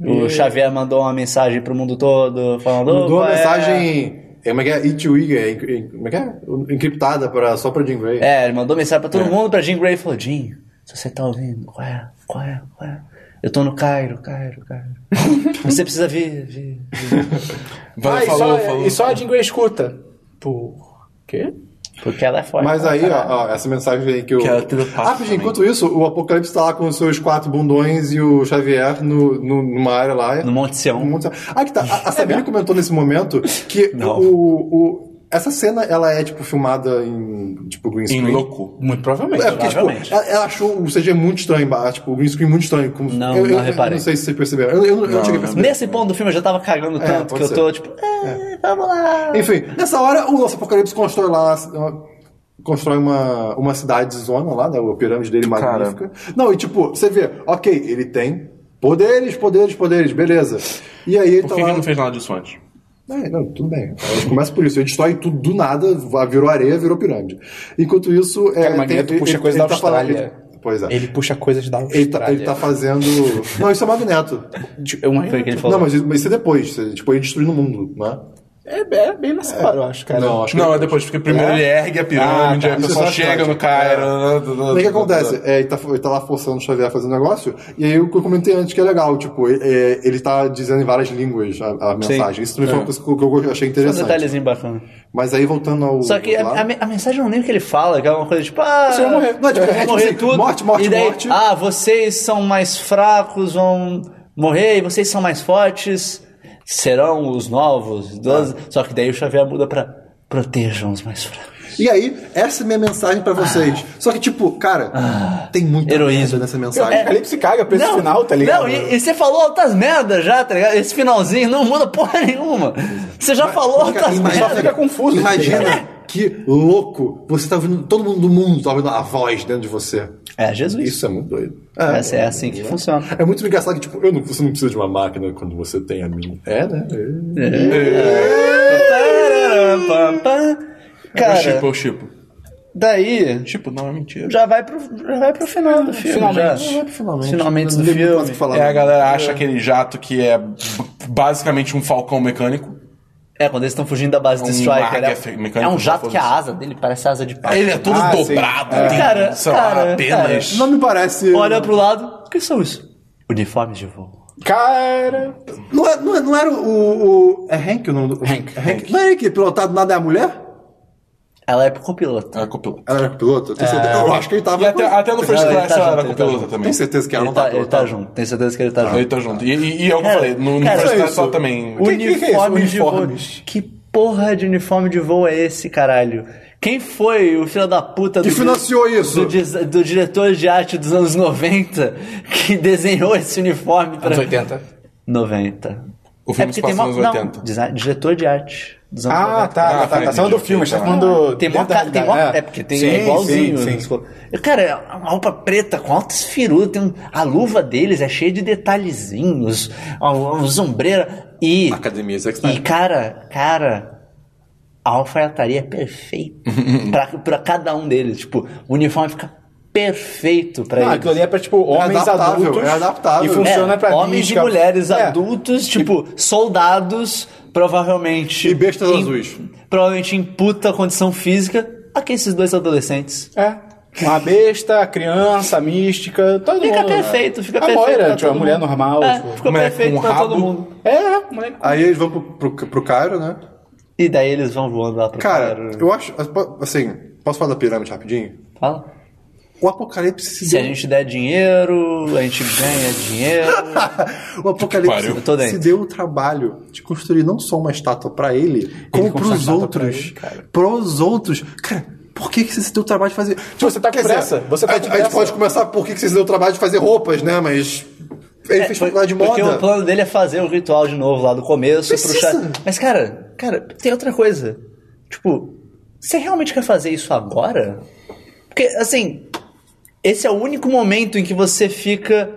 O Xavier mandou uma mensagem pro mundo todo falando.
Mandou uma
"Opa, é-
mensagem... É, como é que é? It to Eager, en- en- como é que é? Encriptada pra, só pra Jim Gray.
É, ele mandou mensagem pra todo mundo, pra Jim Gray, falou, Jim, se você tá ouvindo, qual é, qual é, qual é? Eu tô no Cairo, Cairo, Cairo. você precisa vir, vir, vir.
Vai,
Ah, e,
falou,
só,
falou.
e só a Jean Grey escuta. Por quê?
Porque ela é forte.
Mas aí, ó, ó, essa mensagem aí que eu.
Que ela tem no passo
Ah, gente,
também.
enquanto isso, o Apocalipse tá lá com os seus quatro bundões e o Xavier no, no- numa área lá. é
No Monte Sião.
No Monte Sião. Ah, que tá. A, a Sabine comentou nesse momento que
Não.
o, o- Essa cena, ela é, tipo, filmada em. Tipo, green
Em
screen.
louco.
Muito provavelmente.
É, porque, tipo,
Provavelmente.
ela, ela achou o CG muito estranho, ba- tipo, o green screen muito estranho. como-
Não,
eu,
não
eu-
reparei.
Não sei se vocês perceberam. Eu, eu, eu não cheguei a perceber.
Nesse ponto do filme eu já tava cagando tanto
pode
que eu
ser.
tô tipo, "É, vamos lá.
Enfim, nessa hora o nosso Apocalipse constrói lá. uma- Constrói uma, uma cidade zona lá, né? O pirâmide dele
Cara.
magnífica. Não, e tipo, você vê, ok, ele tem poderes, poderes, poderes, beleza. E aí ele
Por que,
tá
que
lá.
ele não fez nada disso antes?
É, não, tudo bem. Começa por isso. Ele destrói tudo do nada, va- virou areia, virou pirâmide. Enquanto isso. É,
Cara, o Magneto puxa coisa da Austrália.
tá falando- pois é.
Ele puxa coisas da
Ele tá, ele
Austrália.
tá fazendo. Não, isso é Magneto.
Tipo, é uma-
Foi o que ele falou.
Não, mas isso, mas isso é depois. isso é, Tipo, ele destruindo o mundo, né?
É, é bem nessa hora, eu acho, cara.
Não, acho que
Não, é depois, porque primeiro ele ergue a pirâmide,
Ah, tá.
aí o
Isso
pessoal
é só
chega no tá,
Atlântico.
Cairo.
O que acontece? É, ele, tá, ele tá lá forçando o Xavier a fazer um negócio, e aí o que eu comentei antes que é legal, tipo, ele, é, ele tá dizendo em várias línguas a, a mensagem. Isso também foi uma coisa que eu- que eu achei
Um
interessante.
detalhezinho bacana.
Mas aí voltando ao.
Só que a,
lá-
a me- a mensagem eu não lembro o que ele fala, que é uma coisa tipo, ah,
Você vai morrer. Não, tipo,
vão
é tipo
morrer
assim,
tudo.
morte, morte,
e daí,
morte.
Ah, vocês são mais fracos, vão morrer, e vocês são mais fortes, serão os novos. Doze.
É.
Só que daí o Xavier muda pra protejam os mais fracos.
E aí, essa é minha mensagem pra vocês. Só que, tipo, cara, tem muita
Heroísmo.
merda nessa mensagem.
Ali se É. caga pra esse final, tá ligado?
Não, e, e você falou altas merdas já, tá ligado? Esse finalzinho não muda porra nenhuma. Você já falou altas
imagina-
merdas.
fica confuso.
Imagina que louco você tá ouvindo, todo mundo do mundo tá ouvindo a voz dentro de você.
É, Jesus.
Isso é muito doido.
Essa é assim que funciona.
É muito engraçado que, tipo, eu não, você não precisa de uma máquina quando você tem a minha. É, né?
Eu
Cara,
chipo, eu chipo.
daí
Tipo, não, é mentira.
já vai pro, já vai pro final do filme.
Finalmente.
já. Finalmente. do
Não tem muito mais o
filme.
que falar,
É,
não.
a galera acha aquele jato que é b- basicamente um falcão mecânico.
É, quando eles estão fugindo da base do
Um
Striker.
marca
é-
fe-
É,
mecânico,
um jato que
foda-se.
a asa dele parece asa de pau.
Ele é todo
Ah, sim.
dobrado,
É.
tem,
Cara,
sei
cara,
lá, apenas.
Não me parece.
Olha pro lado. O que são isso? Uniformes de voo.
Cara.
Não, é- não, é- não era o, o- É Hank o nome do.
Hank.
É Hank. Não é ele que pilotado nada é a mulher?
Ela é pro copiloto.
Ela é copiloto.
Ela era piloto? Eu, tenho certeza- eu acho que ele tava.
E até, até no First
Não, ele
Class
tá junto,
ela era
ele tá
copilota
junto.
também.
Tenho certeza que ela
Ele
não
tá,
tá,
ele tá junto. Tenho certeza que ele tá
Ele
junto.
tá junto. E, e, e é o que eu
Cara,
falei, no, no
cara, isso
First
é
Class ela
isso.
também. tipo,
Que- que que é isso,
Uniforme de voo.
uniformes?
Que porra de uniforme de voo é esse, caralho? Quem foi o filho da puta
Que
do-
financiou
do,
isso?
dis- do diretor de arte dos anos 90 que desenhou esse uniforme para
Anos 80.
90.
O filme se passa
mó-
nos
não,
80.
desa- diretor de arte dos anos
Ah,
90.
tá,
Ah,
tá, tá.
entendi,
Tá falando do filme, a gente tá falando.
Tem mó
dentro da
cara, tem mó,
realidade.
é porque tem é igualzinho. né? Cara, é uma roupa preta com altas firulas, tem um- a luva deles é cheia de detalhezinhos, a, a sombreira e
Academia Zack
e
Tá.
Snyder.
cara, cara, a alfaiataria é perfeita pra, pra cada um deles. Tipo, o uniforme fica perfeito pra
Não,
eles.
aquilo ali é pra, tipo, homens
adaptável,
adultos.
é adaptável.
E funciona
É,
pra
homens e
mística.
mulheres
É.
adultos, tipo, soldados, provavelmente.
E bestas
tá em-
azuis.
Provavelmente em puta condição física. Aqui esses dois adolescentes.
É. Uma besta, a criança, a mística, todo
Fica
mundo.
perfeito, fica
a
perfeito.
Moira,
pra
né? tipo,
todo
a mulher
mundo.
normal.
É,
tipo.
ficou
Mulher com um
perfeito pra
rabo.
todo mundo.
É, é, moleque.
Aí eles vão pro, pro, pro Cairo, né?
E daí eles vão voando lá pro
Cara,
Cairo.
eu acho. Assim, posso falar da pirâmide rapidinho?
Fala.
O apocalipse se
Se a
deu.
gente der dinheiro, a gente ganha dinheiro.
O apocalipse
Pariu.
Eu tô
se
dentro.
deu o trabalho de construir não só uma estátua pra ele, como
construiu uma estátua
pros
pra
outros.
ele, cara.
pros outros. Cara, por que, que você se deu o trabalho de fazer. Tipo,
você tá com
quer dizer,
pressa, você tá
a,
com
a
pressa.
gente pode começar por que, que você se deu o trabalho de fazer roupas, né? Mas. Ele fez
É, Foi-
faculdade de moda.
Porque o plano dele é fazer o ritual de novo lá do começo. Pro
Precisa.
chá. Mas, cara, cara, tem outra coisa. Tipo, você realmente quer fazer isso agora? Porque, assim, esse é o único momento em que você fica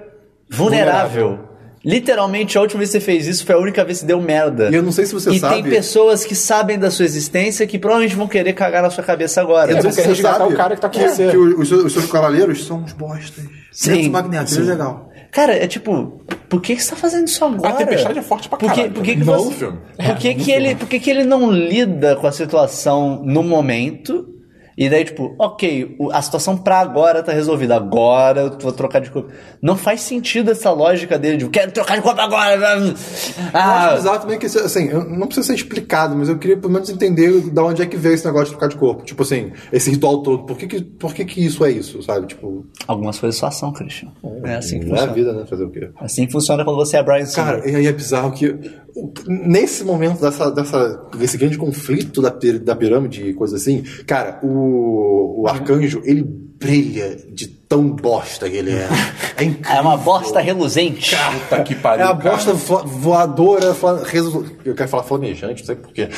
vulnerável. Literalmente, a última vez que você fez isso foi a única vez que deu merda.
E eu não sei se você
e
sabe.
tem pessoas que sabem da sua existência que provavelmente vão querer cagar na sua cabeça agora.
Eu não
vou
sei
querer
se você
É, resgatar
sabe
o cara que tá com
que,
você.
que os, os seus- os seus cavaleiros são uns bostas.
Sim,
Menos Magneto, ele é legal.
Cara, é tipo, por que, que você tá fazendo isso agora?
tempestade é forte pra
por que,
caralho.
por que, que
Não,
você-
filme.
Por que, que ele, por que, que ele não lida com a situação no momento? E daí, tipo, ok, o- a situação pra agora tá resolvida. Agora eu vou trocar de corpo. Não faz sentido essa lógica dele de eu quero trocar de corpo agora.
Eu acho
Ah,
bizarro também que, assim, eu- não precisa ser explicado, mas eu queria pelo menos entender da onde é que veio esse negócio de trocar de corpo. Tipo assim, esse ritual todo, por que que, por que, que isso é isso, sabe? Tipo,
algumas coisas só são, Christian. É assim que
não é a
funciona.
vida, né? Fazer o quê?
Assim que funciona quando você é Brian Singer.
Cara, e aí é bizarro que o- nesse momento dessa, dessa- desse grande conflito da, pir- da pirâmide e coisa assim, cara, o, o arcanjo, ele brilha de tão bosta que ele é. É incrível.
é uma bosta reluzente.
Puta que pariu.
É a
cara.
bosta fla- voadora. fla- resol- Eu quero falar flamejante, não sei porquê.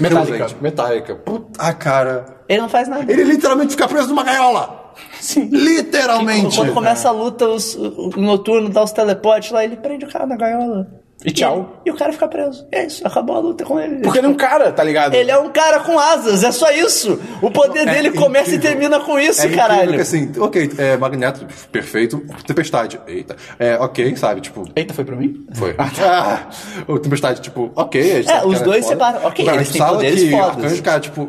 Metálica. Metálica. Puta, ah, cara.
Ele não faz nada.
Ele literalmente fica preso numa gaiola. Sim. Literalmente.
Quando começa a luta, os- o o noturno dá os teleportes lá, ele prende o cara na gaiola.
E tchau.
E o cara fica preso. É isso, acabou a luta com ele.
Porque ele é um cara, tá ligado?
Ele é um cara com asas, é só isso. O poder dele começa e termina com isso,
É
caralho.
incrível que assim, ok, é, Magneto, perfeito, Tempestade, eita, é, ok, sabe, tipo,
Eita, foi pra mim?
foi. Ah, o Tempestade, tipo, ok, a gente
É,
sabe que
os
cara
dois
foda.
separam, ok,
Agora,
eles
a
têm
sala
poderes
que o
fodas.
Arcanjo, cara, tipo,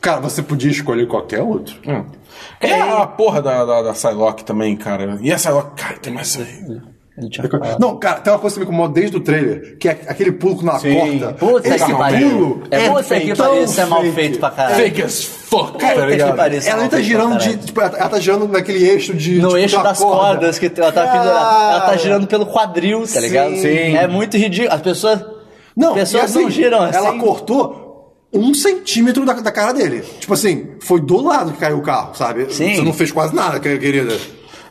cara, você podia escolher qualquer outro.
Hum. É a porra da, da, da Psylocke também, cara. E a Psylocke, cara, tem mais.
Ele tinha falado.
Não, cara, tem uma coisa que me incomoda desde o trailer, que é aquele pulo que não acorda.
Puta
Esse
que
pulo
pariu.
é
É puta que pariu, isso é mal
fake.
feito pra caralho.
Fake as fuck, tá
Puta que
ligado?
pariu, isso é
Ela
mal
nem
feito
tá
pra
girando de.
caralho.
Tipo, ela ela tá girando naquele eixo de.
No
tipo, de
eixo
uma
das
corda.
cordas que ela tá
Cara,
pendurada. Ela tá girando pelo quadril, tá ligado?
Sim.
É muito ridículo. As pessoas.
Não,
pessoas
e assim,
não giram assim.
Ela cortou um centímetro da, da cara dele. Tipo assim, foi do lado que caiu o carro, sabe?
Sim.
Você não fez quase nada, que- querida.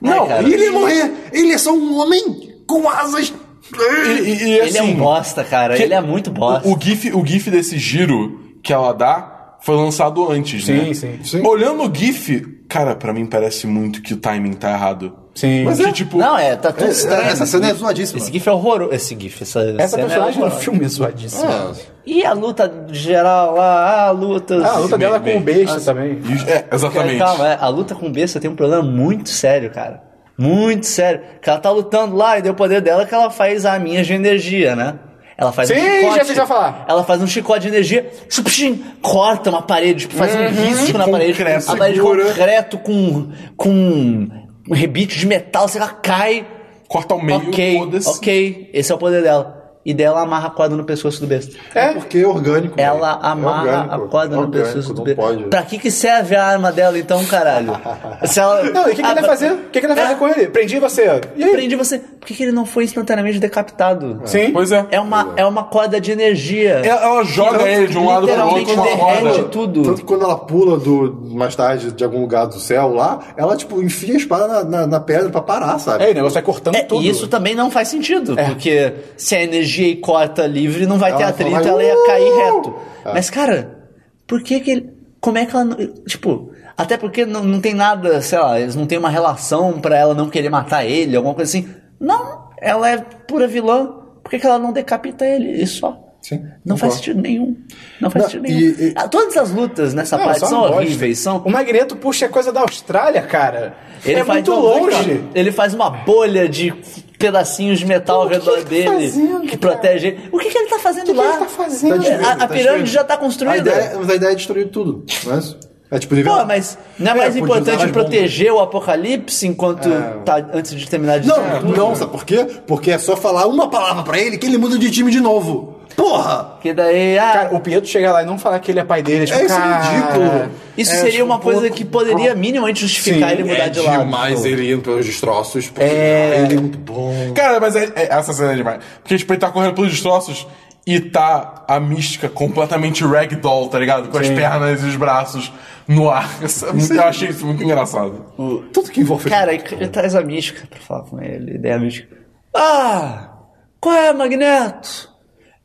Não, cara.
E ele ia morrer. Ele é só um homem com asas.
E, e- e,
Ele é
assim,
um bosta, cara.
que-
Ele é muito bosta.
O, o GIF, o GIF desse giro que ela dá foi lançado antes,
Sim,
né?
sim.
Sim.
Olhando o GIF, cara, pra mim parece muito que o timing tá errado.
Sim.
Mas que, tipo,
Não, é, tá tudo estranho.
Essa cena é zoadíssima.
Esse GIF é horroroso. Esse GIF, essa,
Essa
cena é
personagem no
horrorosa.
filme é zoadíssima.
E a luta geral lá, a luta.
Ah, a luta dela
bem,
com o besta também.
e- é, exatamente.
Calma, é, a luta com besta tem um problema muito sério, cara. Muito sério. Que ela tá lutando lá e deu o poder dela que ela faz a minha de energia, né? Ela faz um
Sim,
chicote.
já sei o que eu ia falar.
Ela faz um chicote de energia, chupchim, corta uma parede, tipo, faz
Uhum.
um risco na parede.
concreto,
a parede de
segura.
concreto com, com um rebite de metal, sei lá, cai.
Corta ao meio,
Ok,
foda-se.
ok. Esse é o poder dela. E daí ela amarra a corda no pescoço do besta.
É porque é orgânico.
Ela
velho. É
amarra
orgânico.
a corda
É
no
orgânico,
pescoço do
não
besta.
pode.
Pra que que serve a arma dela então, caralho? Se ela...
Não, e o que, que
Ah,
ele tá vai
pra-
fazer? O que, que ele vai fazer com ele? Prendi você, ó. E aí?
Prendi você. Por que, que ele não foi instantaneamente decapitado?
Sim.
Pois é.
É uma, é uma corda de energia.
Ela, ela joga ele de um lado pro
literalmente
outro, uma
derrete
roda.
tudo.
Tanto que quando ela pula do, mais tarde de algum lugar do céu lá, ela, tipo, enfia a espada na, na- na pedra pra parar, sabe?
É, o negócio vai cortando
É,
tudo.
e isso também não faz sentido, porque se a energia e corta livre, não vai ter
Ela
atrito,
vai-
ela ia cair
Uh!
reto. Mas, cara, por que que ele... Como é que ela... não- Tipo, até porque não, não tem nada, sei lá, eles não tem uma relação pra ela não querer matar ele, alguma coisa assim. Não, ela é pura vilã. Por que que ela não decapita ele e só?
Sim.
Não faz sentido nenhum. Não faz
Não,
sentido
e-
nenhum.
e-
Ah, Todas as lutas nessa
Não,
parte
só
tá- são
uma bosta.
horríveis. São...
O Magneto puxa é coisa da Austrália, cara. é
faz
muito
uma-
longe.
Ele faz uma bolha de pedacinhos de metal ao redor dele
tá fazendo,
que
cara?
protege ele. O que, que ele tá fazendo
O que
lá? É,
ele tá fazendo?
Tá destruído,
A, a
tá
pirâmide
destruído.
já tá
A
construída.
ideia, mas a ideia é destruir tudo, não é isso? É tipo nível.
Pô, mas não é,
É,
mais
podia
importante
usar as
proteger o apocalipse enquanto tá antes de terminar de
Não, não, sabe por quê? Porque é só falar uma palavra pra ele que ele muda de time de novo. Porra!
Porque daí, ah,
Cara, o Pietro chegar lá e não falar que ele é pai dele, tipo,
É isso
cara,
é ridículo.
isso
é,
seria
tipo,
uma coisa que poderia minimamente justificar
Sim,
ele mudar
é
de lado.
demais ele indo pelos destroços. Porque
É.
Ele é muito bom.
Cara, mas é, é- essa cena é demais. Porque, tipo, ele tá correndo pelos destroços e tá a mística completamente ragdoll, tá ligado? Com as pernas e os braços no ar. Isso é muito- Eu achei isso muito engraçado.
Tudo que envolve.
Cara, ele- ele traz a mística pra falar com ele, ideia mística. Ah, qual é, Magneto?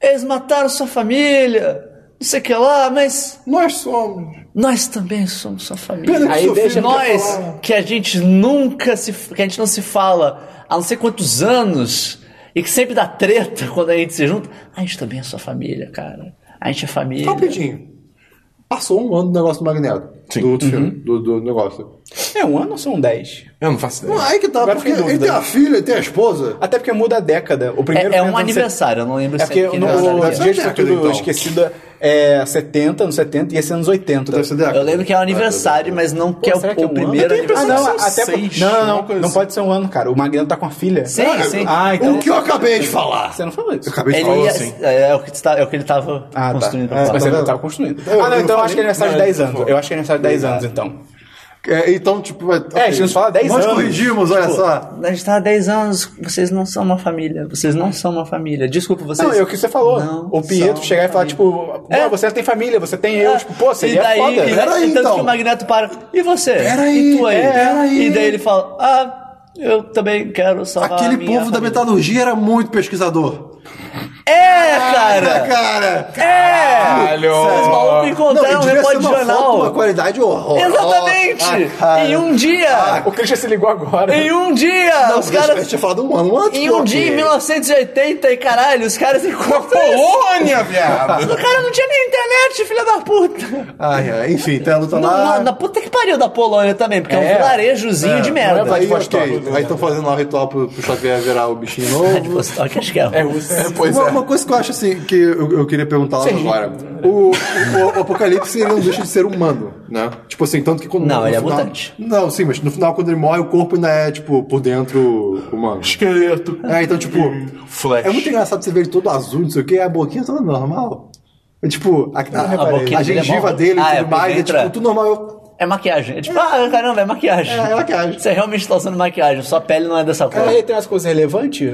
Eles mataram sua família, não sei o que lá, mas
Nós somos.
nós também somos sua
Pena
família.
que
Aí
seu
deixa
filho não quer
Nós
falar.
que a gente nunca se. que a gente não se fala há não sei quantos anos e que sempre dá treta quando a gente se junta. A gente também é sua família, cara. A gente é família.
Rapidinho. Passou um ano do negócio do Magneto. Do outro filme. Do, do negócio.
É um ano ou são dez?
Eu não faço
Não,
ideia.
aí que tá.
Agora
Porque
fiquei em
ele
dúvida.
tem a filha, ele tem a esposa.
Até porque muda a década. O primeiro
É, é
filme
um
dos anos
aniversário, eu não lembro
É porque
que
no,
aniversário
o
que é.
Deve ser
Dia de
década,
Futuro
então.
Esquecido é 70, nos 70 e esse é anos 80.
Deve ser década.
Eu lembro que é um aniversário, mas não que é o,
será
o primeiro
ano? Ah,
aniversário.
não,
que são
até
seis,
não, não,
alguma
não,
coisa
não
assim.
pode ser um ano, cara. O Magneto tá com a filha.
Sim, sim.
Ah, então.
O que eu acabei de falar?
Você não falou isso.
Eu acabei de
Ele
falar
ia-
assim.
é, é o que tu tá- é o que ele estava
Ah, tá.
construindo pra
É,
falar.
mas
tá
ele
vendo?
tava construindo.
Eu-
ah, não,
eu
então eu acho
falei-
que é aniversário de
Não,
10
ele
anos.
falou.
Eu acho que é aniversário de 10 anos, então.
É, então, tipo. É, ok.
a gente nos fala há 10
Nós
anos.
corrigimos, olha só.
A gente tá há 10 anos, vocês não são uma família. Vocês não são uma família. Desculpa, vocês.
Não, é o que você falou.
não
o Pietro
são
chegar e falar,
família.
tipo, pô,
É.
você tem família, você tem eu. Tipo, pô,
e
seria
daí,
foda.
E,
Pera aí,
e tanto
então.
que o Magneto para. E você?
Peraí,
E tu aí?
peraí.
E daí ele fala: Ah, eu também quero salvar. a
Aquele
minha
povo da
família."
metalurgia era muito pesquisador.
É,
Ah,
cara!
cara.
É!
Caralho!
Vocês malucos encontraram um
devia ser
repórter de
uma foto com uma
jornal.
qualidade horrorosa.
Exatamente!
Ah, cara. Ah,
em um dia!
O Christian se ligou agora.
em um dia!
Não,
os
porque A
caras.
gente tinha falado um ano antes.
Em um
pô,
dia, em
ok.
1980, e caralho, os caras encontram.
Polônia, viado!
O cara não tinha nem internet, filha da puta.
Ai, ai, enfim, tá luta
Na,
lá.
na puta que pariu da Polônia também, porque é, um
É.
vilarejozinho de merda.
Aí,
Vladivostok.
ok. Aí estão fazendo lá o ritual pro, pro Xavier virar o bichinho novo.
Vladivostok, acho que é.
É, pois
Uma,
é.
uma coisa que eu acho assim, que eu, eu queria perguntar lá agora. O, o- o Apocalipse ele não deixa de ser humano, né? Tipo assim, tanto que quando.
Não,
no
ele é
final-
mutante.
Não, sim, mas no final, quando ele morre, o corpo ainda é, tipo, por dentro humano.
Esqueleto.
É, então, tipo.
Flash.
É muito engraçado você ver ele todo azul, não sei o quê, a boquinha toda normal. É, tipo, a, a,
boquinha
a
dele é
gengiva
mó-
dele e
Ah, é,
tudo
porque
mais, é
entra-
tipo, tudo normal. Eu-
É maquiagem. É tipo, ah, caramba, é maquiagem.
É, é maquiagem.
Você realmente tá usando maquiagem, sua pele não é dessa cor.
Aí tem umas coisas relevantes.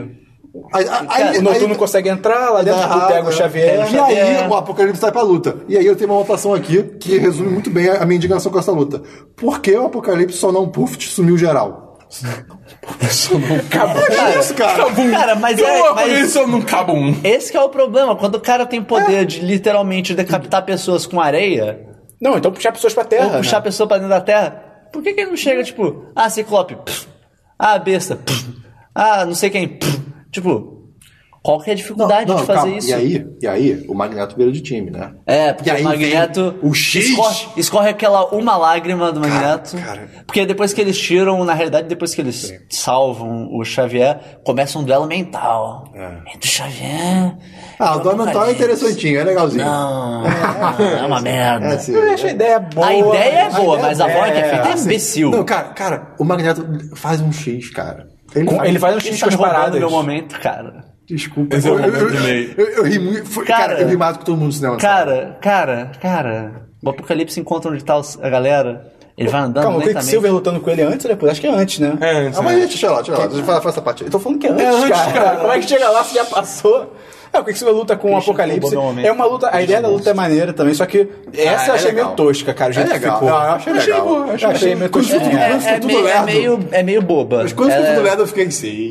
Aí, aí- aí-
O Noturno consegue entrar lá dentro,
Ah,
tu pega o
né?
Xavier.
E aí
Xavier.
o Apocalipse sai pra luta. E aí eu tenho uma anotação aqui que resume muito bem a minha indignação com essa luta. Por que o Apocalipse só não puff sumiu geral?
É, cara,
isso, cara?
Cabum.
Cara, mas
Eu
é-
não
mas-
acredito num cabum.
Esse que é o problema, quando o cara tem poder de literalmente decapitar pessoas com areia,
Não, então puxar pessoas pra terra.
ou puxar a
né?
pessoa pra dentro da terra, por que, que ele não chega, tipo, ah, ciclope, pff, ah, besta, pff, ah, não sei quem, pff. tipo, qual que é a dificuldade de fazer
calma.
isso?
E aí, e aí, o Magneto vira de time, né?
É, porque
E aí
o Magneto
vem o X.
Escorre, escorre aquela uma lágrima do Magneto.
cara.
Porque depois que eles tiram, na realidade, depois que eles salvam o Xavier, começa um duelo mental. Entre o Xavier.
É. Ah, o
e
Dona Mental é
Apocalipse.
interessantinho, é legalzinho.
Não, é uma merda.
É, assim,
Eu acho a ideia boa.
A ideia é boa,
ideia
mas a
é
forma que é feita é
assim,
imbecil.
Não, cara, cara, o Magneto faz um X, cara. Ele,
Com- Ele faz um
Ele
X
tá
com as
me roubando
paradas.
meu momento, cara.
Desculpa.
Esse é o
eu, eu,
momento do meio.
eu, eu, eu ri muito. foi- Cara,
Cara,
eu ri mais do que todo mundo no cinema.
Cara, cara, cara. O Apocalipse encontra onde tá os- a galera. Ele vai andando
Calma, o
lentamente.
Quicksilver lutando com ele antes ou depois? Acho que é antes, né?
É, antes,
Ah, mas
né?
gente, deixa lá, deixa lá. Deixa eu falar- falar essa parte. Então, aí.
Tô falando que é antes, cara. Como é que chega lá se já passou? É, o Quicksilver luta com o
Christian
Apocalipse.
roubou meu momento.
É uma luta. A ideia da luta é maneira também, só que essa eu
é
achei
legal.
meio tosca, cara. O jeito
É legal.
que ficou.
Ah, eu achei legal.
bom, eu achei,
Eu achei
meio
com
tosca.
tudo-
É.
Quando ficou
É, é,
tudo
meio, é,
lerdo.
meio, é meio boba.
Mas quando
Ela-
eu fui do Ledo, eu fiquei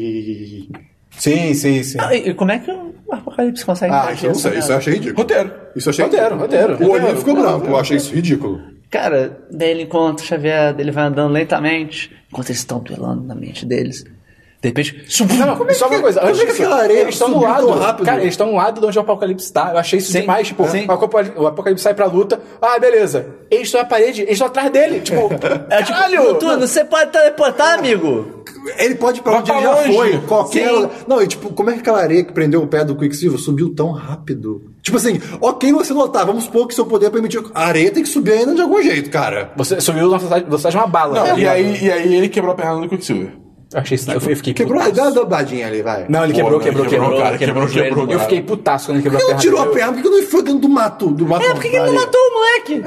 assim.
Sim, sim, sim.
Não, E e como é que o Apocalipse consegue
Ah,
fazer
isso eu não sei, isso eu achei ridículo.
Roteiro.
Isso eu achei
Roteiro, roteiro,
O
roteiro.
olhinho ficou branco, eu achei isso ridículo.
Cara, daí ele encontra o Xavier, daí ele vai andando lentamente, enquanto eles estão duelando na mente deles. De repente.
Não, não, só uma coisa. Antes
é que
disso,
aquela areia
eles estão do
subiu
lado.
tão rápido?
Cara, eles estão do lado de onde o Apocalipse tá. Eu achei isso
Sim,
demais. Tipo,
sim.
o Apocalipse- o Apocalipse sai pra luta. Ah, beleza. Eles estão na parede, eles estão atrás dele. Tipo,
É tipo, Netuno, você pode teleportar, amigo?
Ele pode ir
Vai
pra onde
pra
ele já
longe.
foi. Qualquer.
Sim.
lugar. Não, e tipo, como é que aquela areia que prendeu o pé do Quicksilver subiu tão rápido? Tipo assim, ok você notar, vamos supor que seu poder permitiu. A areia tem que subir ainda de algum jeito, cara.
Você subiu na velocidade velocidade de uma bala.
Não,
né?
e, aí, e aí ele quebrou a perna do Quicksilver.
Eu achei isso. Eu fui- eu fiquei
Quebrou,
putaço.
dá uma dobradinha ali, vai.
Não, ele quebrou,
Pô,
quebrou,
né?
quebrou.
quebrou
cara, quebrou,
o joelho
quebrou.
do
Eu
cara.
fiquei putaço quando ele quebrou
Por
a
que
perna.
não tirou a
dele.
perna? Por que não enfiou dentro do mato? Do mato
É, por que, que ele não matou o moleque?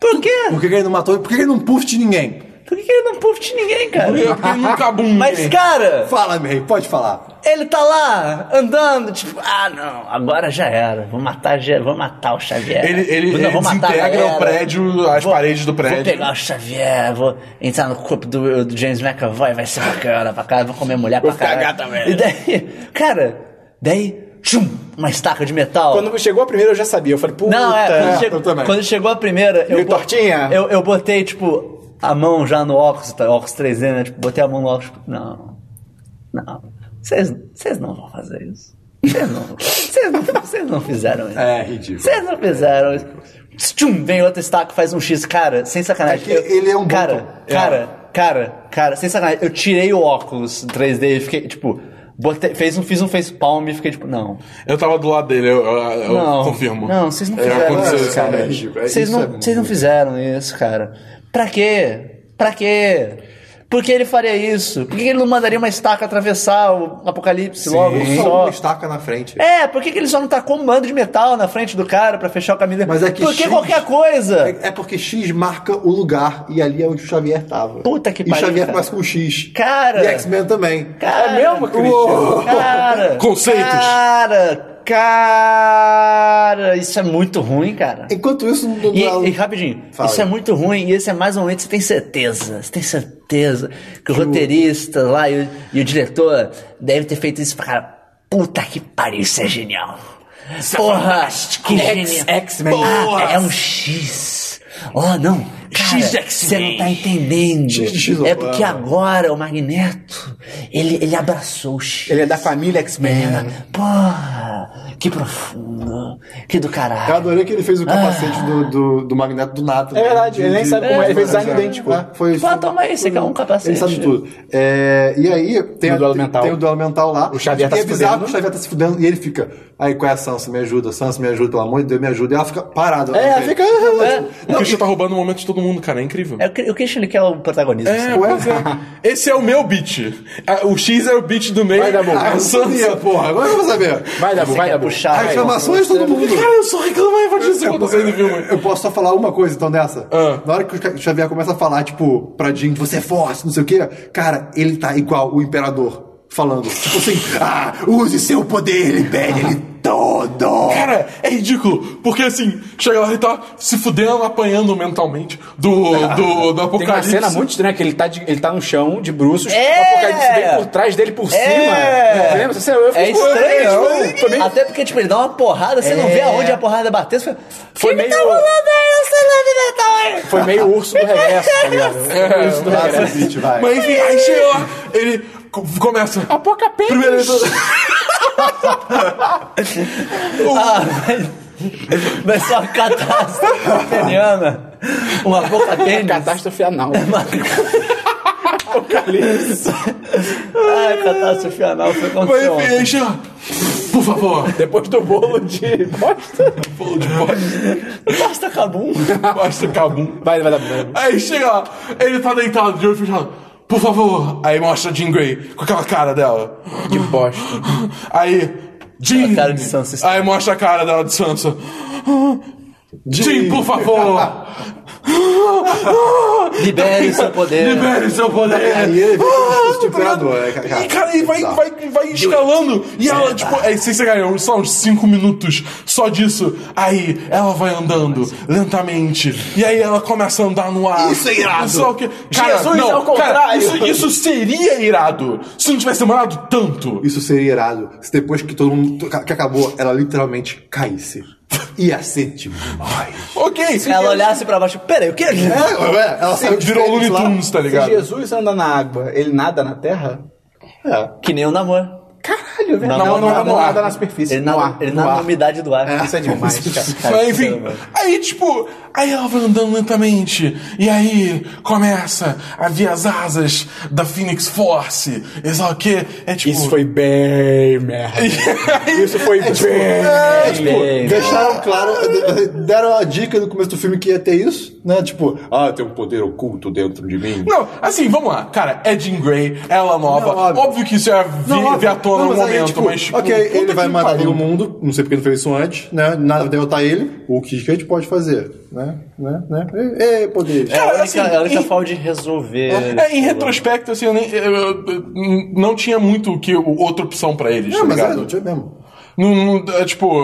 Por quê?
Por que que ele não matou? Por que que ele não puste ninguém?
Por que, que ele não puff de ninguém, cara?
Eu fiquei
um
nunca bum.
Mas, cara,
Fala, May, pode falar.
Ele tá lá, andando, tipo, ah, não, agora já era. Vou matar, ge- vou matar o Xavier.
Ele- ele-
Não,
ele
vou matar a
desintegra o
galera.
prédio, as
Vou-
paredes do prédio.
Vou pegar o Xavier, vou entrar no corpo do, do James McAvoy, vai ser bacana pra caralho, vou comer mulher pra caralho.
cagar também.
E
né?
daí, cara, daí, tchum, uma estaca de metal.
Quando chegou a primeira eu já sabia. Eu falei, puta.
Não, é, quando,
É,
chegou-
eu também.
quando chegou a primeira, eu,
Meio
bo-
tortinha.
eu, eu botei, tipo, a mão já no óculos, tá, óculos 3D, né? Tipo, botei a mão no óculos, tipo, não, não, vocês vocês não vão fazer isso. Vocês não, vocês não, vocês não fizeram isso.
É, ridículo.
Vocês não fizeram isso. Tchum, vem outro estaca, faz um X. Cara, sem sacanagem.
É que ele é um
Cara,
botão. É.
cara, cara, cara, sem sacanagem. Eu tirei o óculos 3D e fiquei, tipo, botei, fez um, fiz um face palm e fiquei, tipo, não.
Eu tava do lado dele, eu, eu- eu
Não,
confirmo.
Não, vocês não
É,
fizeram
aconteceu
isso,
isso
cara.
também.
isso, é
Vocês não,
muito-
vocês não fizeram isso, cara. Pra quê? Pra quê? Por que ele faria isso? Por que ele não mandaria uma estaca atravessar o apocalipse logo
É, Só um
só?
uma estaca na frente.
É, por que, que ele só não tacou um mando de metal na frente do cara pra fechar o caminho dele?
Mas é que
Por que
X-
qualquer coisa?
É, é porque X marca o lugar e ali é onde o Xavier tava.
Puta que
E o
pariu,
Xavier
cara.
começa com X. é
Cara.
E X-Men também.
Cara,
É mesmo, Christian?
uou, Cara,
Conceitos.
Cara, cara, isso é muito ruim, cara.
Enquanto isso, no,
E,
no-
e rapidinho,
Fala
isso é
aí.
muito ruim e esse é mais um momento que você tem certeza, você tem certeza que o roteirista lá e o, e o diretor deve ter feito isso pra cara. Puta que pariu, isso é genial. Porra, que genial.
X-Men.
Ah, é um X. Oh, não. Cara, Você não tá entendendo.
X de X,
é
ó.
porque agora o Magneto, ele, ele abraçou o X.
Ele é da família X-Men. né?
Ela,
É.
Porra, que profundo. Que do caralho.
Eu adorei que ele fez o capacete do, do, do Magneto do Nato.
É verdade, ele nem sabe como é, ele fez design
é,
idêntico.
é, foi isso.
Pô, toma aí, você quer um capacete.
Ele sabe tudo. É, e aí, tem,
O duelo
tem-
mental.
tem o duelo mental lá.
O Xavier tá
e é
se
bizarro
fudendo.
que o Xavier tá se fudendo. E ele fica, aí qual é a Sansa? Me ajuda, Sansa, me ajuda, pelo amor de Deus, me ajuda. E ela fica parada.
É, ela fica.
O Christian tá roubando o momento de todo mundo, cara. É incrível.
É, o Cri- o Christian ele quer o protagonismo.
É,
sabe?
pois é. Esse é o meu beat. Ah, O X é o beat do meio.
Vai dar bom.
Ah, eu não sabia, porra. Agora eu vou saber.
Vai, Dabu,
Você
vai,
quer
Dabu.
puxar.
As
vai.
reclamações de todo
é
mundo.
Cara, eu só reclamo aí, Patrícia, quando eu saí do filme.
Eu posso só falar uma coisa, então, dessa?
Ah.
Na hora que o Xavier começa a falar, tipo, pra gente, você é forte, não sei o quê, cara, ele tá igual o imperador falando. Tipo assim, ah, use seu poder, libere ele todo.
Cara, é ridículo, porque assim, chega lá e tá se fudendo, apanhando mentalmente do, do, do
Tem uma
apocalipse.
cena muito estranha que ele tá, de- ele tá no chão, de bruços,
É!
o Apocalipse vem por trás dele por cima.
É!
Lembra? Você, eu é,
É
fiquei, pô, eu
estranho.
Foi meio,
Até porque, tipo, ele dá uma porrada, você não
É.
vê aonde a porrada bateu. Você
Foi
foi meio.
meio-
Tá rolando aí, você não me dá, tá?
foi meio urso do regresso, tá ligado?
É,
urso do
Vai,
regresso.
Zezite, vai.
Mas enfim, aí chega lá, ele co- começa.
Apocalipse!
Primeiro ele
Ah, mas, mas só uma catástrofe italiana. Uma
É
boca pênis.
Catástrofe anal.
Ai, catástrofe anal foi
Mas
aconteceu.
enfim,
ontem.
aí chega. lá, Por favor,
Depois do bolo de bosta.
bolo de bosta,
Basta cabum.
bosta cabum.
Vai, vai, vai. vai.
Aí chega lá, ele tá deitado, de olho fechado. Por favor. Aí mostra a Jean Grey com aquela cara dela.
Que bosta.
Aí, Jim.
A cara de Sansa.
Aí mostra a cara dela de Sansa. Jim, por favor.
Libere seu poder.
Libere seu poder.
É, Aí ele vem com o
tá
imperador,
ligado?
é, cara.
E, cara, e vai,
Tá.
vai, vai escalando. E ela, tipo, é, sei se ganhou só uns 5 minutos só disso. Aí ela vai andando lentamente. E aí ela começa a andar no ar.
Isso é irado.
Não sei o quê. Cara,
Jesus,
não,
ao
cara,
contrário.
isso, isso seria irado se não tivesse demorado tanto.
Isso seria irado se depois que todo mundo que acabou, ela literalmente caísse. Ia ser demais.
Ok.
Ela olhasse pra baixo. Peraí, o que?
É, ué, ela saiu de
Virou
frente
Looney
lá.
Tunes, tá
Se
ligado?
Jesus anda na água, ele nada na terra?
Que nem o namoro.
Caralho, velho.
Não, não,
nada,
não, no ar.
nada na superfície.
Ele nada,
ar,
ele
no
nada na
ar.
umidade do ar.
Isso é demais,
Tá
cara.
Mas enfim, aí tipo, aí ela vai andando lentamente, e aí começa a ver as asas da Phoenix Force, e sei lá o quê, é tipo...
Isso foi bem merda. Isso foi bem.
É, tipo, deixaram claro, deram a dica no começo do filme que ia ter isso, né? Tipo, ah, tem um poder oculto dentro de mim.
Não, assim, vamos lá, cara, é Jean Grey, ela nova,
Não, óbvio.
óbvio que isso ia vir,
óbvio.
vir à tona
Não,
no
assim, mas aí,
momento,
tipo,
mas tipo...
ok,
puta
ele vai
que
matar
pariu.
o mundo, não sei porque não fez isso antes, né? Nada vai derrotar ele. O que que a gente pode fazer, né? Né? Né? Ei, ei, poder.
É a única,
assim,
é a única
em-
forma de resolver.
É, em retrospecto, assim, eu, nem, eu- eu- eu- não tinha muito o que outra opção pra eles,
não,
tá
mas é,
ligado?
não tinha mesmo.
Não- não- é, tipo,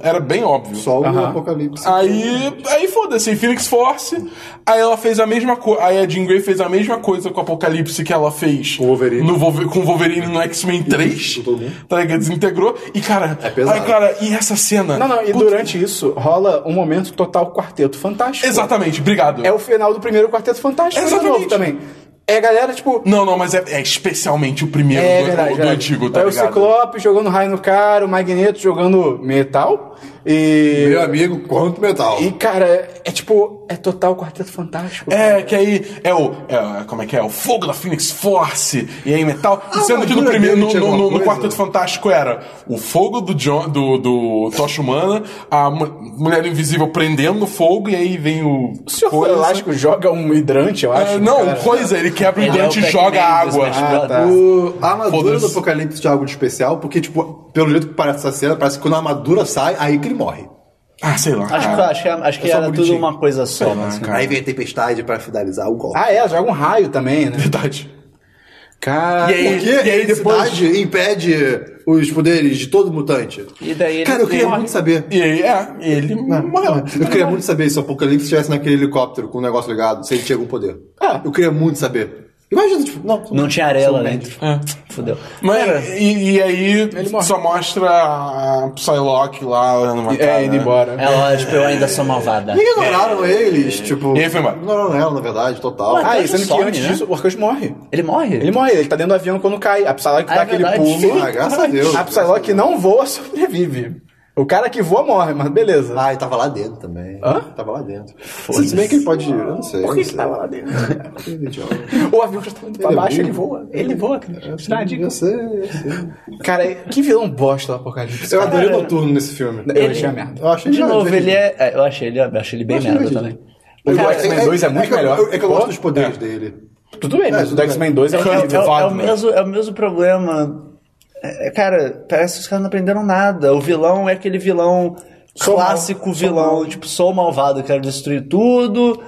era bem óbvio.
Só o apocalipse.
Aí, aí foda-se, Phoenix Force. Aí ela fez a mesma coisa. Aí a Jean Grey fez a mesma coisa com o Apocalipse que ela fez
Com o Wolverine.
No Wolver- com o Wolverine no X-Men 3.
com todo mundo.
Tá ligado? Desintegrou. E cara,
É pesado.
aí, cara, e essa cena?
Não, não, e
Puta-
durante isso rola um momento total quarteto fantástico.
Exatamente, obrigado.
É o final do primeiro quarteto fantástico. de
Exatamente.
novo também. É a galera, tipo.
Não, não, mas é, é especialmente o primeiro
É
do,
verdade,
do
verdade.
antigo, tá
é o
ligado?
Ciclope jogando raio no cara, o Magneto jogando metal. E.
Meu amigo, quanto metal.
E, cara, é, é tipo. É total quarteto fantástico.
É, que aí é o. é, como é que é? O fogo da Phoenix Force e aí metal. sendo que no
armadura
primeiro.
dele
No,
tinha
no, no,
alguma
no
coisa?
Quarteto Fantástico era o fogo do, John, do, do Tocha Humana, a mu- mulher invisível prendendo fogo e aí vem o.
O senhor Elástico joga um hidrante, eu acho. Ah,
É, não,
cara.
coisa, ele quebra o
Ele é
hidrante
o
e joga
Pac-Man dos
água.
Smash
tá.
Brothers.
O- a armadura
Foda-se.
do Apocalipse tinha algo de especial, porque, tipo, pelo jeito que parece essa cena, parece que quando a armadura sai, aí que ele morre.
Ah, sei lá.
Acho que,
cara. Ah,
acho que, é, acho que
só
era tudo
bonitinho.
uma coisa só. mas-
Cara.
Aí vem a tempestade pra finalizar o golpe.
Ah, é, joga um raio também, né?
é Verdade.
Cara.
E aí-
Porque
e aí
a
depois-
cidade impede os poderes de todo mutante.
E daí ele
Cara, eu queria
morre.
muito saber.
E aí, é, e ele morreu.
Eu queria muito saber se o Apocalipse estivesse naquele helicóptero com o negócio ligado, se ele tinha algum poder.
É.
Ah, eu queria muito saber. Imagina, tipo, não.
Não tinha arela dentro. Fudeu.
Mas, e, e aí só mostra a Psylocke lá numa
É, indo embora.
É lógico, eu ainda sou malvada.
E Ignoraram eles, tipo.
E aí foi embora.
Ignoraram ela, na verdade, total.
Ué,
Ah,
Arcanjo
e sendo que
some,
antes
né?
disso, o Arcanjo morre.
Ele morre?
Ele morre, ele tá dentro do avião quando cai. A Psylocke
Ah,
dá
é
aquele
verdade.
pulo.
Ah, graças a Deus.
A Psylocke não voa, sobrevive. O cara que voa morre, mas beleza.
Ah, ele tava lá dentro também.
Ah,
Hã?
Tava lá dentro. Se bem que ele pode. Eu não sei.
Por que ele tava lá dentro? O avião já tá indo pra
Ele é
baixo, ele
burro.
voa. Ele voa, cara. Tira a
dentro? É,
dica.
Eu sei, eu sei.
Cara, que vilão bosta do Apocalipse.
Eu
cara.
adorei o noturno nesse filme.
Eu achei a merda.
Eu achei
De novo, ele
divertido.
é. é, Eu achei ele, eu achei ele bem
Eu achei
merda
divertido.
também.
O do
Cara,
X-Men 2 é muito
que eu-
melhor.
eu- É que eu gosto dos
Pô,
poderes dele.
Tudo bem, mas o
tudo
do
bem.
X-Men 2 é
É, é- é
horrível.
o
Wagner.
mesmo, é o mesmo problema. É, é, cara, parece que os caras não aprenderam nada. O vilão é aquele vilão
Sou
clássico
mal- sou
vilão, tipo, sou malvado, quero destruir tudo.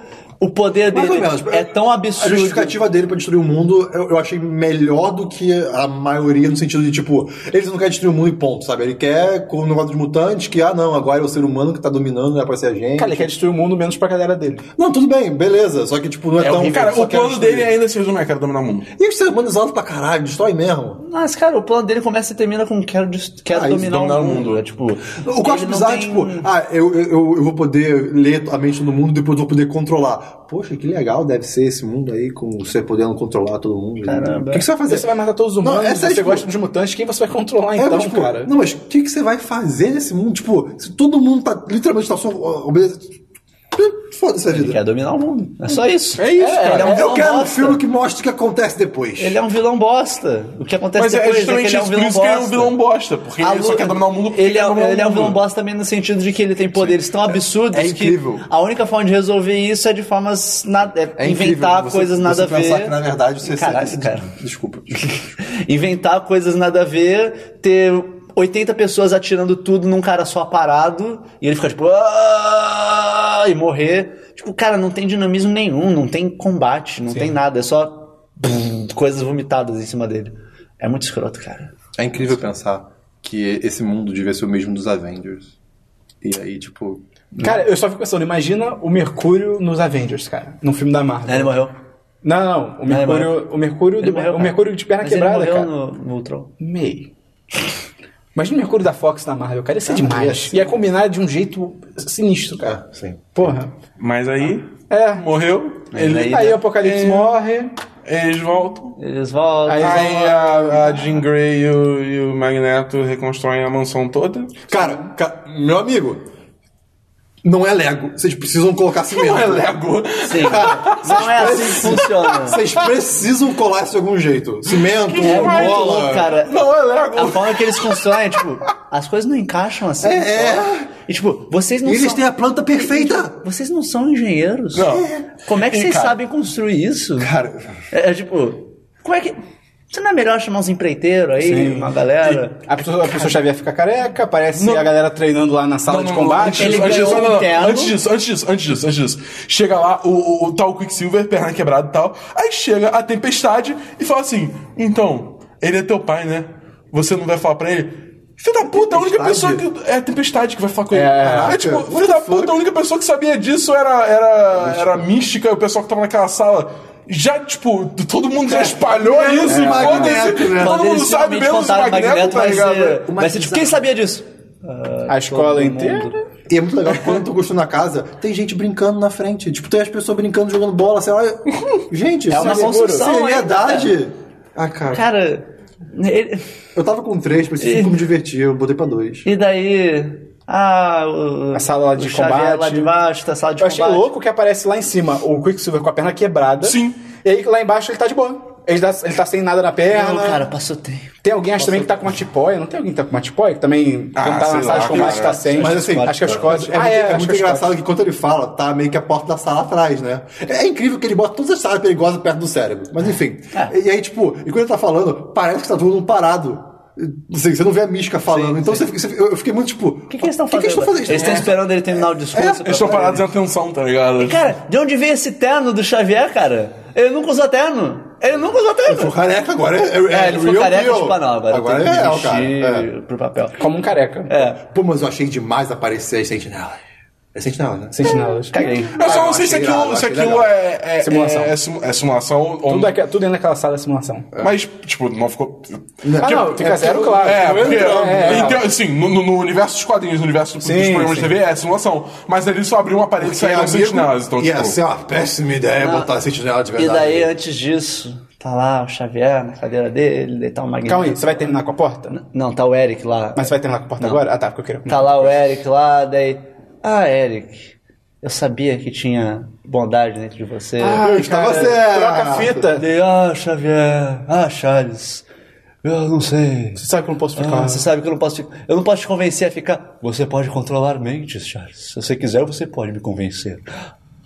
O poder
Mais
dele
ou menos.
é tão
A
absurdo.
justificativa dele pra destruir o mundo, eu, eu achei melhor do que a maioria, no sentido de, tipo, eles não querem destruir o mundo e ponto, sabe? Ele quer, com o negócio dos mutantes, que, ah, não, agora é o ser humano que tá dominando, não é pra ser a gente.
Cara, ele quer destruir o mundo menos pra galera dele.
Não, tudo bem, beleza. Só que, tipo, não é,
É
tão...
horrível.
Então, Cara,
só
o
quero
plano
destruir.
dele ainda se resume a cara dominar o mundo.
é- E o ser humano exalta pra caralho, destrói mesmo.
Mas, cara, o plano dele começa e termina com quero, dest- quero
Ah, isso,
dominar,
dominar
o
o
mundo.
mundo.
É tipo.
O que eu
ele
acho
não
bizarro é,
tem-
tipo, ah, eu, eu, eu- eu vou poder ler a mente do mundo, depois eu vou poder controlar. Poxa, que legal deve ser esse mundo aí, com você podendo controlar todo mundo. né?
Caramba.
O que, que você vai fazer?
Você vai matar todos os
Não,
humanos,
essa é,
você
tipo,
gosta dos mutantes, quem você vai
Ah,
controlar
É,
então,
mas, tipo,
cara?
Não, mas o que, que você vai fazer nesse mundo? Tipo, se todo mundo tá literalmente tá só. ó, obedecendo- Foda-se a
Ele quer
vida.
dominar o mundo. É só isso.
É isso, cara.
Ele é um vilão
Eu quero um
bosta.
filme que mostre o que acontece depois.
Ele é um vilão bosta. O que acontece
Mas é
depois é, que
justamente
ele é um
isso, por
vilão
isso que ele é um
bosta.
vilão bosta, porque
A
ele só
lu-
quer dominar o mundo porque
Ele é,
quer dominar
ele é
o
um vilão
mundo.
bosta também no sentido de que ele tem poderes tão absurdos
É
que
incrível.
a única forma de resolver isso é de formas nada, é
É incrível
inventar
você-
coisas nada a
você pensar
ver.
que
é
na verdade você
Caralho, cara.
Desculpa.
inventar coisas nada a ver, ter 80 pessoas atirando tudo num cara só parado e ele fica tipo "Ah!" e morrer. Tipo, cara, não tem dinamismo nenhum, não tem combate, não tem nada, é só bum, coisas vomitadas em cima dele. É muito escroto, cara.
É incrível pensar que esse mundo devia ser o mesmo dos Avengers. E aí, tipo.
Cara, eu só fico pensando, imagina o Mercúrio nos Avengers, cara, num filme da Marvel.
Aí É, ele morreu.
Não, não, não, o
ele
Mercúrio, o Mercúrio,
Ele
do,
morreu
o
cara.
Mercúrio de perna
Mas
quebrada,
ele
cara.
morreu no, no Ultron.
Meio. Imagina o Mercúrio da Fox na Marvel, cara,
Ah,
isso é demais. Ia combinar de um jeito sinistro, cara.
Sim.
Porra.
Mas aí,
É.
morreu. Ele,
aí-
Aí o Apocalipse morre.
Eles voltam.
Eles voltam. assim.
Aí-
Aí a, a Jean Grey e o, e o Magneto reconstroem a mansão toda.
Cara, ca- meu amigo, não é Lego. Vocês precisam colocar cimento. Não é Lego.
Sim. Não é assim que funciona.
Vocês precisam colar isso de algum jeito. Cimento,
É
bola.
muito louco, cara.
Não é Lego.
A forma que eles constroem, tipo, as coisas não encaixam assim.
É,
só.
é.
E tipo, vocês não
E eles
são.
têm a planta perfeita.
Vocês não são engenheiros?
Não.
Como é que
E,
vocês
cara-
sabem construir isso?
Cara,
É, é, tipo, como é que. Você não é melhor chamar uns empreiteiros aí,
Sim.
uma galera?
A pessoa, a pessoa Xavier fica careca, parece
Não.
a galera treinando lá na sala de combate.
Ele
antes,
ganhou
disso,
um
não, não, não.
terno.
antes disso, antes disso, antes disso, antes disso. Chega lá o, o, o tal Quicksilver, perna quebrada e tal. Aí chega a tempestade e fala assim: Então, ele é teu pai, né? Você não vai falar pra ele? Filho da puta, a única pessoa
Tempestade?
que. É a tempestade que vai falar com ele.
É,
É, tipo,
caraca.
filho da puta, a única pessoa que sabia disso era, era, era a mística e o pessoal que tava naquela sala. Já, tipo, todo mundo já espalhou isso,
é,
e foda-se.
Magneto, né?
Todo
Quando
mundo
eles
sabe,
finalmente
menos o
contaram o
Magneto,
Magneto,
tá
vai
ligado?
ser.
O
Vai ser tipo, quem sabia disso? Ah,
a escola inteira.
E é muito legal que quando tu gostou na casa, tem gente brincando na frente. Tipo, tem as pessoas brincando, jogando bola, sei lá. Gente, é
uma
sério-
construção
seriedade. ah, cara.
Cara, ele-
Eu tava com três, mas esse filme me divertiu, eu botei pra dois.
e daí. Ah, o,
A sala lá de
o Xavier lá
combate.
de baixo, tá a sala de
Eu achei
combate.
louco que aparece lá em cima o Quicksilver com a perna quebrada.
Sim.
E aí lá embaixo ele tá de boa. Ele tá, ele tá sem nada na perna.
Não, cara, passou tempo.
Tem alguém, acho também, que tá com uma tipóia. Não tem alguém que tá com uma tipóia? Que também,
Ah,
quando tá na
sei
sala
lá,
de combate,
cara.
tá sem.
Mas assim,
acho que é o Scott.
É, muito- é muito engraçado que quando ele fala, tá meio que a porta da sala atrás, né? É incrível que ele bota todas as salas perigosas perto do cérebro. Mas enfim. E aí, tipo, e quando ele tá falando, parece que tá todo mundo parado. Assim, você não vê a mística falando. então você fica- você fica- eu fiquei muito tipo. O
O que, que eles estão fazendo?
que eles estão fazendo?
Eles estão
É.
esperando ele terminar o discurso. pra
Eles estão
falar.
parados em atenção, tá ligado?
Cara, de onde veio esse terno do Xavier, cara? Ele nunca usou terno. Ele nunca usou terno.
Ficou careca agora. É, é,
É,
é
ele ficou
real
careca
deal.
de panal agora.
Agora
tem
é
que
real, cara.
vestir
É.
pro papel.
Como um careca.
É,
Pô, mas eu achei demais aparecer as sentinelas. É sentinela, né?
Sentinelas.
caguei.
Eu só
Ah, eu
não sei se
achei
aquilo,
irado,
se
achei
aquilo
legal.
é, é-
Simulação.
É, simu- é simulação ou
Tudo, aqui, tudo dentro daquela sala de simulação.
Mas, tipo, não ficou.
Ah,
Tipo,
não, fica
é
zero,
porque-
claro.
É, porque.
É, é.
em teo- assim, no, no- no universo dos quadrinhos, no universo dos
Sim,
programas de
sim.
TV, é simulação. Mas ali só abriu uma parede e
é
saíram sentinelas. Então,
ia
tipo.
ser uma péssima ideia botar a sentinela de
E
verdade.
daí, antes disso, tá lá o Xavier na cadeira dele, daí tá o Magneto.
Calma aí, você vai terminar com a porta?
Não, tá o Eric lá.
Mas você vai terminar com a porta agora? Ah, tá, porque eu queria.
Tá lá o Eric lá, daí. Ah, Eric, eu sabia que tinha bondade dentro de você.
Ah, eu estava
Cara,
certo.
Troca a fita.
Daí, ah, Xavier, ah, Charles, eu não sei.
Você sabe que eu não posso
Ah,
ficar.
você sabe que eu não posso te, eu não posso te convencer a ficar. Você pode controlar mentes, Charles. Se você quiser, você pode me convencer.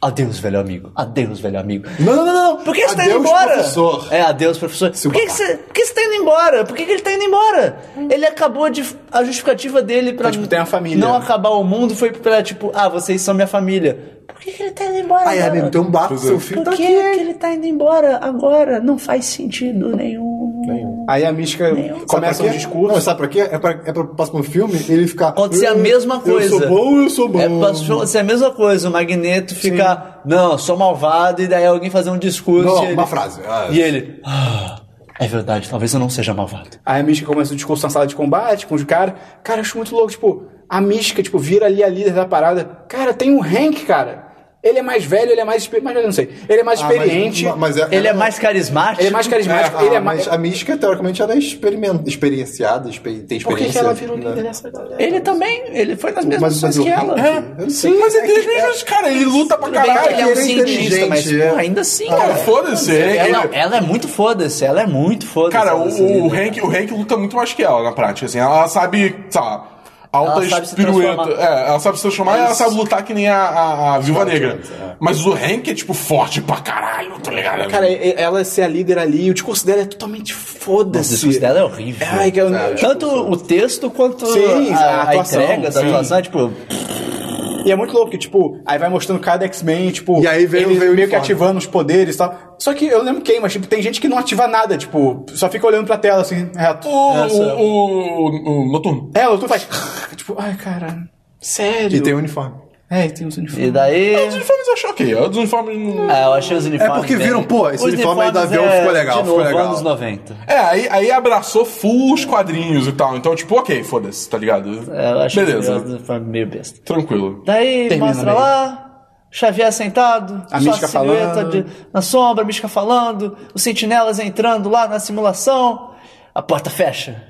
Adeus, velho amigo. Adeus, velho amigo.
Não, não, não, não.
Por que você tá indo
Adeus,
embora?
professor.
É, adeus, professor. Por que, que você, por que você tá indo embora? Por que, que ele tá indo embora? Ele acabou de. A justificativa dele pra.
Mas, tipo, tem a família.
Não acabar o mundo foi pra, tipo, ah, vocês são minha família. Por que, que ele tá indo embora?
Aí,
cara?
amigo, tem um barco, seu filho
Por
tá
que,
aqui.
que ele tá indo embora agora? Não faz sentido nenhum. É,
Aí a mística começa
Sabe
um
pra quê?
discurso.
Não, sabe pra quê? É pra, é pra próximo filme ele ficar.
Acontecer a
"Eu-
mesma
Eu
coisa."
sou bom, eu sou bom.
É, passou a ser a mesma coisa, o Magneto ficar, não, sou malvado, e daí alguém fazer um discurso.
Não,
e ele,
uma frase. Ah,
E ele, "Ah, é verdade, talvez eu não seja malvado.
Aí a mística começa o discurso na sala de combate com os caras. Cara, eu acho muito louco, tipo, a mística, tipo, vira ali a líder da parada. Cara, tem um Hank, cara. Ele é mais velho, ele é mais experiente. Mas eu não sei. Ele é mais
Ah, mas-
experiente.
mas ah,
Ele é mais carismático.
Ele é mais carismático,
ah,
ele é mais.
mas a mística, teoricamente, ela é experimenta- experienciada, exper- tem
Por que,
experiência.
que ela virou
né?
líder dessa galera?
Ele também, ele foi nas mesmas
Mas- mas
coisas
o
que ela.
Hank-
É.
Eu não sei.
Sim, mas ele
É
tem
que- é-
os cara, ele luta pra
Tudo bem que
caralho.
ele é um
ele é
cientista, mas
inteligente, é.
pô, ainda assim,
Cara,
cara.
foda-se. ele-
Ela,
ele-
ela é muito foda-se, ela é muito foda-se.
Cara,
ela é assim,
o, o,
né?
Hank, o Hank luta muito mais que ela na prática. Assim, ela sabe, sei lá, altas
sabe se
piruetas.
transformar.
É, ela sabe se transformar e ela sabe lutar que nem a, a, a Viúva Negra.
é.
Mas o Hank é, tipo, forte pra caralho, tá ligado?
Cara, e- e- ela ser a líder ali, o discurso dela é totalmente
O
foda-se.
discurso dela é horrível.
Ai, que eu-
Tanto o texto quanto
Sim,
a,
a
a
atuação,
entrega da
sim.
atuação, é tipo,
E é muito louco que, tipo, aí vai mostrando cada X-Men, tipo,
E aí veio-
ele
veio o
meio que
uniforme.
ativando os poderes e tal. Só que eu não lembro quem, mas tipo, tem gente que não ativa nada, tipo, só fica olhando pra tela assim, reto.
O, o, o, o Noturno.
É, o tu faz. Tipo, ai, cara. Sério.
E tem um uniforme.
É, e tem os
e
uniformes.
daí...
Os uniformes eu achei ok. é, Os uniformes não.
Ah, eu achei os uniformes.
É porque
bem-
viram, pô, esse
Os
uniforme aí da
uniformes
Venom
é,
ficou legal,
de
ficou
novo,
legal.
anos 90.
É, aí, aí abraçou full os quadrinhos e tal. Então, tipo, ok, foda-se, tá ligado?
É, eu achei
Beleza,
Beleza. meio besta.
tranquilo.
Daí
Termina
mostra
meio.
lá. Xavier sentado,
A
só
Mística
silhueta
falando.
de- na sombra, a Mística falando, os sentinelas entrando lá na simulação. A porta fecha.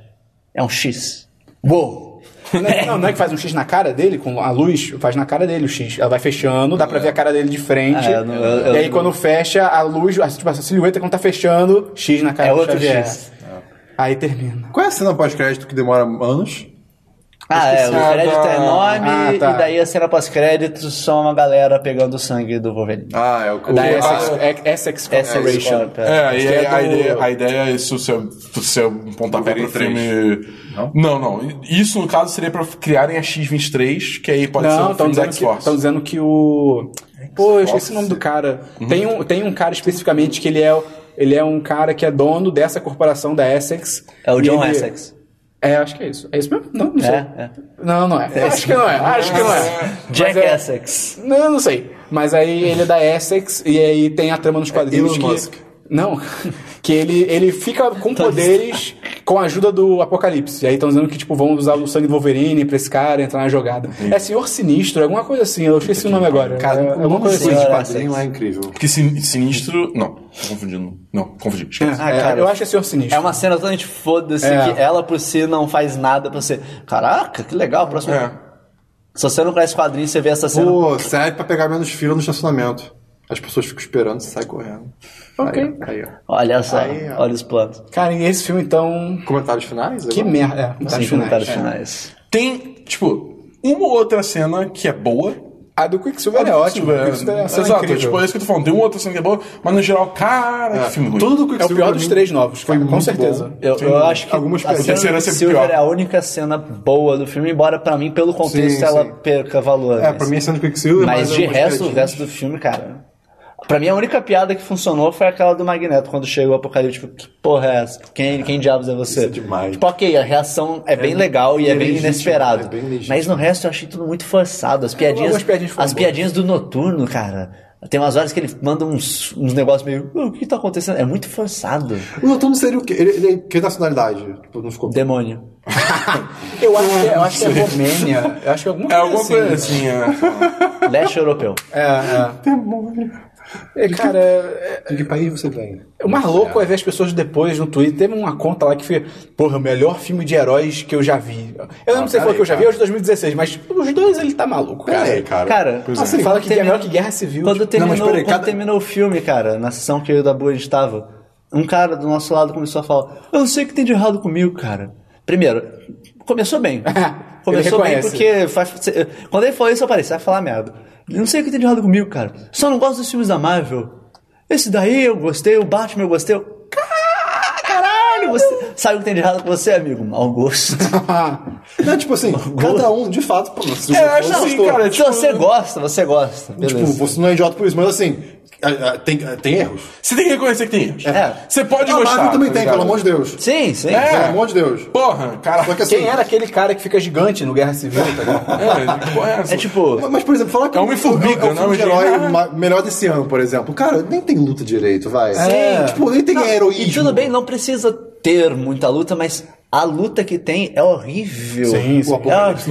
É um X. Uou!
Não, é- não, não é que faz um X na cara dele, com a luz, faz na cara dele o X. Ela vai fechando, dá pra ver a cara dele de frente.
É, eu não- eu-
e
eu
aí
não-
quando fecha, a luz, a, tipo, a silhueta quando tá fechando, X na cara
É
do
outro
Xavier.
X.
Aí termina.
Qual é a cena pós-crédito que demora anos?
Ah, é, o
esqueci.
crédito é enorme,
Ah, tá.
e daí a cena pós-crédito só uma galera pegando o sangue do Wolverine.
Ah, é o que
Da
o-
Essex, é, Essex Corporation.
Corp,
É, aí
é
a,
do-
ideia, a ideia é isso ser, ser um pontapé pro
Wolverine
filme. Não? não, Isso, no caso, seria pra criarem a X-23, que aí pode
Não,
ser o
estão
filme
dizendo,
da
que,
X-Force.
tão dizendo que o. Pô, eu esqueci o nome do cara.
Uhum.
Tem, um, tem um cara especificamente que ele é, o- ele é um cara que é dono dessa corporação da Essex.
É o
E
John
ele-
Essex.
É, acho que é isso. É isso mesmo? Não, não sei.
É, é.
Não, não é. Acho que não é. Acho que não é.
Jack
Mas é-
Essex.
Não, não sei. Mas aí ele é da Essex e aí tem a trama nos quadrinhos
Elon
que...
Musk.
Não, que ele, ele fica com poderes com a ajuda do Apocalipse. E aí estão dizendo que tipo, vão usar o sangue do Wolverine pra esse cara entrar na jogada. É Senhor Sinistro, alguma coisa assim. Eu esqueci o nome agora.
Cara,
É,
é,
alguma coisa assim.
de
Senhora
quadrinho lá é incrível.
Porque sin- sinistro. Não, tô confundindo. Não, confundi. Esquece.
É,
cara,
eu acho que é Senhor Sinistro.
É uma cena totalmente foda-se
É.
que ela por si não faz nada pra você. Caraca, que legal, próximo.
É.
Se você não conhece quadrinho, você vê essa cena.
Pô, serve pra pegar menos fila no estacionamento. As pessoas ficam esperando, você sai correndo.
Ok.
Aí, ó.
Olha só,
Aí, ó.
olha os planos.
Cara, e esse filme então...
Comentários finais?
Que
agora?
merda. É,
Tá
Sem
comentários finais.
comentários
É.
finais.
Tem, tipo, uma ou outra cena que é boa.
A do Quicksilver é ótima. O Quicksilver é uma cena
Exato,
incrível.
tipo, é isso que eu tô falando. Tem uma outra cena que é boa, mas no geral, cara, que filme ruim.
Tudo do
É o
Quicksilver
pior
pra
dos
mim
três novos,
foi
cara, com
muito
certeza.
bom.
Eu, eu acho que
algumas
a
piadinhas.
cena
Terceira
do
é sempre
Silver
pior.
é a única cena boa do filme, embora pra mim, pelo contexto,
Sim,
ela
sim.
perca valor. assim.
É,
mas-
pra mim é cena do Quicksilver,
Mas de
algumas
resto, o
piadinhas.
resto do filme, cara. Pra mim, a única piada que funcionou foi aquela do Magneto, quando chega o Apocalipse, tipo, que porra é essa? Quem, quem diabos é você?
é demais.
Tipo, ok, a reação é, bem legal e é, bem
legítimo,
inesperado.
é bem legítimo.
mas no resto eu achei tudo muito forçado. As piadinhas.
Algumas piadinhas foram
as
boas.
piadinhas do noturno, cara. Tem umas horas que ele manda uns, uns negócios meio. "Ah, O que tá acontecendo? É muito forçado.
O Noturno seria o quê? Ele, ele é que nacionalidade? Tipo, não ficou...
Demônio.
Eu acho que, eu acho que é Romênia. Eu acho que é alguma
É
coisa
alguma
assim.
coisa assim, é.
Leste europeu.
É,
Demônio.
é. É, cara, é-
De que país você vem?
é- o mais louco é ver as pessoas depois no Twitter. Teve uma conta lá que foi, porra, o melhor filme de heróis que eu já vi. Eu não sei qual
peraí,
que eu já vi,
cara.
é o de 2016, mas os dois ele tá maluco, cara.
Peraí, cara.
Cara,
Pois
Você
é.
fala que é
terminou-
melhor que Guerra Civil.
Quando,
tipo,
terminou,
mas peraí,
quando
cada-
terminou o filme, cara, na sessão que eu e o Dabu a gente tava, um cara do nosso lado começou a falar: Eu não sei o que tem de errado comigo, cara. Primeiro, começou bem. começou bem
reconhece.
porque. faz- cê- quando ele falou isso, eu parecia falar merda. Eu não sei o que tem de errado comigo, cara. Só não gosto dos filmes da Marvel. Esse daí eu gostei, o Batman eu gostei. Eu, "Ca- Caralho, você sabe o que tem de errado com você, amigo? Mau gosto.
Não, tipo assim, cada um, de fato... Pô, se você
É, eu acho
for,
assim,
gostou.
cara.
Se
tipo-
você gosta, você gosta. Beleza.
Tipo, você não é idiota por isso, mas assim... a- a- Tem, a- tem erros.
Você tem que reconhecer que tem erros.
É.
Você pode
Ah,
A
gostar.
Marvel também
tá
tem,
ligado?
pelo amor de Deus.
Sim, sim.
É.
Pelo amor de Deus.
Porra, cara.
Só que assim...
Quem é era aquele cara que fica gigante no Guerra Civil? Tá ligado?
É, porra, é essa?
É tipo.
Mas, por exemplo, falar que
É um Homem-Formiga,
é um
não é um
filme de herói
gênio.
ma- melhor desse ano, por exemplo. Cara, nem tem luta direito, vai.
É.
Tipo, nem tem
Não,
heroísmo.
E tudo bem, né? não precisa ter muita luta, mas a luta que tem é horrível.
Sim, sim.
O
Apocalipse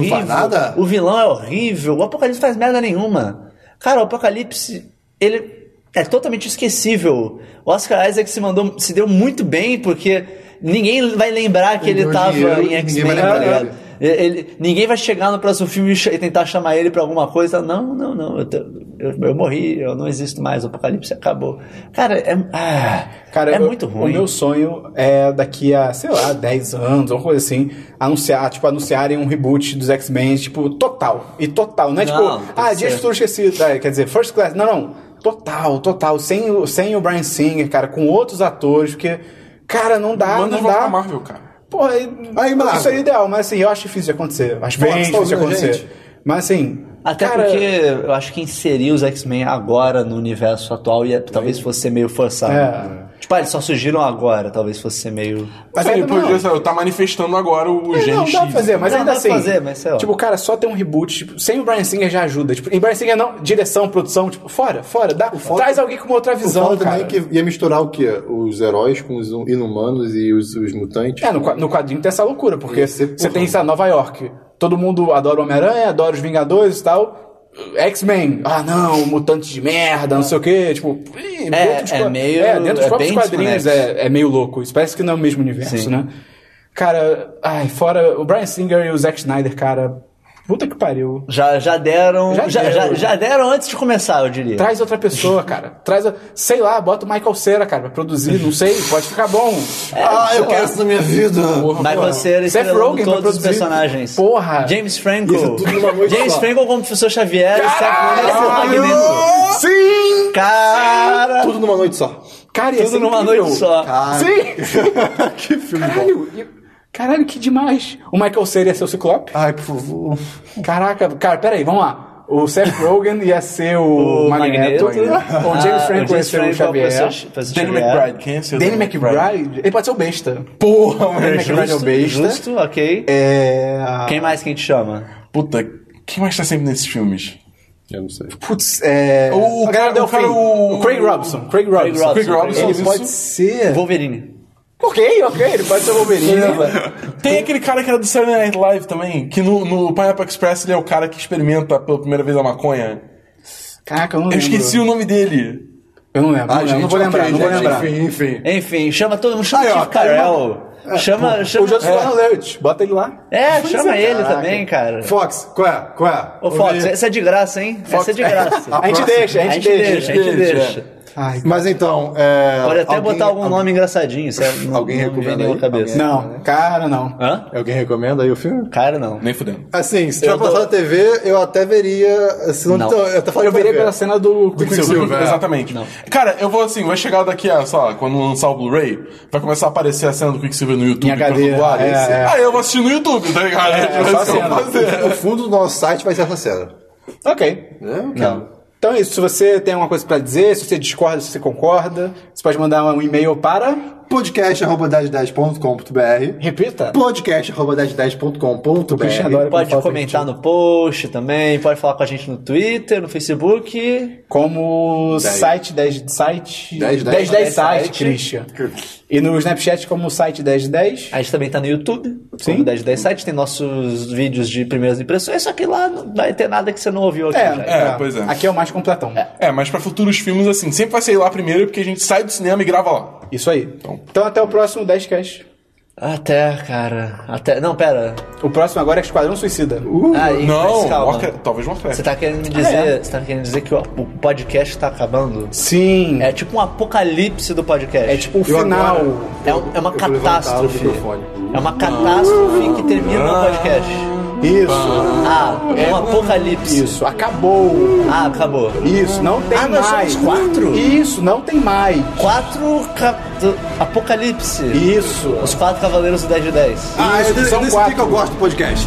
Apocalipse é horrível.
não faz nada?
O vilão é horrível. O Apocalipse faz merda nenhuma. Cara, o Apocalipse, ele é totalmente esquecível. O Oscar Isaac se mandou, se deu muito bem, porque ninguém vai lembrar que
Ele
ele,
ganhou
tava
dinheiro,
em
ninguém
X-Men,
vai
tá
lembrar
ligado?
dele.
Ele- ninguém vai chegar no próximo filme e ch- e tentar chamar ele pra alguma coisa. Não, não, não. Eu, tô- eu- eu morri, eu não existo mais. O apocalipse acabou. Cara, é, ah,
Cara,
é
eu-
muito ruim.
O meu sonho é daqui a, sei lá, 10 anos, alguma coisa assim, anunciar, tipo, anunciarem um reboot dos X-Men, tipo, total. E total, não é tipo,
Não, tem
ah,
que
Dias
ser.
de Futuro Esquecido, é, quer dizer, First Class. Não, não. Total, total. Sem, o- sem o Brian Singer, cara, com outros atores, porque, cara, não dá,
Manda de
não
é volta pra
dá.
Marvel, cara.
Porra,
Aí,
aí,
Marvel.
isso é ideal, mas assim, eu acho difícil de acontecer. Acho
Pô,
bem
você tá
difícil de
ouvindo a
acontecer.
gente?
Mas assim.
Até
cara,
porque eu acho que inserir os X-Men agora no universo atual ia, talvez fosse ser meio forçado.
É.
Tipo, ah, eles só surgiram agora, talvez fosse ser meio.
Mas
Mas aí,
ainda
depois
não.
disso, eu tá manifestando agora o
É,
gene
não, dá pra
X.
fazer, mas
Não,
ainda
dá pra
assim.
fazer, mas sei lá.
Tipo, cara, só ter um reboot, tipo, sem o Brian Singer já ajuda. Tipo, e Brian Singer não, direção, produção, tipo, fora, fora, dá,
foda-
traz alguém com uma outra
O
visão,
foda também
cara.
é que ia misturar o quê? Os heróis com os hum-, inumanos e os, os mutantes.
É, no, qua- no quadrinho tem essa loucura,
é
porque
Ia ser
você
porra.
tem, sei lá, Nova York. Todo mundo adora o Homem-Aranha, adora os Vingadores e tal. X-Men, ah não, mutantes de merda, não sei o quê, tipo, ih,
É,
outro tipo-
é meio-
é, dentro dos
é
próprios
bem
quadrinhos
desconexo.
é, é meio louco, isso parece que não é o mesmo universo,
Sim.
né? Cara, ai, fora o Brian Singer e o Zack Snyder, cara, puta que pariu.
Já, já deram.
Já
Já, já,
deram.
já, deram antes de começar, eu diria.
Traz outra pessoa, cara, traz, a- sei lá, bota o Michael Cera, cara, pra produzir, não sei, pode ficar bom. É.
Ah, eu quero isso na minha vida.
Michael Cera
Seth
estrelando
Rogen pra
todos os
produzir.
personagens.
Porra.
James Franco.
Isso tudo numa noite
James
só.
Franco como professor Xavier. e Seth Rogen como Magneto.
Sim!
Cara,
Tudo numa noite só.
Cara,
tudo numa noite só.
Ah. Sim!
Que filme
Caralho, e- caralho, que demais. O Michael Cera ia ser o Ciclope?
Ai, por favor.
Caraca, cara, peraí, vamos lá. O Seth Rogen ia ser o,
O
Magneto. né?
Magneto.
O James
Ah,
Franco ia
James
ser o
Franco é
Xavier.
professor- professor
Danny
Xavier.
McBride, quem é esse?
Danny McBride, ele pode ser o besta.
Porra, mano.
Danny McBride é o
justo.
besta.
Justo, ok.
É...
Quem mais que a gente chama?
Puta, quem mais tá sempre nesses filmes?
Eu não sei.
Putz, é... a
O cara-
galera
o
deu
cara-
fim.
o-
o Craig Robinson. Craig Robinson.
Robinson. Craig
Robinson,
Ele
isso.
pode ser...
Wolverine.
Ok, ok, ele pode ser o Wolverine.
Tem aquele cara que era do Saturday Night Live também, que no, no Pineapple Express ele é o cara que experimenta pela primeira vez a maconha.
Caraca, eu não
Eu
lembro.
esqueci o nome dele.
Eu não lembro,
Ah,
não,
gente,
lembro, não vou
ok,
lembrar, não vou
gente,
lembrar.
Enfim, enfim.
Enfim, chama todo mundo. Chama
Aí,
o
ó,
tá
Steve Carell. Chama, chama,
O Joseph é. Leut, bota ele lá.
é, chama
Caraca.
ele também, cara.
Fox, qual é? Qual é?
Ô, Fox, essa é de graça, hein? Essa é de graça.
A gente
próxima.
deixa, a
A
gente deixa.
a gente
deixa,
deixa.
Ai,
Mas então, é...
Pode até
alguém-
botar algum nome engraçadinho, certo? Não-
Alguém
não me vem
recomenda
nenhum
aí?
à cabeça.
não, cara, não.
Hã?
Alguém recomenda aí o filme?
Cara, não.
Nem fudendo.
Assim, se tiver
Eu tô-
passado na TV, eu até veria... Se não,
Não.
Então, eu até falei
Eu
pra
virei
ver.
pela cena do
Quicksilver.
é.
Quicksilver.
Exatamente. Cara, eu vou assim, vai chegar daqui a, sei lá, quando lançar o Blu-ray, vai começar a aparecer a cena do Quicksilver no YouTube.
Em HD,
todo lado.
é, é.
Aí eu vou assistir no YouTube, tá ligado?
É,
Vai
só
ser um
cena.
prazer.
É, O fundo do nosso site vai ser essa cena. Né?
Ok. Então é isso. Se você tem alguma coisa pra dizer, se você discorda, se você concorda, você pode mandar um e-mail para.
podcast.com.br
Repita. É, Cristiano
podcast.com.br
adora quando
Pode
fala pra
comentar
gente.
no post também, pode falar com a gente no Twitter, no Facebook.
Como
Dez.
site 10 site.
10,
1010
10,
site,
site.
Christian. E no Snapchat como site 1010.
A gente também tá no YouTube,
Sim.
como 10 10 site, tem nossos vídeos de primeiras impressões, só que lá não vai ter nada que você não ouviu aqui. já.
É, pois é.
Aqui é o mais completão.
É, mas pra futuros filmes, assim, sempre vai sair lá primeiro, porque a gente sai do cinema e grava lá.
Isso aí. Então, até o próximo 10 cast.
Até, cara. Até. Não, pera.
O próximo agora é Esquadrão Suicida.
Uh.
Ah, e- mas
não,
calma.
Warcraft- talvez Warcraft.
Você tá querendo me dizer.
Ah, é.
Você tá querendo dizer que o, o podcast tá acabando?
Sim.
É tipo um apocalipse do podcast.
É tipo o final.
É, um- é uma
eu vou levantar o
catástrofe.
microfone.
É uma catástrofe que termina o podcast.
Isso.
Ah, é um apocalipse.
Isso. Acabou.
Ah, acabou.
Isso, não tem
Ah, nós
mais.
somos quatro?
Isso, não tem mais.
Quatro ca- do- apocalipse.
Isso.
Os quatro cavaleiros do 10 de 10.
Ah, eu, eu,
é, São
decidi
quatro.
que eu gosto do podcast.